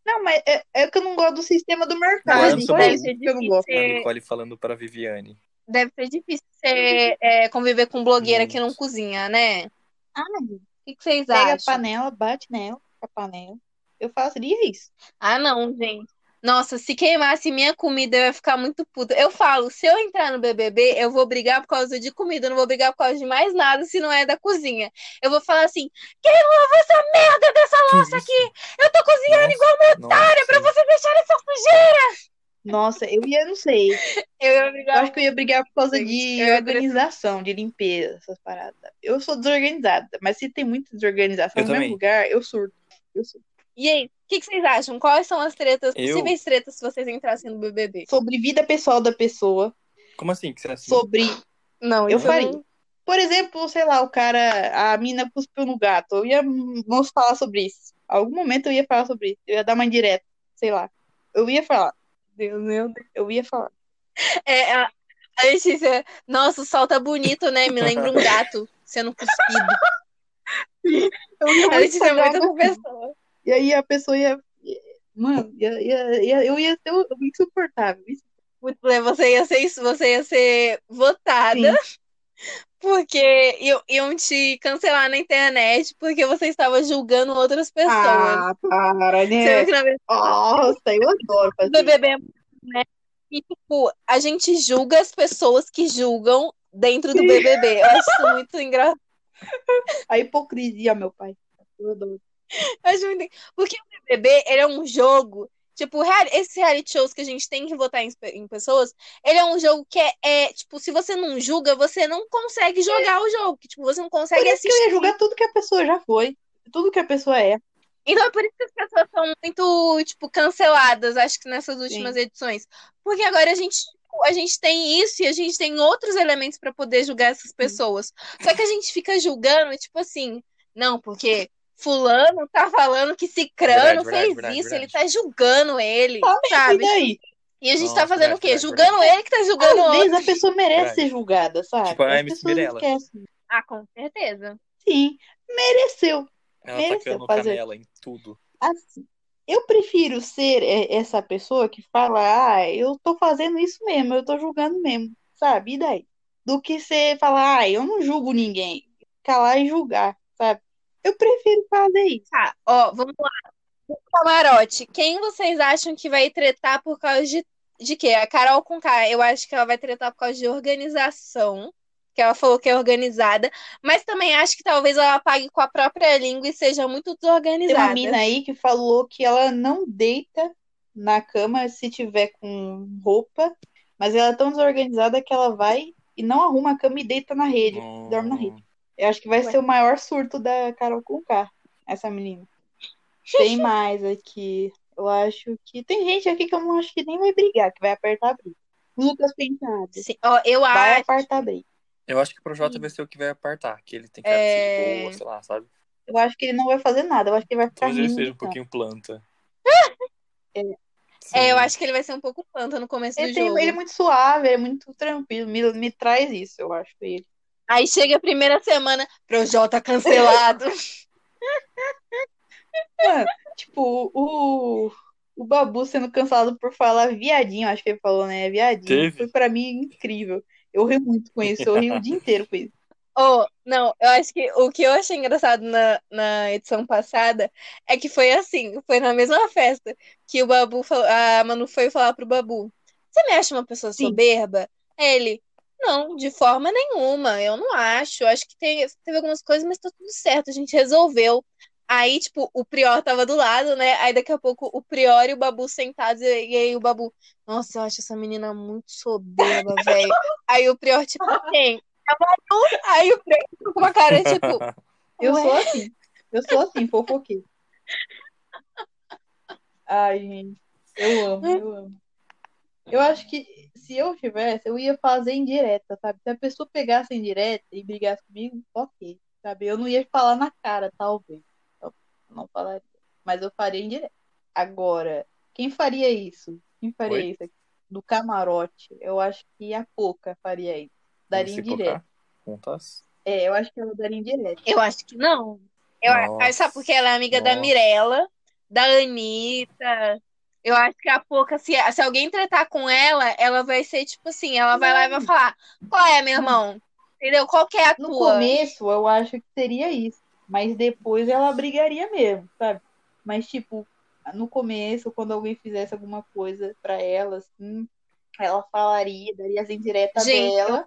[SPEAKER 2] Não, mas é, é que eu não gosto do sistema do mercado.
[SPEAKER 6] Balanço
[SPEAKER 2] então é
[SPEAKER 6] baú.
[SPEAKER 2] isso que eu não gosto.
[SPEAKER 6] A Nicole falando pra Viviane.
[SPEAKER 5] Deve ser difícil você é, conviver com blogueira que não
[SPEAKER 6] Muito.
[SPEAKER 5] cozinha, né? O
[SPEAKER 2] Ah,
[SPEAKER 5] que, que vocês
[SPEAKER 2] pega a
[SPEAKER 5] acham?
[SPEAKER 2] panela, bate nela, com a panela. Eu faria é isso.
[SPEAKER 5] Ah, não, gente. Nossa, se queimasse minha comida, eu ia ficar muito puta. Eu falo, se eu entrar no BBB, eu vou brigar por causa de comida, eu não vou brigar por causa de mais nada se não é da cozinha. Eu vou falar assim: queima essa merda dessa louça
[SPEAKER 6] isso?
[SPEAKER 5] aqui! Eu tô cozinhando igual
[SPEAKER 6] uma otária
[SPEAKER 5] pra você deixar essa sujeira!
[SPEAKER 2] Nossa, eu ia, não sei.
[SPEAKER 5] Eu ia
[SPEAKER 2] Eu
[SPEAKER 5] brigar.
[SPEAKER 2] acho que eu ia brigar por causa
[SPEAKER 5] Gente,
[SPEAKER 2] de
[SPEAKER 5] eu ia brigar.
[SPEAKER 2] organização, de limpeza, essas paradas. Eu sou desorganizada, mas se tem muita desorganização
[SPEAKER 6] Eu
[SPEAKER 2] no mesmo
[SPEAKER 6] também.
[SPEAKER 2] lugar, eu surto. Eu surto.
[SPEAKER 5] E aí, o que, que vocês acham? Quais são as tretas,
[SPEAKER 6] Eu?
[SPEAKER 5] possíveis tretas, se vocês entrassem no BBB?
[SPEAKER 2] Sobre vida pessoal da pessoa,
[SPEAKER 6] Como assim? Que será assim?
[SPEAKER 2] sobre
[SPEAKER 5] Não,
[SPEAKER 2] Eu
[SPEAKER 5] isso
[SPEAKER 2] faria.
[SPEAKER 5] não-
[SPEAKER 2] Por exemplo, sei lá, o cara, a mina cuspiu no gato. Eu ia vamos falar sobre isso. Algum momento eu ia falar sobre isso. Eu ia dar uma indireta, sei lá. Eu ia falar. Deus, meu Deus. Eu ia falar.
[SPEAKER 5] É, a, a Letícia, nossa, o sol tá bonito, né? Me lembra um gato sendo cuspido.
[SPEAKER 2] Eu ia
[SPEAKER 5] A
[SPEAKER 2] muito
[SPEAKER 5] Letícia é
[SPEAKER 2] falar
[SPEAKER 5] muito
[SPEAKER 2] algo assim.
[SPEAKER 5] conversão.
[SPEAKER 2] E aí a pessoa ia. ia- Mano, ia, ia, ia- eu ia ser um insuportável.
[SPEAKER 5] Muito bem, você ia ser isso, você ia ser votada, porque iam, iam te cancelar na internet porque você estava julgando outras pessoas.
[SPEAKER 2] Ah, para,
[SPEAKER 5] Você viu
[SPEAKER 2] né?
[SPEAKER 5] que na verdade
[SPEAKER 2] Nossa, eu adoro
[SPEAKER 5] o
[SPEAKER 2] fazer.
[SPEAKER 5] BBB é muito, né? E, tipo, a gente julga as pessoas que julgam dentro do BBB. Eu acho isso muito engraçado.
[SPEAKER 2] A hipocrisia, meu pai. Eu adoro.
[SPEAKER 5] Eu acho muito- Porque o BBB, ele é um jogo. Tipo, real- esses reality shows que a gente tem que votar em, em pessoas, ele é um jogo que é, é, tipo, se você não julga, você não consegue jogar o jogo. que, Tipo, você não
[SPEAKER 2] Por
[SPEAKER 5] consegue
[SPEAKER 2] isso que eu ia
[SPEAKER 5] assistir.
[SPEAKER 2] julgar tudo que a pessoa já foi, tudo que a pessoa é.
[SPEAKER 5] Então é por isso que as pessoas são muito, tipo, canceladas, acho que nessas últimas edições. Porque agora a gente, tipo, a gente tem isso e a gente tem outros elementos pra poder julgar essas pessoas. Só que a gente fica julgando, tipo assim, não, porque fulano tá falando que Cicrano
[SPEAKER 6] Verdade, verdade,
[SPEAKER 5] fez
[SPEAKER 6] verdade,
[SPEAKER 5] isso,
[SPEAKER 6] verdade.
[SPEAKER 5] ele tá julgando ele,
[SPEAKER 2] E
[SPEAKER 5] sabe?
[SPEAKER 2] daí?
[SPEAKER 5] E a gente tá
[SPEAKER 6] Nossa, é,
[SPEAKER 5] fazendo o
[SPEAKER 6] verdade,
[SPEAKER 5] quê?
[SPEAKER 6] verdade,
[SPEAKER 5] julgando ele que tá
[SPEAKER 2] né? Às
[SPEAKER 5] julgando o
[SPEAKER 2] vezes
[SPEAKER 5] outro.
[SPEAKER 2] a pessoa merece
[SPEAKER 6] Verdade.
[SPEAKER 2] ser julgada, sabe?
[SPEAKER 6] Tipo a
[SPEAKER 2] As
[SPEAKER 6] Hermes
[SPEAKER 2] pessoas
[SPEAKER 6] Mirella.
[SPEAKER 2] esquecem.
[SPEAKER 5] Ah, com certeza.
[SPEAKER 2] Sim, mereceu.
[SPEAKER 6] Ela
[SPEAKER 2] Mereceu
[SPEAKER 6] tacando
[SPEAKER 2] fazer.
[SPEAKER 6] canela em tudo.
[SPEAKER 2] Assim, eu prefiro ser é, essa pessoa que fala, ah, eu tô fazendo isso mesmo, eu tô julgando mesmo, sabe? E daí? Do que você falar, ah, eu não julgo ninguém. Ficar lá e julgar, sabe? Eu prefiro fazer isso.
[SPEAKER 5] Tá, ó, vamos lá. Camarote, quem vocês acham que vai tretar por causa de, de quê? A Carol Conká, eu acho que ela vai tretar por causa de organização, que ela falou que é organizada, mas também acho que talvez ela pague com a própria língua e seja muito
[SPEAKER 2] Tem uma
[SPEAKER 5] desorganizada.
[SPEAKER 2] mina aí que falou que ela não deita na cama se tiver com roupa, mas ela é tão desorganizada que ela vai e não arruma a cama e deita na rede, dorme na rede.
[SPEAKER 6] Hum,
[SPEAKER 2] Eu acho que vai
[SPEAKER 5] Ué.
[SPEAKER 2] ser o maior surto da Carol Conká, essa menina. Tem mais aqui. Eu acho que. Tem gente aqui que eu não acho que nem vai brigar, que vai apertar a briga. Lucas Penteado.
[SPEAKER 5] Sim, ó, eu
[SPEAKER 2] Vai
[SPEAKER 5] acho.
[SPEAKER 2] apertar a briga.
[SPEAKER 6] Eu acho que o Projota
[SPEAKER 5] Sim.
[SPEAKER 6] vai ser o que vai apartar, que ele tem cara de
[SPEAKER 5] É.
[SPEAKER 1] assim
[SPEAKER 6] ser de boa, sei lá, sabe?
[SPEAKER 2] Eu acho que ele não vai fazer nada. Eu acho que ele vai ficar
[SPEAKER 6] Talvez ele
[SPEAKER 2] rindo. então.
[SPEAKER 6] seja um
[SPEAKER 2] do campo.
[SPEAKER 6] pouquinho planta.
[SPEAKER 2] É.
[SPEAKER 5] É, eu
[SPEAKER 6] Sim.
[SPEAKER 5] acho que ele vai ser um pouco planta no começo
[SPEAKER 2] Ele,
[SPEAKER 5] do
[SPEAKER 2] tem-
[SPEAKER 5] jogo.
[SPEAKER 2] ele é muito suave, ele é muito tranquilo. Me, me traz isso, eu acho. Ele.
[SPEAKER 5] Aí chega a primeira semana, Projota cancelado.
[SPEAKER 2] Mano, tipo, o, o Babu sendo cancelado por falar viadinho, acho que ele falou, né? Viadinho.
[SPEAKER 6] Teve?
[SPEAKER 2] Foi pra mim incrível. Eu ri muito com isso, eu ri o dia inteiro com isso.
[SPEAKER 5] Oh, não, eu acho que o que eu achei engraçado na, na edição passada é que foi assim, foi na mesma festa que o Babu falou, a Manu foi falar pro Babu, você me acha uma pessoa
[SPEAKER 2] Sim.
[SPEAKER 5] soberba? Aí Ele, não, de forma nenhuma, eu não acho, acho que tem, teve algumas coisas, mas tá tudo certo, a gente resolveu. Aí, tipo, o Prior tava do lado, né? Aí daqui a pouco o Prior e o Babu sentados, e, e aí o Babu, nossa, eu acho essa menina muito soberba, velho. Aí o Prior, tipo, quem? Aí o Prior ficou com uma cara, tipo,
[SPEAKER 2] Eu
[SPEAKER 5] Ué.
[SPEAKER 2] sou assim. Eu sou assim, fofoqueira. Ai, gente. Eu amo, eu amo. Eu acho que se eu tivesse, eu ia fazer indireta, sabe? Se a pessoa pegasse indireta e brigasse comigo, ok, sabe? Eu não ia falar na cara, talvez. Eu não falaria. Mas eu faria indireta. Agora, quem faria isso? Quem faria
[SPEAKER 6] Oi?
[SPEAKER 2] isso? Do camarote, eu acho que a Poca faria isso. Daria
[SPEAKER 6] Se
[SPEAKER 2] indireta.
[SPEAKER 6] focar, Contas.
[SPEAKER 2] É, eu acho que ela daria indireta.
[SPEAKER 5] Eu acho que não. Eu a-
[SPEAKER 6] Nossa.
[SPEAKER 5] sabe porque ela é amiga da
[SPEAKER 6] Nossa.
[SPEAKER 5] Mirella, da Anitta. Eu acho que a pouca, se, se alguém tratar com ela, ela vai ser tipo assim, ela vai lá e vai falar, qual é, meu irmão? Entendeu? Qual que é a
[SPEAKER 2] No
[SPEAKER 5] tua?
[SPEAKER 2] começo, eu acho que seria isso. Mas depois ela brigaria mesmo, sabe? Mas, tipo, no começo, quando alguém fizesse alguma coisa pra ela, assim, ela falaria, daria as indiretas
[SPEAKER 5] Gente,
[SPEAKER 2] dela.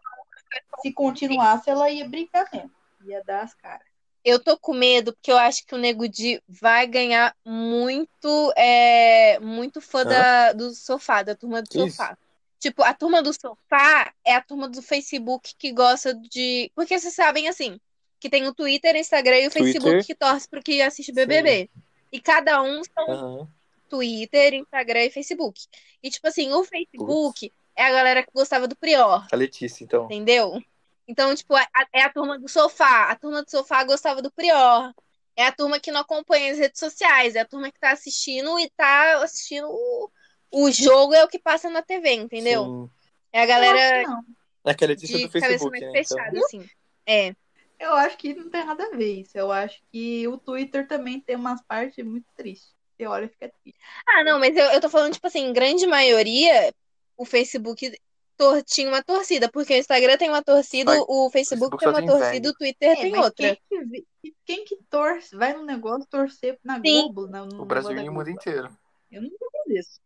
[SPEAKER 2] Se continuasse, ela ia brigar mesmo. Ia dar as caras.
[SPEAKER 5] Eu tô com medo, porque eu acho que o Nego Di vai ganhar muito, é, muito fã
[SPEAKER 6] Hã?
[SPEAKER 5] da, do sofá, da turma do
[SPEAKER 6] Que isso?
[SPEAKER 5] sofá. Tipo, a turma do sofá é a turma do Facebook que gosta de. Porque vocês sabem, assim, que tem o Twitter, Instagram e o
[SPEAKER 6] Twitter.
[SPEAKER 5] Facebook que torce pro que assiste BBB. E cada um são
[SPEAKER 6] Aham.
[SPEAKER 5] Twitter, Instagram e Facebook. E, tipo assim, o Facebook é a galera que gostava do Prior.
[SPEAKER 6] A Letícia, então.
[SPEAKER 5] Entendeu? Então, tipo, é a- é a turma do sofá. A turma do sofá gostava do Prior. É a turma que não acompanha as redes sociais. É a turma que tá assistindo e tá assistindo o, o jogo, é o que passa na TV, entendeu?
[SPEAKER 6] Sim.
[SPEAKER 5] É a galera
[SPEAKER 2] Eu acho, que não.
[SPEAKER 6] É que a Letícia
[SPEAKER 5] de
[SPEAKER 6] do
[SPEAKER 5] cabeça
[SPEAKER 6] Facebook,
[SPEAKER 5] mais
[SPEAKER 6] né? Então.
[SPEAKER 5] fechada, assim. É.
[SPEAKER 2] eu acho que não tem nada a ver isso. Eu acho que o Twitter também tem umas partes muito tristes. Você olha e fica triste.
[SPEAKER 5] Ah, não, mas eu, eu tô falando, tipo assim, em grande maioria, o Facebook tor- tinha uma torcida, porque o Instagram tem uma torcida,
[SPEAKER 6] Ai,
[SPEAKER 5] o Facebook
[SPEAKER 6] Facebook
[SPEAKER 5] tem
[SPEAKER 6] só
[SPEAKER 5] uma
[SPEAKER 6] tem
[SPEAKER 5] torcida,
[SPEAKER 6] velho.
[SPEAKER 5] o Twitter
[SPEAKER 2] É,
[SPEAKER 5] tem
[SPEAKER 2] mas
[SPEAKER 5] outra.
[SPEAKER 2] Quem que, vi- quem que torce, vai no negócio torcer na
[SPEAKER 5] Sim.
[SPEAKER 2] Globo? na- no
[SPEAKER 6] O Brasil
[SPEAKER 2] negócio
[SPEAKER 6] e
[SPEAKER 2] da
[SPEAKER 6] o mundo
[SPEAKER 2] Globo?
[SPEAKER 6] inteiro.
[SPEAKER 2] Eu não entendo isso.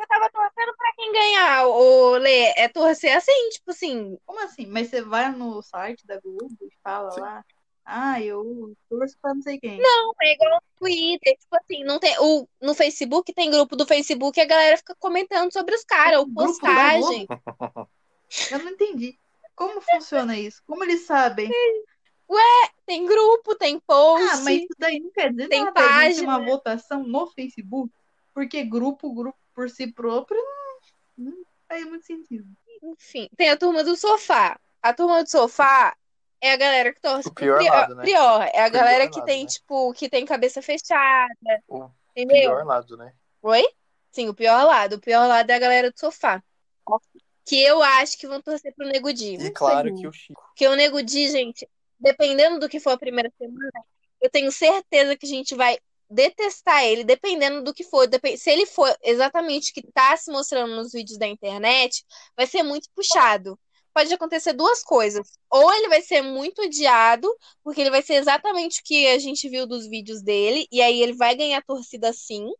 [SPEAKER 5] Eu tava torcendo pra quem ganhar, ô Lê. É torcer assim, tipo assim,
[SPEAKER 2] Como assim? Mas você vai no site da Globo e fala
[SPEAKER 6] Sim.
[SPEAKER 2] lá, ah, eu torço pra não sei quem.
[SPEAKER 5] não, é igual no Twitter, tipo assim, não tem, o, no Facebook tem grupo do Facebook e a galera fica comentando sobre os caras, ou
[SPEAKER 2] Grupo da
[SPEAKER 5] postagem.
[SPEAKER 2] Eu não entendi. Como funciona isso? Como eles sabem?
[SPEAKER 5] Tem grupo, tem post.
[SPEAKER 2] Ah, mas isso daí não quer dizer
[SPEAKER 5] Tem
[SPEAKER 2] nada. A gente tem
[SPEAKER 5] página.
[SPEAKER 2] uma votação no Facebook, porque grupo, grupo por si próprio, não, não faz muito sentido.
[SPEAKER 5] Enfim, tem a turma do sofá. A turma do sofá é a galera que torce
[SPEAKER 6] O
[SPEAKER 5] pro
[SPEAKER 6] pior
[SPEAKER 5] Prior,
[SPEAKER 6] lado, né?
[SPEAKER 5] Prior. É a
[SPEAKER 6] Pior
[SPEAKER 5] galera que
[SPEAKER 6] lado,
[SPEAKER 5] tem,
[SPEAKER 6] né?
[SPEAKER 5] tipo, que tem cabeça fechada,
[SPEAKER 6] O
[SPEAKER 5] entendeu?
[SPEAKER 6] pior lado, né?
[SPEAKER 5] Oi? Sim, o pior lado. O pior lado é a galera do sofá. Que eu acho que vão torcer pro Nego Di.
[SPEAKER 6] E claro que o Chico.
[SPEAKER 5] Porque o Nego Di, gente, dependendo do que for a primeira semana, eu tenho certeza que a gente vai detestar ele, dependendo do que for. Depen- Se ele for exatamente o que tá se mostrando nos vídeos da internet, vai ser muito puxado. Pode acontecer duas coisas. Ou ele vai ser muito odiado, porque ele vai ser exatamente o que a gente viu dos vídeos dele, e aí ele vai ganhar torcida sim,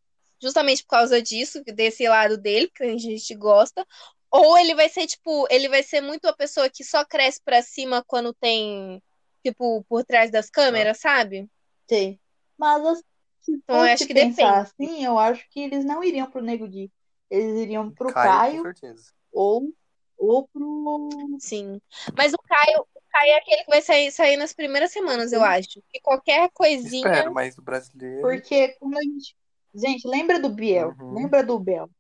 [SPEAKER 5] justamente por causa disso, desse lado dele, que a gente gosta. Ou ele vai ser, tipo, ele vai ser muito a pessoa que só cresce pra cima quando tem, tipo, por trás das câmeras, sabe?
[SPEAKER 2] Sei. Mas assim, se
[SPEAKER 5] Então, eu
[SPEAKER 2] fosse
[SPEAKER 5] acho que
[SPEAKER 2] pensar assim, eu acho que eles não iriam pro Nego Di. Eles iriam pro
[SPEAKER 6] com
[SPEAKER 2] Caio,
[SPEAKER 6] certeza.
[SPEAKER 2] ou, ou pro.
[SPEAKER 5] Sim. Mas o Caio, o Caio é aquele que vai sair, sair nas primeiras semanas, eu acho. Que qualquer coisinha.
[SPEAKER 6] Espero, mas o brasileiro.
[SPEAKER 2] Porque quando a gente. Gente, lembra do Biel?
[SPEAKER 6] Uhum.
[SPEAKER 2] Lembra do Biel?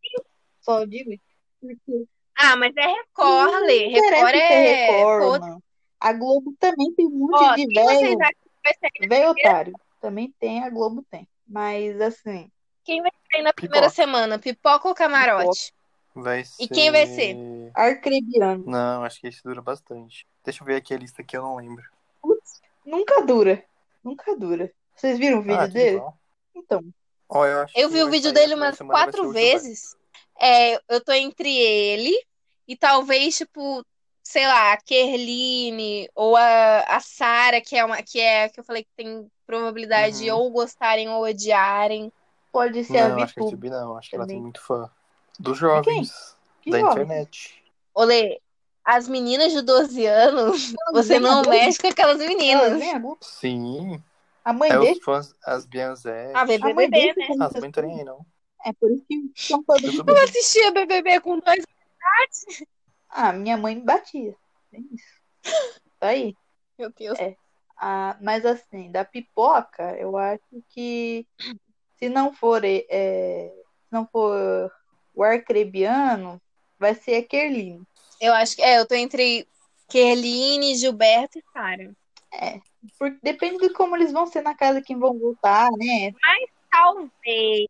[SPEAKER 2] Só digo isso. Porque
[SPEAKER 5] Ah, mas é Record, Lê.
[SPEAKER 2] não interessa
[SPEAKER 5] Record
[SPEAKER 2] se é
[SPEAKER 5] é.
[SPEAKER 2] Record,
[SPEAKER 5] Pô,
[SPEAKER 2] mano. A Globo também tem um monte
[SPEAKER 5] ó,
[SPEAKER 2] de
[SPEAKER 5] quem vocês né?
[SPEAKER 2] velho,
[SPEAKER 5] acham que vai sair,
[SPEAKER 2] velho otário. Também tem, a Globo tem. Mas assim,
[SPEAKER 5] quem vai sair na primeira
[SPEAKER 6] Pipoca.
[SPEAKER 5] semana? Pipoca ou camarote?
[SPEAKER 6] Vai ser...
[SPEAKER 5] E quem vai ser?
[SPEAKER 2] arcrebiano
[SPEAKER 6] Não, acho que esse dura bastante. Deixa eu ver aqui a lista que eu não lembro.
[SPEAKER 2] Putz, nunca dura. Nunca dura. Vocês viram o vídeo
[SPEAKER 6] ah, tudo
[SPEAKER 2] dele?
[SPEAKER 6] igual.
[SPEAKER 2] Então,
[SPEAKER 6] Ó, eu, acho
[SPEAKER 5] Eu
[SPEAKER 6] que
[SPEAKER 5] vi o
[SPEAKER 6] vai
[SPEAKER 5] vídeo
[SPEAKER 6] sair na
[SPEAKER 5] dele
[SPEAKER 6] primeira
[SPEAKER 5] umas
[SPEAKER 6] semana, vai ser
[SPEAKER 5] quatro
[SPEAKER 6] o Gilberto.
[SPEAKER 5] vezes. É, eu tô entre ele e talvez, tipo, sei lá, a Kerline ou a, a Sara, que é uma que é que eu falei que tem probabilidade de
[SPEAKER 6] Uhum.
[SPEAKER 5] ou gostarem ou odiarem.
[SPEAKER 2] pode
[SPEAKER 5] é
[SPEAKER 2] ser a
[SPEAKER 6] Não, acho que é a
[SPEAKER 2] Vitube
[SPEAKER 6] Tibi não. Acho que ela
[SPEAKER 2] também.
[SPEAKER 6] tem muito fã. Dos jovens.
[SPEAKER 2] Que
[SPEAKER 6] tipo da
[SPEAKER 2] jovem.
[SPEAKER 6] internet.
[SPEAKER 5] Olê, as meninas de 12 anos, você não mexe com aquelas
[SPEAKER 2] Elas
[SPEAKER 5] meninas.
[SPEAKER 2] vêm a Globo.
[SPEAKER 6] Sim.
[SPEAKER 2] A mãe
[SPEAKER 6] é
[SPEAKER 2] dele.
[SPEAKER 6] os fãs, as Bianzé.
[SPEAKER 5] A
[SPEAKER 2] A mãe
[SPEAKER 5] BBB,
[SPEAKER 2] dele
[SPEAKER 5] né?
[SPEAKER 2] fica
[SPEAKER 6] As
[SPEAKER 2] nessas coisas.
[SPEAKER 6] mentorinhas aí, não.
[SPEAKER 2] É por isso que são fã do
[SPEAKER 6] Tudo
[SPEAKER 2] Vitube.
[SPEAKER 6] bem.
[SPEAKER 5] Eu assistia BBB com dois.
[SPEAKER 2] Ah, minha mãe me batia. É isso. Tá aí.
[SPEAKER 5] Meu Deus.
[SPEAKER 2] É. Ah, mas assim, da pipoca, eu acho que se não for, eh, eh, se não for o arcrebiano, vai ser a Kerline.
[SPEAKER 5] Eu acho que. É, eu tô entre Kerline, Gilberto e Sara.
[SPEAKER 2] Porque depende de como eles vão ser na casa que vão voltar, né? Os
[SPEAKER 5] Talvez.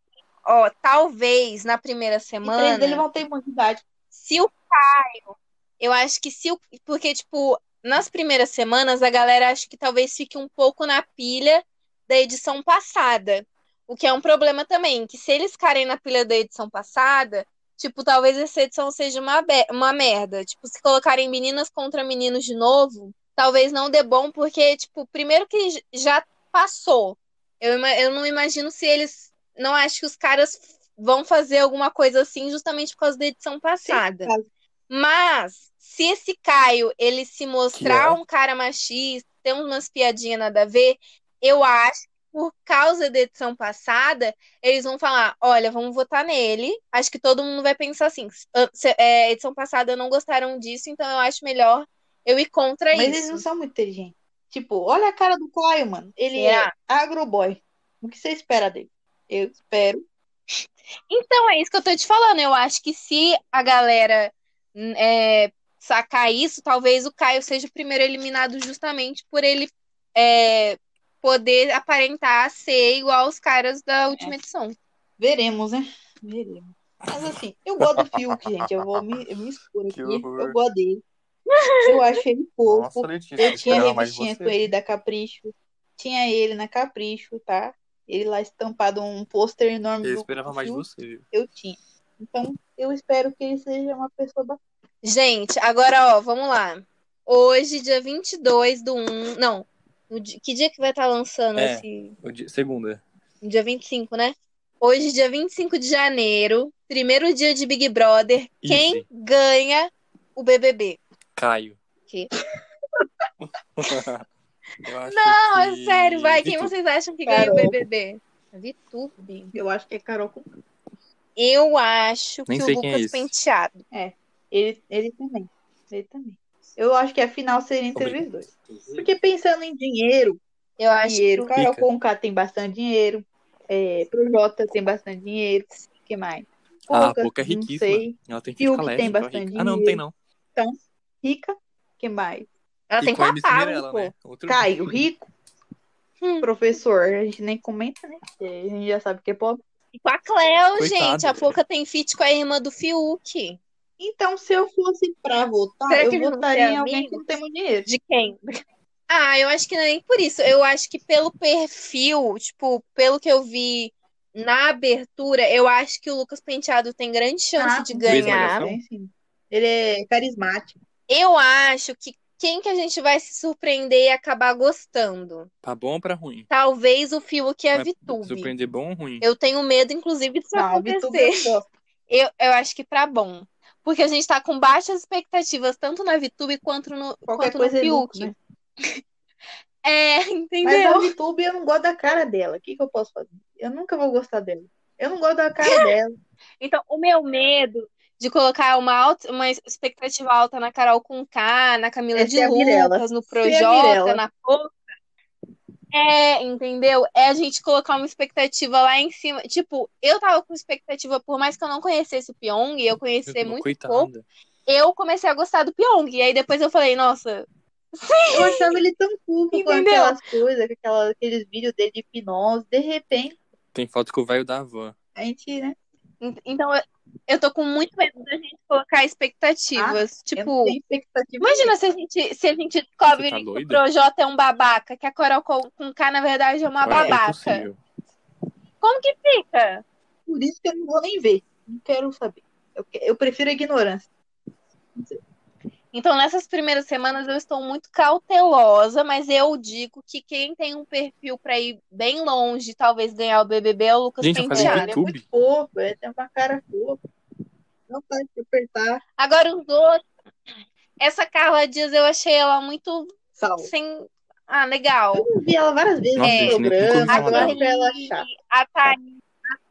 [SPEAKER 5] Ó, talvez na primeira
[SPEAKER 2] três
[SPEAKER 5] semana.
[SPEAKER 2] deles vão ter imunidade.
[SPEAKER 5] Se o Caio. Eu acho que se o. Porque, tipo, nas primeiras semanas a galera acho que talvez fique um pouco na pilha da edição passada. O que é um problema também, que se eles ficarem na pilha da edição passada, tipo, talvez essa edição seja uma, be- uma merda. Tipo, se colocarem meninas contra meninos de novo, talvez não dê bom, porque, tipo, primeiro que j- já passou. Eu, ima- eu não imagino se eles. Não acho que os caras vão fazer alguma coisa assim justamente por causa da edição passada. Mas se esse Caio ele se mostrar
[SPEAKER 2] é?
[SPEAKER 1] Que
[SPEAKER 5] um cara machista, ter umas piadinhas nada a ver, eu acho que por causa da edição passada, eles vão falar: olha, vamos votar nele. Acho que todo mundo vai pensar assim: "Ah, se- é, edição passada não gostaram disso, então eu acho melhor eu ir contra
[SPEAKER 2] Mas eles
[SPEAKER 5] É isso.
[SPEAKER 2] não são muito inteligentes. Tipo, olha a cara do Caio, mano. Ele
[SPEAKER 5] Será?
[SPEAKER 2] é agroboy. O que você espera dele? Eu espero.
[SPEAKER 5] Então é isso que eu tô te falando. Eu acho que se a galera n- é, sacar isso, talvez o Caio seja o primeiro eliminado justamente por ele é, poder aparentar ser igual aos caras da última edição.
[SPEAKER 2] Veremos, né? Veremos. Mas assim, eu gosto do Fiuk, gente. Eu vou me, eu me expor
[SPEAKER 6] Que
[SPEAKER 2] aqui.
[SPEAKER 6] horror.
[SPEAKER 2] Eu gosto dele. Eu acho ele
[SPEAKER 6] Nossa,
[SPEAKER 2] pouco.
[SPEAKER 6] Letícia,
[SPEAKER 2] Eu tinha
[SPEAKER 6] esperava mais de
[SPEAKER 2] revistinha
[SPEAKER 6] você.
[SPEAKER 2] com ele da Capricho. Tinha ele na Capricho, tá? Ele lá estampado um pôster enorme
[SPEAKER 6] Eu
[SPEAKER 2] do
[SPEAKER 6] esperava mais de
[SPEAKER 2] Fiuk.
[SPEAKER 6] você, viu?
[SPEAKER 2] Eu tinha. Então, eu espero que ele seja uma pessoa bacana.
[SPEAKER 5] Gente, agora ó, vamos lá. Hoje, dia 22 do 1. Não, no di- que dia que vai estar lançando
[SPEAKER 1] É.
[SPEAKER 5] esse.
[SPEAKER 1] O dia- Segunda.
[SPEAKER 5] Dia 25, né? Hoje, dia 25 de janeiro, primeiro dia de Big Brother, quem
[SPEAKER 1] Easy.
[SPEAKER 5] ganha o BBB?
[SPEAKER 1] Caio.
[SPEAKER 5] Que?
[SPEAKER 1] Eu acho
[SPEAKER 5] Não, é
[SPEAKER 1] que-
[SPEAKER 5] sério, vai. Quem
[SPEAKER 1] Vitor.
[SPEAKER 5] vocês acham que ganha
[SPEAKER 2] Carol.
[SPEAKER 5] o BBB? Vitube.
[SPEAKER 2] Eu acho que é Carol com
[SPEAKER 5] Eu acho
[SPEAKER 1] Nem
[SPEAKER 5] que o
[SPEAKER 1] sei quem é
[SPEAKER 5] Lucas
[SPEAKER 1] esse.
[SPEAKER 5] Penteado.
[SPEAKER 2] Ele, ele também. Ele também. Eu acho que a final seria entre
[SPEAKER 1] Obrigado.
[SPEAKER 2] eles dois. Porque pensando em dinheiro,
[SPEAKER 5] Eu acho
[SPEAKER 2] dinheiro,
[SPEAKER 5] que.
[SPEAKER 2] Carol
[SPEAKER 1] Rica.
[SPEAKER 2] Conká tem bastante dinheiro. É, Projota tem bastante dinheiro. O que mais?
[SPEAKER 1] Ah, a
[SPEAKER 2] Pouca,
[SPEAKER 1] Boca é
[SPEAKER 2] não
[SPEAKER 1] riquíssima.
[SPEAKER 2] sei.
[SPEAKER 1] Ela tem filho
[SPEAKER 2] Fiuk tem
[SPEAKER 1] calésio, então é
[SPEAKER 2] bastante
[SPEAKER 1] rica. Ah, não, não tem não.
[SPEAKER 2] Rica, o que mais?
[SPEAKER 5] Ela
[SPEAKER 1] E
[SPEAKER 5] tem
[SPEAKER 1] com a MC
[SPEAKER 5] quatro,
[SPEAKER 1] Mirella,
[SPEAKER 5] pô.
[SPEAKER 1] né? Outro...
[SPEAKER 2] Caio, rico.
[SPEAKER 5] Hum.
[SPEAKER 2] Professor, a gente nem comenta, né? Porque A gente já sabe que é pobre.
[SPEAKER 5] E com a Cleo,
[SPEAKER 1] Coitada.
[SPEAKER 5] gente. A pouca tem feat com a irmã do Fiuk.
[SPEAKER 2] Então, se eu fosse pra votar,
[SPEAKER 5] Será que
[SPEAKER 2] eu
[SPEAKER 5] eles não
[SPEAKER 2] votaria
[SPEAKER 5] são
[SPEAKER 2] em alguém
[SPEAKER 5] amigos?
[SPEAKER 2] que não tem muito dinheiro.
[SPEAKER 5] De quem? Ah, eu acho que não é nem por isso. Eu acho que pelo perfil, tipo, pelo que eu vi na abertura, eu acho que o Lucas Penteado tem grande chance
[SPEAKER 2] Ah,
[SPEAKER 5] de
[SPEAKER 2] com
[SPEAKER 5] ganhar.
[SPEAKER 1] Malhação?
[SPEAKER 2] certeza, sim. Ele é carismático.
[SPEAKER 5] Eu acho que quem que a gente vai se surpreender e acabar gostando?
[SPEAKER 1] Pra bom ou pra ruim?
[SPEAKER 5] Talvez o Fiuk e a
[SPEAKER 1] Vai
[SPEAKER 5] Vitube.
[SPEAKER 1] Surpreender bom ou ruim?
[SPEAKER 5] Eu tenho medo, inclusive, disso
[SPEAKER 2] Não, Ah, é o Vitor
[SPEAKER 5] acontecer.
[SPEAKER 2] eu gosto.
[SPEAKER 5] Eu, eu acho que pra bom. Porque a gente tá com baixas expectativas, tanto na Vitube quanto no,
[SPEAKER 2] Qualquer
[SPEAKER 5] quanto no
[SPEAKER 2] coisa é lucro,
[SPEAKER 5] Fiuk.
[SPEAKER 2] né?
[SPEAKER 5] É,
[SPEAKER 2] Mas
[SPEAKER 5] entendeu?
[SPEAKER 2] a VTube eu não gosto da cara dela. O que, que eu posso fazer? Eu nunca vou gostar dela. Eu não gosto da cara dela.
[SPEAKER 5] Então, o meu medo de colocar uma, alta, uma expectativa alta na Carol Conká, na Camila
[SPEAKER 2] É
[SPEAKER 5] de
[SPEAKER 2] ser a Mirella.
[SPEAKER 5] Lucas, no
[SPEAKER 2] Ser a Mirella.
[SPEAKER 5] Projota, na Pouca. É, entendeu? É a gente colocar uma expectativa lá em cima. Tipo, eu tava com expectativa, por mais que eu não conhecesse o Pyong, e eu
[SPEAKER 1] Meu
[SPEAKER 5] conheci
[SPEAKER 1] Deus,
[SPEAKER 5] muito
[SPEAKER 1] Tipo, coitada.
[SPEAKER 5] pouco, eu comecei a gostar do Pyong. E aí depois eu falei, nossa,
[SPEAKER 2] Eu achava ele tão culto com
[SPEAKER 5] Entendeu?
[SPEAKER 2] aquelas coisas, com aquela- aqueles vídeos dele de hipnose. De repente,
[SPEAKER 1] Tem foto com o velho da van.
[SPEAKER 2] a gente, né?
[SPEAKER 5] en- então eu, eu tô com muito medo da gente colocar expectativas.
[SPEAKER 2] Eu não
[SPEAKER 5] tipo,
[SPEAKER 2] tenho expectativa.
[SPEAKER 5] Imagina se a gente, se a gente descobre
[SPEAKER 1] Você tá
[SPEAKER 5] que o
[SPEAKER 1] doida?
[SPEAKER 5] Projota é um babaca, que a Coral com com K, na verdade, é uma
[SPEAKER 1] Eu acho que é
[SPEAKER 5] babaca.
[SPEAKER 1] impossível.
[SPEAKER 5] Como que fica?
[SPEAKER 2] Por isso que eu não vou nem ver. Não quero saber. Eu, que- eu prefiro a ignorância.
[SPEAKER 5] Então, nessas primeiras semanas, eu estou muito cautelosa, mas eu digo que quem tem um perfil pra ir bem longe, talvez ganhar o BBB, é o Lucas
[SPEAKER 1] Gente, eu falei
[SPEAKER 5] Penteado.
[SPEAKER 2] É,
[SPEAKER 1] Penteada.
[SPEAKER 2] ele é muito
[SPEAKER 1] VTube?
[SPEAKER 2] fofo. Ele tem uma cara fofa. Não faz se apertar.
[SPEAKER 5] Agora, os outros. Essa Carla Dias, eu achei ela muito
[SPEAKER 2] Salve.
[SPEAKER 5] sem. Ah, legal.
[SPEAKER 2] Eu vi ela várias vezes
[SPEAKER 1] Nossa,
[SPEAKER 5] É.
[SPEAKER 2] no
[SPEAKER 1] gente, nem tem
[SPEAKER 2] programa.
[SPEAKER 1] condição
[SPEAKER 2] Eu
[SPEAKER 1] dela.
[SPEAKER 2] acho ela
[SPEAKER 5] Carly,
[SPEAKER 2] chata.
[SPEAKER 5] a Thaís,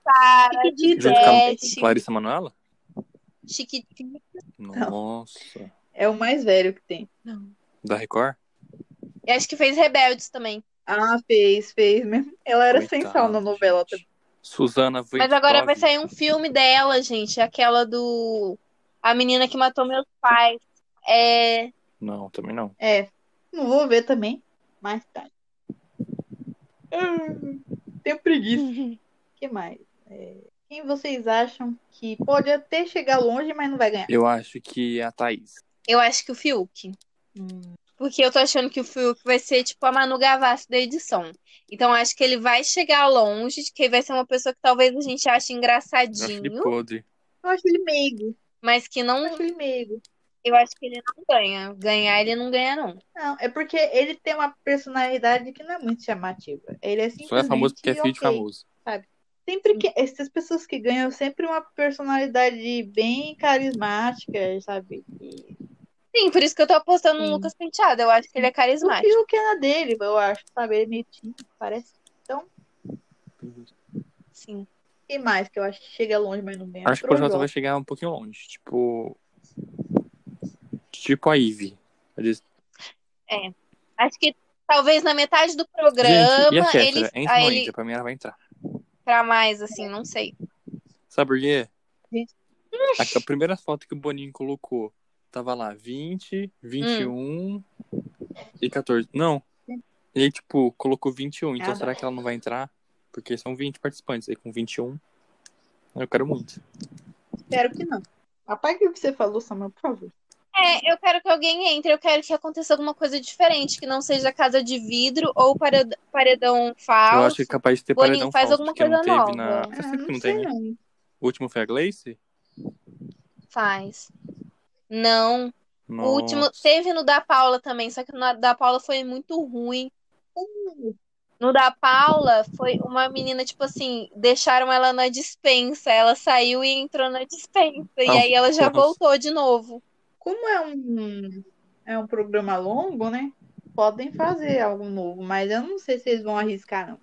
[SPEAKER 5] a Sara,
[SPEAKER 2] Chiquitita.
[SPEAKER 1] Junto com a
[SPEAKER 5] Juliette,
[SPEAKER 1] Clarissa Manoela?
[SPEAKER 5] Chiquitinha.
[SPEAKER 1] Nossa.
[SPEAKER 2] É o mais velho que tem.
[SPEAKER 1] Da Record?
[SPEAKER 5] E acho que fez Rebeldes também.
[SPEAKER 2] Ah, fez, fez mesmo. Ela era
[SPEAKER 1] Coitada,
[SPEAKER 2] sem sal na novela
[SPEAKER 1] gente.
[SPEAKER 2] também.
[SPEAKER 1] Suzana Voitov.
[SPEAKER 5] Mas agora vai sair um filme dela, gente. Aquela do. A menina que matou meus pais. É.
[SPEAKER 1] Não, também não.
[SPEAKER 2] É. Não vou ver também. Mais tarde. Hum, Tenho preguiça. O que mais? É, Quem vocês acham que pode até chegar longe, mas não vai ganhar?
[SPEAKER 1] Eu acho que é a Thaís.
[SPEAKER 5] Eu acho que o Fiuk.
[SPEAKER 2] Hum.
[SPEAKER 5] Porque eu tô achando que o Fiuk vai ser tipo a Manu Gavassi da edição. Então acho que ele vai chegar longe, que ele vai ser uma pessoa que talvez a gente ache
[SPEAKER 1] Eu acho ele
[SPEAKER 5] engraçadinho,
[SPEAKER 1] podre.
[SPEAKER 2] Eu acho ele meigo.
[SPEAKER 5] mas que
[SPEAKER 2] Eu
[SPEAKER 5] não.
[SPEAKER 2] acho ele meigo.
[SPEAKER 5] Eu acho que ele não ganha. Ganhar ele não ganha, não.
[SPEAKER 2] Não, é porque ele tem uma personalidade que não é muito chamativa. Ele é simplesmente
[SPEAKER 1] Só é famoso porque é filho de
[SPEAKER 2] ok.
[SPEAKER 1] famoso.
[SPEAKER 2] Sempre que essas pessoas que ganham sempre uma personalidade bem carismática, sabe? E
[SPEAKER 5] Sim, por isso que eu tô apostando no
[SPEAKER 2] Sim.
[SPEAKER 5] Lucas Penteado. Eu acho que ele é
[SPEAKER 2] o
[SPEAKER 5] carismático.
[SPEAKER 2] Pio que é na dele, eu acho, sabe? Ele é meio tímido, parece.
[SPEAKER 5] Sim.
[SPEAKER 2] E mais que eu acho que chega longe, mas não ganha.
[SPEAKER 1] Acho que o projeto vai chegar um pouquinho longe. Tipo. Tipo a Ivy. Ela diz,
[SPEAKER 5] Acho que talvez na metade do
[SPEAKER 1] Gente, e
[SPEAKER 5] programa
[SPEAKER 1] a Kéfera?
[SPEAKER 5] ele.
[SPEAKER 1] Entra ou
[SPEAKER 5] ah,
[SPEAKER 1] não
[SPEAKER 5] ele
[SPEAKER 1] entra? Pra mim ela vai entrar.
[SPEAKER 5] pra mais, assim, não sei.
[SPEAKER 1] Sabe por quê?
[SPEAKER 2] Gente.
[SPEAKER 1] Tá A, a primeira foto que o Boninho colocou tava lá 20, 21 e 14. Não. E aí, tipo, colocou 21. Então
[SPEAKER 5] Ah,
[SPEAKER 2] Nada.
[SPEAKER 1] será que ela não vai entrar? Porque são 20 participantes. Aí com 21. Eu quero muito.
[SPEAKER 2] Espero que não. Apague o que você falou, Samuel, por favor.
[SPEAKER 5] É, eu quero que alguém entre, eu quero que aconteça alguma coisa diferente, que não seja casa de vidro ou pared- paredão
[SPEAKER 1] eu
[SPEAKER 5] falso.
[SPEAKER 1] acho que é capaz de ter
[SPEAKER 5] Ah, Boninho,
[SPEAKER 1] paredão
[SPEAKER 5] faz
[SPEAKER 1] falso,
[SPEAKER 5] alguma
[SPEAKER 1] que não
[SPEAKER 5] coisa
[SPEAKER 1] teve
[SPEAKER 5] nova.
[SPEAKER 1] na.
[SPEAKER 5] Ah,
[SPEAKER 1] Faz tempo
[SPEAKER 2] não
[SPEAKER 1] que não
[SPEAKER 2] sei
[SPEAKER 1] tem, né?
[SPEAKER 2] não.
[SPEAKER 1] O último foi a Glace?
[SPEAKER 5] Faz. Não.
[SPEAKER 1] Nossa.
[SPEAKER 5] O último teve no da Paula também, só que no da Paula foi muito ruim. No da Paula foi uma menina, tipo assim, deixaram ela na dispensa. Ela saiu e entrou na dispensa. E
[SPEAKER 1] Ah,
[SPEAKER 5] aí ela já
[SPEAKER 1] nossa.
[SPEAKER 5] voltou de novo.
[SPEAKER 2] Como é um, é um programa longo, né? Podem fazer algo novo, mas eu não sei se eles vão arriscar, não.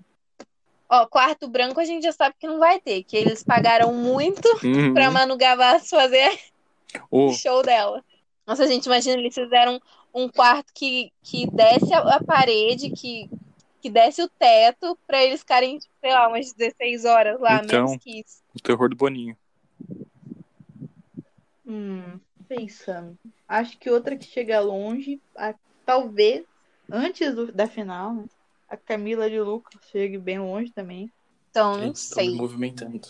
[SPEAKER 5] Ó, quarto branco a gente já sabe que não vai ter, que eles pagaram muito
[SPEAKER 1] Uhum.
[SPEAKER 5] pra Manu Gavassi fazer
[SPEAKER 1] Ô,
[SPEAKER 5] o show dela. Nossa, gente, imagina, eles fizeram um quarto que, que desce a, a parede, que, que desce o teto, pra eles ficarem, sei lá, umas 16 horas lá,
[SPEAKER 1] Então.
[SPEAKER 5] menos que isso.
[SPEAKER 1] o terror do Boninho.
[SPEAKER 2] Hum, pensando. Acho que outra que chega longe, a- talvez antes do- da final, né? A Camila de Lucas chegue bem longe também.
[SPEAKER 5] Então, não
[SPEAKER 1] Eles tão
[SPEAKER 5] sei.
[SPEAKER 1] tá movimentando.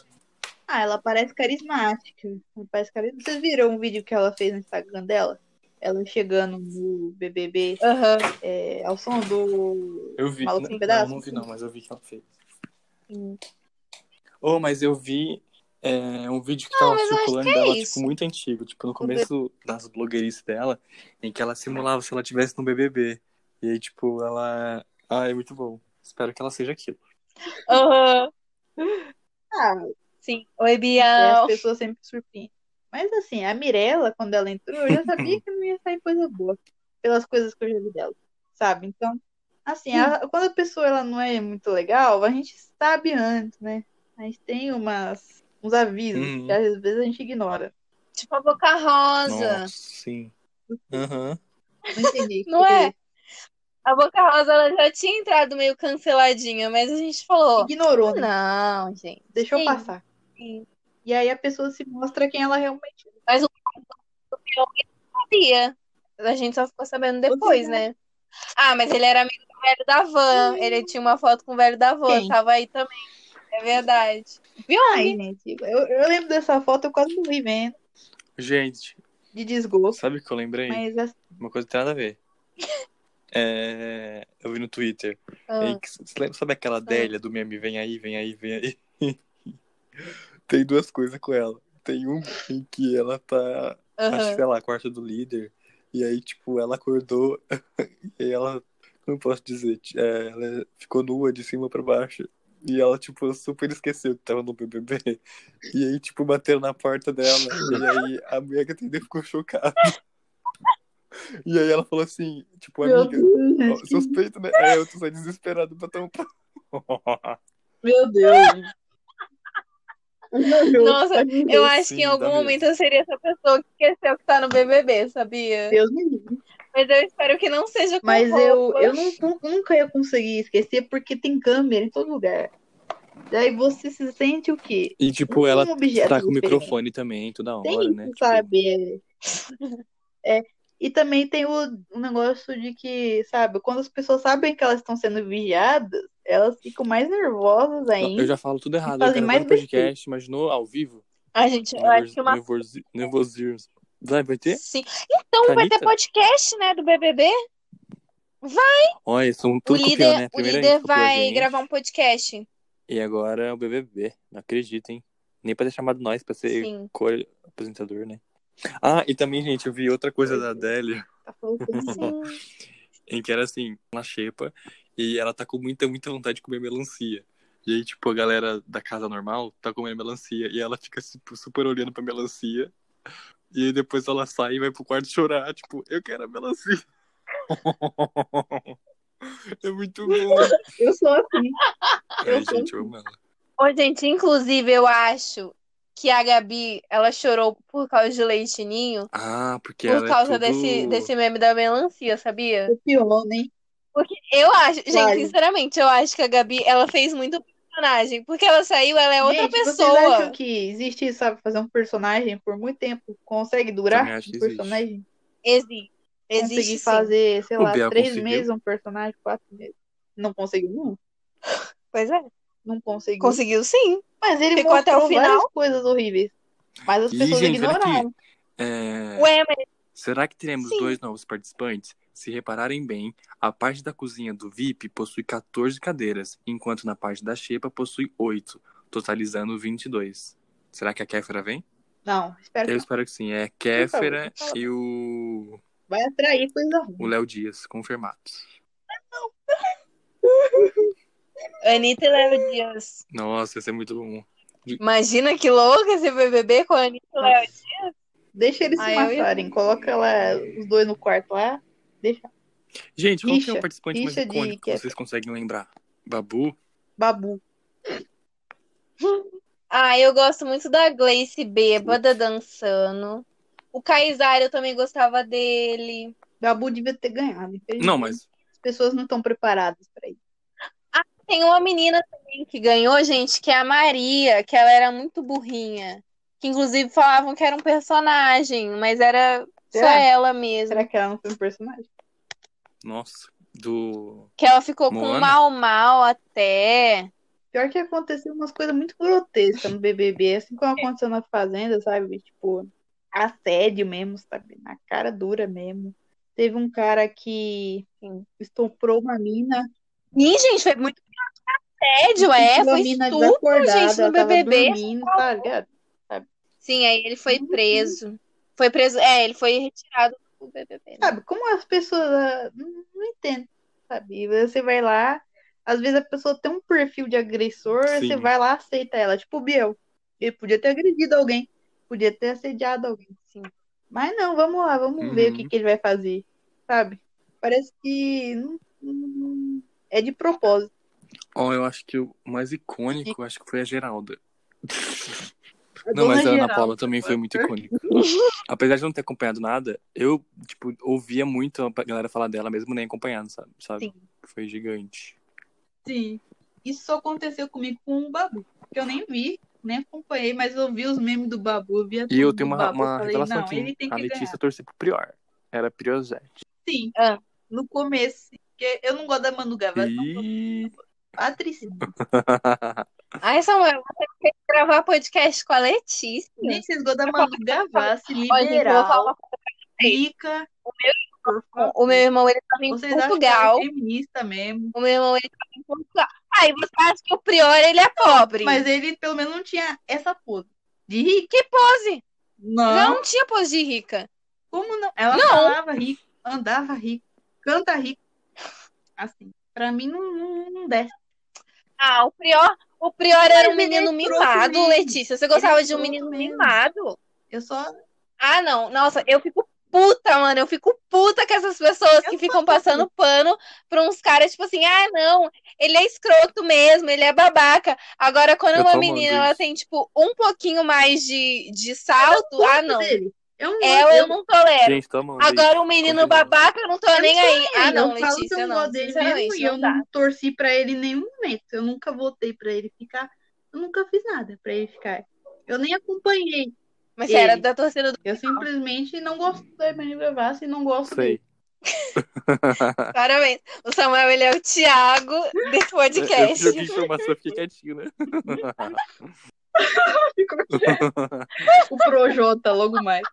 [SPEAKER 2] Ah, ela parece carismática. Ela parece carismática. Vocês viram um vídeo que ela fez no Instagram dela? Ela chegando no BBB
[SPEAKER 5] Aham.
[SPEAKER 2] é, ao som do.
[SPEAKER 1] Eu vi.
[SPEAKER 2] Maluco em
[SPEAKER 1] não,
[SPEAKER 2] Pedaços?
[SPEAKER 1] não vi não, mas eu vi que ela fez. Oh, mas eu vi é, um vídeo que tava
[SPEAKER 5] mas eu acho é
[SPEAKER 1] circulando dela,
[SPEAKER 5] isso.
[SPEAKER 1] tipo, muito antigo. Tipo, no começo das blogueirices dela, em que ela simulava se ela tivesse no BBB. E aí, tipo, ela... Ah, é muito bom. Espero que ela seja aquilo.
[SPEAKER 5] Aham.
[SPEAKER 2] Ah,
[SPEAKER 5] Sim. Oi,
[SPEAKER 2] é,
[SPEAKER 5] Bial.
[SPEAKER 2] as pessoas sempre surpreendem. Mas assim, a Mirella, quando ela entrou, eu já sabia que não ia sair coisa boa. Pelas coisas que eu já vi dela, sabe? Então, assim, a- quando a pessoa ela não é muito legal, a gente sabe antes, né? A gente tem umas, uns avisos
[SPEAKER 1] Uhum.
[SPEAKER 2] que às vezes a gente ignora.
[SPEAKER 5] Tipo a Boca Rosa.
[SPEAKER 1] Nossa, sim. Aham.
[SPEAKER 2] Não entendi.
[SPEAKER 5] Não é? A Boca Rosa ela já tinha entrado meio canceladinha, mas a gente falou.
[SPEAKER 2] Ignorou, né?
[SPEAKER 5] Não, gente.
[SPEAKER 2] Deixou
[SPEAKER 5] Sim.
[SPEAKER 2] passar.
[SPEAKER 5] Sim.
[SPEAKER 2] E aí a pessoa se mostra quem ela realmente é.
[SPEAKER 5] sabia. A gente só ficou sabendo depois,
[SPEAKER 2] Você
[SPEAKER 5] né? Ah, mas ele era amigo do velho da van. Ele tinha uma foto com o velho da van.
[SPEAKER 2] Quem?
[SPEAKER 5] Tava aí também. É verdade.
[SPEAKER 2] Ai, gente, é, né? Tipo, eu, eu lembro dessa foto, eu quase morri vendo,
[SPEAKER 1] Gente,
[SPEAKER 2] de desgosto.
[SPEAKER 1] sabe o que eu lembrei?
[SPEAKER 2] Mas assim,
[SPEAKER 1] Uma coisa que tem nada a ver. É, Eu vi no Twitter.
[SPEAKER 5] Ah,
[SPEAKER 1] É que- você lembra- sabe aquela Adélia do meme? Vem aí, vem aí, vem aí. Tem duas coisas com ela. Tem um em que ela tá, acho,
[SPEAKER 5] aham.
[SPEAKER 1] que, sei lá, quarta do líder. E aí, tipo, ela acordou e ela, como eu posso dizer? Ti- é, ela ficou nua de cima pra baixo. E ela, tipo, super esqueceu que tava no BBB. E aí, tipo, bateram na porta dela. E aí a mulher que atendeu ficou chocada. E aí ela falou assim, tipo,
[SPEAKER 2] meu
[SPEAKER 1] amiga,
[SPEAKER 2] Deus, gente,
[SPEAKER 1] ó, seus peitos, né? Aí eu tô só desesperado pra um tampar.
[SPEAKER 2] Meu Deus.
[SPEAKER 5] Nossa, Eu acho
[SPEAKER 1] Sim,
[SPEAKER 5] que em algum
[SPEAKER 1] dá mesmo.
[SPEAKER 5] momento eu seria essa pessoa que esqueceu que tá no BBB, sabia?
[SPEAKER 2] Deus me livre.
[SPEAKER 5] Mas eu espero que não seja com
[SPEAKER 2] Mas eu,
[SPEAKER 5] roupa.
[SPEAKER 2] eu não- nu- nunca ia conseguir esquecer porque tem câmera em todo lugar. Daí você se sente o quê?
[SPEAKER 1] E, tipo, ela
[SPEAKER 2] Um objeto
[SPEAKER 1] tá com o
[SPEAKER 2] diferente.
[SPEAKER 1] microfone também toda hora,
[SPEAKER 2] Tem isso,
[SPEAKER 1] né? Tipo,
[SPEAKER 2] sabe? É. É, E também tem o, o negócio de que, sabe, quando as pessoas sabem que elas estão sendo vigiadas, elas ficam mais nervosas
[SPEAKER 1] não,
[SPEAKER 2] ainda.
[SPEAKER 1] eu já falo tudo errado. Eu
[SPEAKER 2] fazem
[SPEAKER 1] quero
[SPEAKER 2] mais
[SPEAKER 1] no podcast, imaginou ao vivo.
[SPEAKER 5] Ai, gente, eu acho que uma.
[SPEAKER 1] Nervos- Nervosismo. Vai, vai ter?
[SPEAKER 5] Sim. Então vai ter
[SPEAKER 1] Caneta?
[SPEAKER 5] podcast, né, do BBB?
[SPEAKER 1] Olha, são
[SPEAKER 5] O
[SPEAKER 1] tudo copiando, né?
[SPEAKER 5] líder, o
[SPEAKER 1] Primeiro a
[SPEAKER 5] líder
[SPEAKER 1] gente copiou a
[SPEAKER 5] vai
[SPEAKER 1] gente,
[SPEAKER 5] gravar um podcast.
[SPEAKER 1] E agora é o BBB. Não acredito, hein? Nem pra ter chamado nós pra ser
[SPEAKER 5] Sim.
[SPEAKER 1] co-apresentador, né? Ah, e também, gente, eu vi outra coisa da Adélia,
[SPEAKER 2] Tá falando assim,
[SPEAKER 5] Sim.
[SPEAKER 1] em que era assim, uma xepa, e ela tá com muita, muita vontade de comer melancia. E aí, tipo, a galera da casa normal tá comendo melancia, e ela fica tipo, super olhando pra melancia, e aí depois ela sai e vai pro quarto chorar, tipo, eu quero a melancia. É muito bom.
[SPEAKER 2] Eu sou assim.
[SPEAKER 1] Ai, gente, eu amo ela.
[SPEAKER 5] Ô, gente, inclusive, eu acho que a Gabi, ela chorou por causa de leitinho,
[SPEAKER 1] Ah, porque ela
[SPEAKER 5] por
[SPEAKER 1] é
[SPEAKER 5] causa
[SPEAKER 1] tudo-
[SPEAKER 5] desse, desse meme da melancia, sabia?
[SPEAKER 2] O pior, né?
[SPEAKER 5] Eu acho, gente,
[SPEAKER 2] Claro.
[SPEAKER 5] sinceramente, eu acho que a Gabi, ela fez muito personagem, porque ela saiu, ela é outra
[SPEAKER 2] Gente, Vocês acham
[SPEAKER 5] pessoa.
[SPEAKER 2] que existe, isso, sabe, fazer um personagem por muito tempo? Consegue durar
[SPEAKER 1] Também acho
[SPEAKER 2] um
[SPEAKER 1] que existe.
[SPEAKER 2] personagem?
[SPEAKER 5] Existe,
[SPEAKER 2] Conseguir
[SPEAKER 5] existe sim.
[SPEAKER 2] fazer, sei
[SPEAKER 1] O
[SPEAKER 2] lá,
[SPEAKER 1] Biel
[SPEAKER 2] três
[SPEAKER 1] conseguiu.
[SPEAKER 2] meses um personagem, quatro meses. Não conseguiu, não?
[SPEAKER 5] Pois é,
[SPEAKER 2] Não conseguiu.
[SPEAKER 5] conseguiu sim.
[SPEAKER 2] Mas ele
[SPEAKER 5] Ficou até
[SPEAKER 2] mostrou
[SPEAKER 5] o final?
[SPEAKER 2] várias coisas horríveis. Mas as
[SPEAKER 1] Ih,
[SPEAKER 2] pessoas
[SPEAKER 1] gente, olha aqui.
[SPEAKER 2] ignoraram.
[SPEAKER 1] É,
[SPEAKER 5] Ué, mas
[SPEAKER 1] Será que teremos
[SPEAKER 5] Sim.
[SPEAKER 1] dois novos participantes? Se repararem bem, a parte da cozinha do VIP possui 14 cadeiras, enquanto na parte da xepa possui 8, totalizando 22. Será que a Kéfera vem?
[SPEAKER 2] Não, Então, tá espero
[SPEAKER 1] Eu
[SPEAKER 2] que
[SPEAKER 1] espero que sim. É
[SPEAKER 2] favor,
[SPEAKER 1] Kéfera
[SPEAKER 2] por favor.
[SPEAKER 1] e o
[SPEAKER 2] vai atrair coisa
[SPEAKER 1] o
[SPEAKER 2] ruim.
[SPEAKER 1] Léo Dias, confirmados.
[SPEAKER 5] Anitta e Léo Dias.
[SPEAKER 1] Nossa, isso é muito bom.
[SPEAKER 5] Imagina que louca esse BBB com a Anitta e Léo Dias.
[SPEAKER 2] Deixa eles se
[SPEAKER 5] Ah, eu ia-
[SPEAKER 2] matarem. Coloca lá os dois no quarto lá.
[SPEAKER 1] Gente, qual que é
[SPEAKER 2] Richa.
[SPEAKER 1] o participante mais
[SPEAKER 2] Richa de
[SPEAKER 1] icônico que
[SPEAKER 2] Kéfera. Uhum.
[SPEAKER 1] vocês conseguem lembrar? Babu?
[SPEAKER 2] Babu.
[SPEAKER 5] Ah, eu gosto muito da Gleice bêbada dançando. O Kaysar, eu também gostava dele.
[SPEAKER 2] Babu devia ter ganhado. infelizmente.
[SPEAKER 1] Não, mas
[SPEAKER 2] As pessoas não estão preparadas pra isso.
[SPEAKER 5] Tem uma menina também que ganhou, gente, que é a Maria, que ela era muito burrinha. Que inclusive falavam que era um personagem, mas era só
[SPEAKER 2] Será?
[SPEAKER 5] ela mesma.
[SPEAKER 2] Será que ela não foi um personagem?
[SPEAKER 1] nossa, do
[SPEAKER 5] Que ela ficou com
[SPEAKER 1] Moana?
[SPEAKER 5] mal mal até.
[SPEAKER 2] Pior que aconteceu umas coisas muito grotescas no BBB, assim
[SPEAKER 5] É.
[SPEAKER 2] como aconteceu na Fazenda, sabe? Tipo, assédio mesmo, sabe? Na cara dura mesmo. Teve um cara que
[SPEAKER 5] Sim.
[SPEAKER 2] estuprou uma mina.
[SPEAKER 5] Ih, gente, foi muito assédio, é,
[SPEAKER 2] uma
[SPEAKER 5] foi
[SPEAKER 2] mina
[SPEAKER 5] estupro, gente, no
[SPEAKER 2] ela tava
[SPEAKER 5] BBB.
[SPEAKER 2] dormindo, tá ligado?
[SPEAKER 5] Sim, aí ele foi preso. Foi preso, é, ele foi retirado do BBB, né?
[SPEAKER 2] Sabe, como as pessoas ah, não, não entendem, sabe? E Você vai lá, às vezes a pessoa tem um perfil de agressor,
[SPEAKER 1] Sim.
[SPEAKER 2] você vai lá, aceita ela. Tipo o Biel. Ele podia ter agredido alguém, podia ter assediado alguém.
[SPEAKER 5] Sim.
[SPEAKER 2] Mas não, vamos lá, vamos ver o que,
[SPEAKER 1] Uhum.
[SPEAKER 2] que ele vai fazer, sabe? Parece que não- não- é de propósito.
[SPEAKER 1] Ó, eu acho que o mais icônico, eu acho que foi a Geralda.
[SPEAKER 2] A
[SPEAKER 1] Não, mas a Ana
[SPEAKER 2] Geralda
[SPEAKER 1] Paula também foi muito icônica. Apesar de eu não ter acompanhado nada, eu, tipo, ouvia muito a galera falar dela, mesmo nem acompanhando, sabe? sabe?
[SPEAKER 2] Sim.
[SPEAKER 1] Foi gigante.
[SPEAKER 2] Sim. Isso só aconteceu comigo com o Babu, que eu nem vi, nem acompanhei, mas eu vi os memes do Babu, eu via
[SPEAKER 1] E eu
[SPEAKER 2] tudo
[SPEAKER 1] tenho
[SPEAKER 2] do
[SPEAKER 1] uma,
[SPEAKER 2] Babu, eu
[SPEAKER 1] uma
[SPEAKER 2] falei,
[SPEAKER 1] revelação
[SPEAKER 2] não, ele
[SPEAKER 1] aqui.
[SPEAKER 2] tem
[SPEAKER 1] A
[SPEAKER 2] que ganhar.
[SPEAKER 1] Letícia torceu pro Prior. Era Priorzete.
[SPEAKER 2] Sim,
[SPEAKER 5] Ah.
[SPEAKER 2] no começo, sim. porque eu não gosto da Manu Gavassi, não gosto
[SPEAKER 1] E...
[SPEAKER 2] da Patricinha. É.
[SPEAKER 5] Ai, Samuel, você quer gravar podcast com a Letícia?
[SPEAKER 2] Gente, vocês gostam da Manu Gavassi,
[SPEAKER 5] Ó, assim, gente, eu vou falar
[SPEAKER 2] liberal,
[SPEAKER 5] uma vocês.
[SPEAKER 2] rica, por
[SPEAKER 5] coisa.
[SPEAKER 2] favor.
[SPEAKER 5] O meu irmão, ele tava em
[SPEAKER 2] Vocês acham que ela
[SPEAKER 5] Portugal.
[SPEAKER 2] é feminista mesmo?
[SPEAKER 5] O meu irmão, ele tava em Portugal. Aí você acha que o Prior, ele é pobre.
[SPEAKER 2] Mas ele, pelo menos, não tinha essa pose de rica.
[SPEAKER 5] Que pose? Já
[SPEAKER 2] Não,
[SPEAKER 5] não tinha pose de rica.
[SPEAKER 2] como não? Ela
[SPEAKER 5] Não.
[SPEAKER 2] falava rico, andava rico, canta rico. Assim, pra mim, não, não, não desce.
[SPEAKER 5] Ah, o Prior, o Prior era um
[SPEAKER 2] Mas ele é
[SPEAKER 5] menino
[SPEAKER 2] escroto
[SPEAKER 5] mimado,
[SPEAKER 2] mesmo.
[SPEAKER 5] Letícia. Você gostava
[SPEAKER 2] é
[SPEAKER 5] de um
[SPEAKER 2] escroto
[SPEAKER 5] menino
[SPEAKER 2] mesmo.
[SPEAKER 5] mimado?
[SPEAKER 2] Eu só
[SPEAKER 5] Ah, não. Nossa, eu fico puta, mano. Eu fico puta com essas pessoas que ficam passando pano pra uns caras, tipo assim, ah, não, ele é escroto mesmo, ele é babaca. Agora, quando
[SPEAKER 1] Eu tô
[SPEAKER 5] uma
[SPEAKER 1] amando
[SPEAKER 5] menina ela
[SPEAKER 1] isso.
[SPEAKER 5] tem, tipo, um pouquinho mais de, de salto, ah, não.
[SPEAKER 2] dele. Eu não
[SPEAKER 5] Eu, eu não tolero.
[SPEAKER 1] Gente, toma um
[SPEAKER 5] Agora o menino
[SPEAKER 1] Continua.
[SPEAKER 5] babaca, eu não tô
[SPEAKER 2] Eu
[SPEAKER 5] nem
[SPEAKER 2] não
[SPEAKER 5] aí. Ah,
[SPEAKER 2] sei,
[SPEAKER 5] não,
[SPEAKER 2] eu falo que eu
[SPEAKER 5] Letícia,
[SPEAKER 2] não gosto
[SPEAKER 5] não.
[SPEAKER 2] dele mesmo e
[SPEAKER 5] Sinceramente,
[SPEAKER 2] eu
[SPEAKER 5] não dá.
[SPEAKER 2] não torci pra ele em nenhum momento. Eu nunca votei pra ele ficar. Eu nunca fiz nada pra ele ficar. Eu nem acompanhei.
[SPEAKER 5] Mas você era
[SPEAKER 2] Ele.
[SPEAKER 5] da torcida do.
[SPEAKER 2] Eu simplesmente não gosto do Hermínio Gavassi e não gosto
[SPEAKER 1] Sei.
[SPEAKER 2] dele.
[SPEAKER 5] Claramente. O Samuel, ele é o Thiago desse
[SPEAKER 1] Eu
[SPEAKER 5] podcast.
[SPEAKER 1] joguei informação, fiquei quietinho, né?
[SPEAKER 2] Ficou quieto. o Projota logo mais.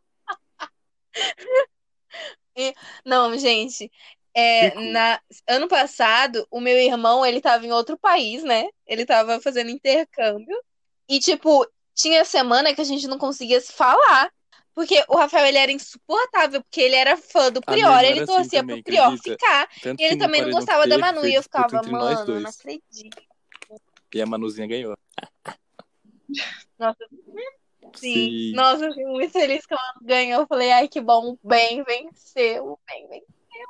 [SPEAKER 5] Não, gente. é,
[SPEAKER 1] Fico.
[SPEAKER 5] na- Ano passado, o meu irmão, ele tava em outro país, né? Ele tava fazendo intercâmbio. E, tipo, tinha semana que a gente não conseguia se falar. Porque o Rafael, ele era insuportável, porque ele era fã do
[SPEAKER 1] A minha
[SPEAKER 5] Prior,
[SPEAKER 1] irmã
[SPEAKER 5] ele
[SPEAKER 1] era assim
[SPEAKER 5] torcia
[SPEAKER 1] também,
[SPEAKER 5] pro Prior
[SPEAKER 1] acredita?
[SPEAKER 5] ficar.
[SPEAKER 1] Tanto
[SPEAKER 5] E ele
[SPEAKER 1] que no
[SPEAKER 5] também não
[SPEAKER 1] paredão
[SPEAKER 5] gostava da
[SPEAKER 1] teve,
[SPEAKER 5] Manu.
[SPEAKER 1] foi
[SPEAKER 5] E eu
[SPEAKER 1] disputa
[SPEAKER 5] ficava,
[SPEAKER 1] entre nós
[SPEAKER 5] mano, não
[SPEAKER 1] dois.
[SPEAKER 5] acredito.
[SPEAKER 1] E a Manuzinha ganhou.
[SPEAKER 5] Nossa,
[SPEAKER 1] Sim.
[SPEAKER 5] Sim. Nossa, eu fiquei muito feliz que ela ganhou. Eu falei, ai, que bom, o bem venceu, o bem venceu.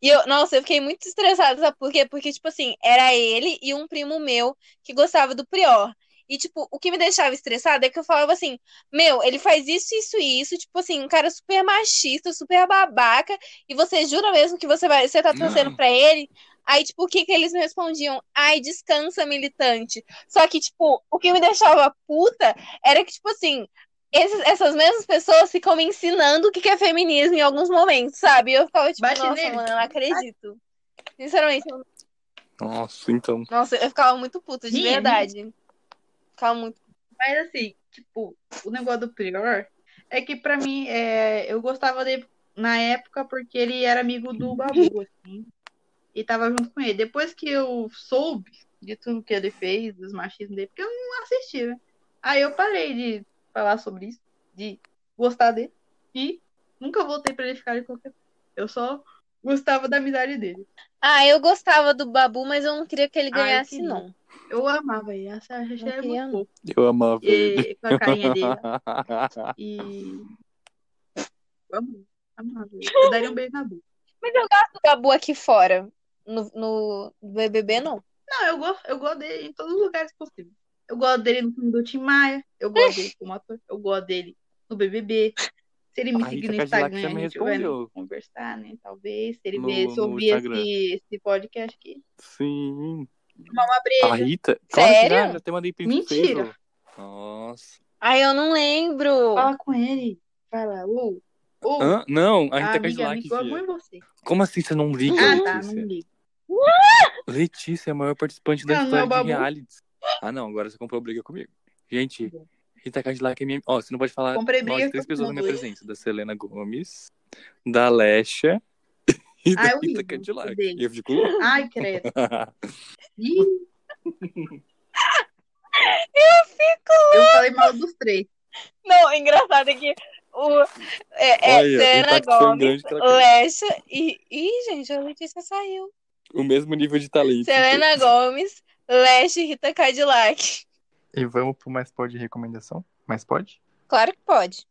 [SPEAKER 5] E eu, nossa, eu fiquei muito estressada, sabe por quê? Porque, tipo assim, era ele e um primo meu que gostava do Prior. E, tipo, o que me deixava estressada é que eu falava assim, meu, ele faz isso, isso e isso, tipo assim, um cara super machista, super babaca, e você jura mesmo que você vai, você tá torcendo pra ele? Aí, tipo, o que que eles me respondiam? Ai, descansa, militante. Só que, tipo, o que me deixava puta era que, tipo assim, esses- essas mesmas pessoas ficam me ensinando o que que é feminismo em alguns momentos, sabe? E eu ficava, tipo,
[SPEAKER 2] Bate
[SPEAKER 5] nossa,
[SPEAKER 2] nele.
[SPEAKER 5] mano, eu não acredito. Sinceramente, eu-
[SPEAKER 1] Nossa, então.
[SPEAKER 5] nossa, eu ficava muito puta, de
[SPEAKER 2] Sim.
[SPEAKER 5] verdade. Ficava muito.
[SPEAKER 2] Mas assim, tipo, o negócio do Prior é que pra mim, é, eu gostava dele na época porque ele era amigo do Babu, assim, e tava junto com ele. Depois que eu soube de tudo que ele fez, dos machismos dele, porque eu não assisti, né? Aí eu parei de falar sobre isso, de gostar dele, e nunca voltei pra ele ficar de qualquer forma. Eu só gostava da amizade dele.
[SPEAKER 5] Ah, eu gostava do Babu, mas eu não queria que ele
[SPEAKER 2] Ah, eu
[SPEAKER 5] ganhasse,
[SPEAKER 2] queria.
[SPEAKER 5] não.
[SPEAKER 2] Eu amava ele, essa achei ele muito
[SPEAKER 5] queria, não.
[SPEAKER 2] fofo.
[SPEAKER 1] Eu amava ele.
[SPEAKER 2] E, com a carinha dele. E. Vamos. Amava. Eu daria um beijo na boca.
[SPEAKER 5] Mas eu gosto do Babu aqui fora. No, no BBB, não.
[SPEAKER 2] Não, eu gosto, eu gosto dele em todos os lugares possíveis. Eu gosto dele no filme do Tim Maia. Eu gosto dele como ator. Eu gosto dele no BBB. Se ele me
[SPEAKER 1] Ai,
[SPEAKER 2] seguir no
[SPEAKER 1] Cacá de Lá, que
[SPEAKER 2] Instagram,
[SPEAKER 1] você
[SPEAKER 2] a
[SPEAKER 1] me
[SPEAKER 2] gente vai né,
[SPEAKER 1] respondeu.
[SPEAKER 2] conversar, né? Talvez. Se ele
[SPEAKER 1] No-
[SPEAKER 2] ver, se
[SPEAKER 1] no
[SPEAKER 2] ouvir
[SPEAKER 1] Instagram.
[SPEAKER 2] esse, esse podcast aqui.
[SPEAKER 1] Sim.
[SPEAKER 2] Tomar uma
[SPEAKER 1] A
[SPEAKER 2] breja.
[SPEAKER 1] Rita. Claro que já,
[SPEAKER 5] Sério?
[SPEAKER 1] já até mandei pra
[SPEAKER 2] Mentira.
[SPEAKER 1] vocês, ó. Nossa.
[SPEAKER 5] Ai, eu não lembro.
[SPEAKER 2] Fala com ele. Fala. Ô, ô.
[SPEAKER 1] Hã? Não, a
[SPEAKER 2] a
[SPEAKER 1] Rita
[SPEAKER 2] Ah, amiga
[SPEAKER 1] Cadillac.
[SPEAKER 2] me gosta
[SPEAKER 1] filha.
[SPEAKER 2] muito de você.
[SPEAKER 1] Como assim você não liga,
[SPEAKER 2] Ah, tá. Não
[SPEAKER 1] Letícia?
[SPEAKER 2] ligo.
[SPEAKER 1] Letícia é a maior participante da
[SPEAKER 2] Ah, não é
[SPEAKER 1] história
[SPEAKER 2] o
[SPEAKER 1] de
[SPEAKER 2] Babu?
[SPEAKER 1] realities. Ah, não, agora você comprou briga comigo. Gente,
[SPEAKER 2] Bom.
[SPEAKER 1] Rita Cadillac é minha. Ó, você não pode falar
[SPEAKER 2] Comprei
[SPEAKER 1] nós
[SPEAKER 2] briga
[SPEAKER 1] três
[SPEAKER 2] com todo
[SPEAKER 1] pessoas na minha
[SPEAKER 2] mundo. hein?
[SPEAKER 1] presença: da Selena Gomes, da Alexa e da
[SPEAKER 2] Ah, eu
[SPEAKER 1] Rita
[SPEAKER 2] ligo.
[SPEAKER 1] Cadillac.
[SPEAKER 2] Odeio.
[SPEAKER 1] E eu fico louco.
[SPEAKER 2] Ai, credo. Ih. Eu falei mal dos três.
[SPEAKER 5] Não, engraçado é que o é, é
[SPEAKER 1] Olha,
[SPEAKER 5] Selena
[SPEAKER 1] impacto foi um
[SPEAKER 5] Gomes,
[SPEAKER 1] grande que ela caiu.
[SPEAKER 5] Lesha e. Ih, gente, a Letícia saiu.
[SPEAKER 1] O mesmo nível de talento.
[SPEAKER 5] Selena Gomes, Lesha e Rita Cadillac.
[SPEAKER 7] E vamos pro mais pode recomendação? Mais pode?
[SPEAKER 5] Claro que pode.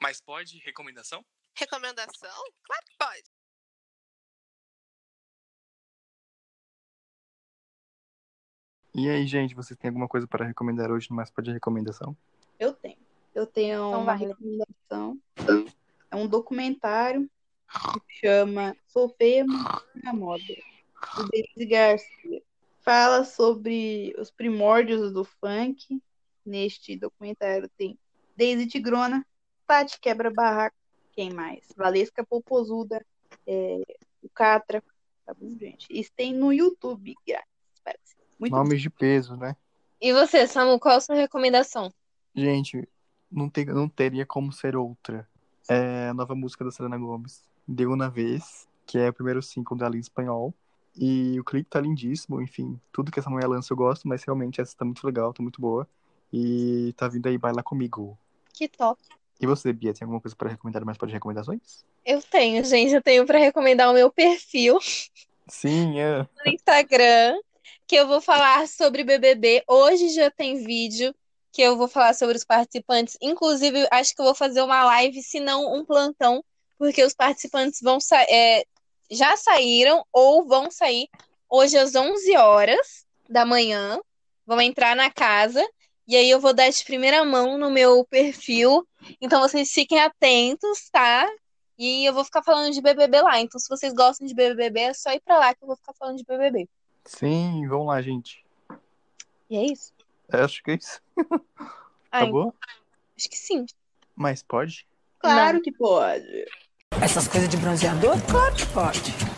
[SPEAKER 1] Mas pode recomendação?
[SPEAKER 8] Recomendação? Claro que pode.
[SPEAKER 7] E aí, gente, vocês têm alguma coisa para recomendar hoje no mais pode recomendação?
[SPEAKER 2] Eu tenho. Eu tenho
[SPEAKER 5] Então
[SPEAKER 2] uma
[SPEAKER 5] vai, Lê.
[SPEAKER 2] recomendação. É um documentário que chama Sou Feia mas Fui na Moda, do Denise Garcia. Fala sobre os primórdios do funk. Neste documentário tem Daisy Tigrona, Tati Quebra Barraco, quem mais? Valesca Popozuda, é, o Catra, tá bom, gente? Isso tem no YouTube, grátis. parece. Muito
[SPEAKER 7] Nomes de peso, né?
[SPEAKER 5] E você, Samu, qual a sua recomendação?
[SPEAKER 7] Gente, não, te- não teria como ser outra. É a nova música da Selena Gomes, De Uma Vez, que é o primeiro single dela em espanhol. E o clipe tá lindíssimo, enfim, tudo que essa mulher lança eu gosto, mas realmente essa tá muito legal, tá muito boa. E tá vindo aí bailar comigo.
[SPEAKER 5] Que top.
[SPEAKER 7] E você, Bia, tem alguma coisa para recomendar mais para recomendações?
[SPEAKER 5] Eu tenho, gente, eu tenho pra recomendar o meu perfil
[SPEAKER 7] Sim, é.
[SPEAKER 5] no Instagram, que eu vou falar sobre BBB. Hoje já tem vídeo que eu vou falar sobre os participantes. Inclusive, acho que eu vou fazer uma live, se não um plantão, porque os participantes vão sa- é, já saíram ou vão sair hoje às 11 horas. da manhã, vão entrar na casa e aí eu vou dar de primeira mão no meu perfil. Então vocês fiquem atentos, tá? E eu vou ficar falando de BBB lá. Então se vocês gostam de BBB, é só ir pra lá que eu vou ficar falando de BBB.
[SPEAKER 6] Sim, vamos lá, gente.
[SPEAKER 5] E é isso?
[SPEAKER 6] É, Acho que é isso.
[SPEAKER 5] Ai,
[SPEAKER 6] Acabou?
[SPEAKER 5] Acho que sim.
[SPEAKER 6] Mas pode?
[SPEAKER 9] Claro que pode.
[SPEAKER 3] Essas coisas de bronzeador? Claro que pode.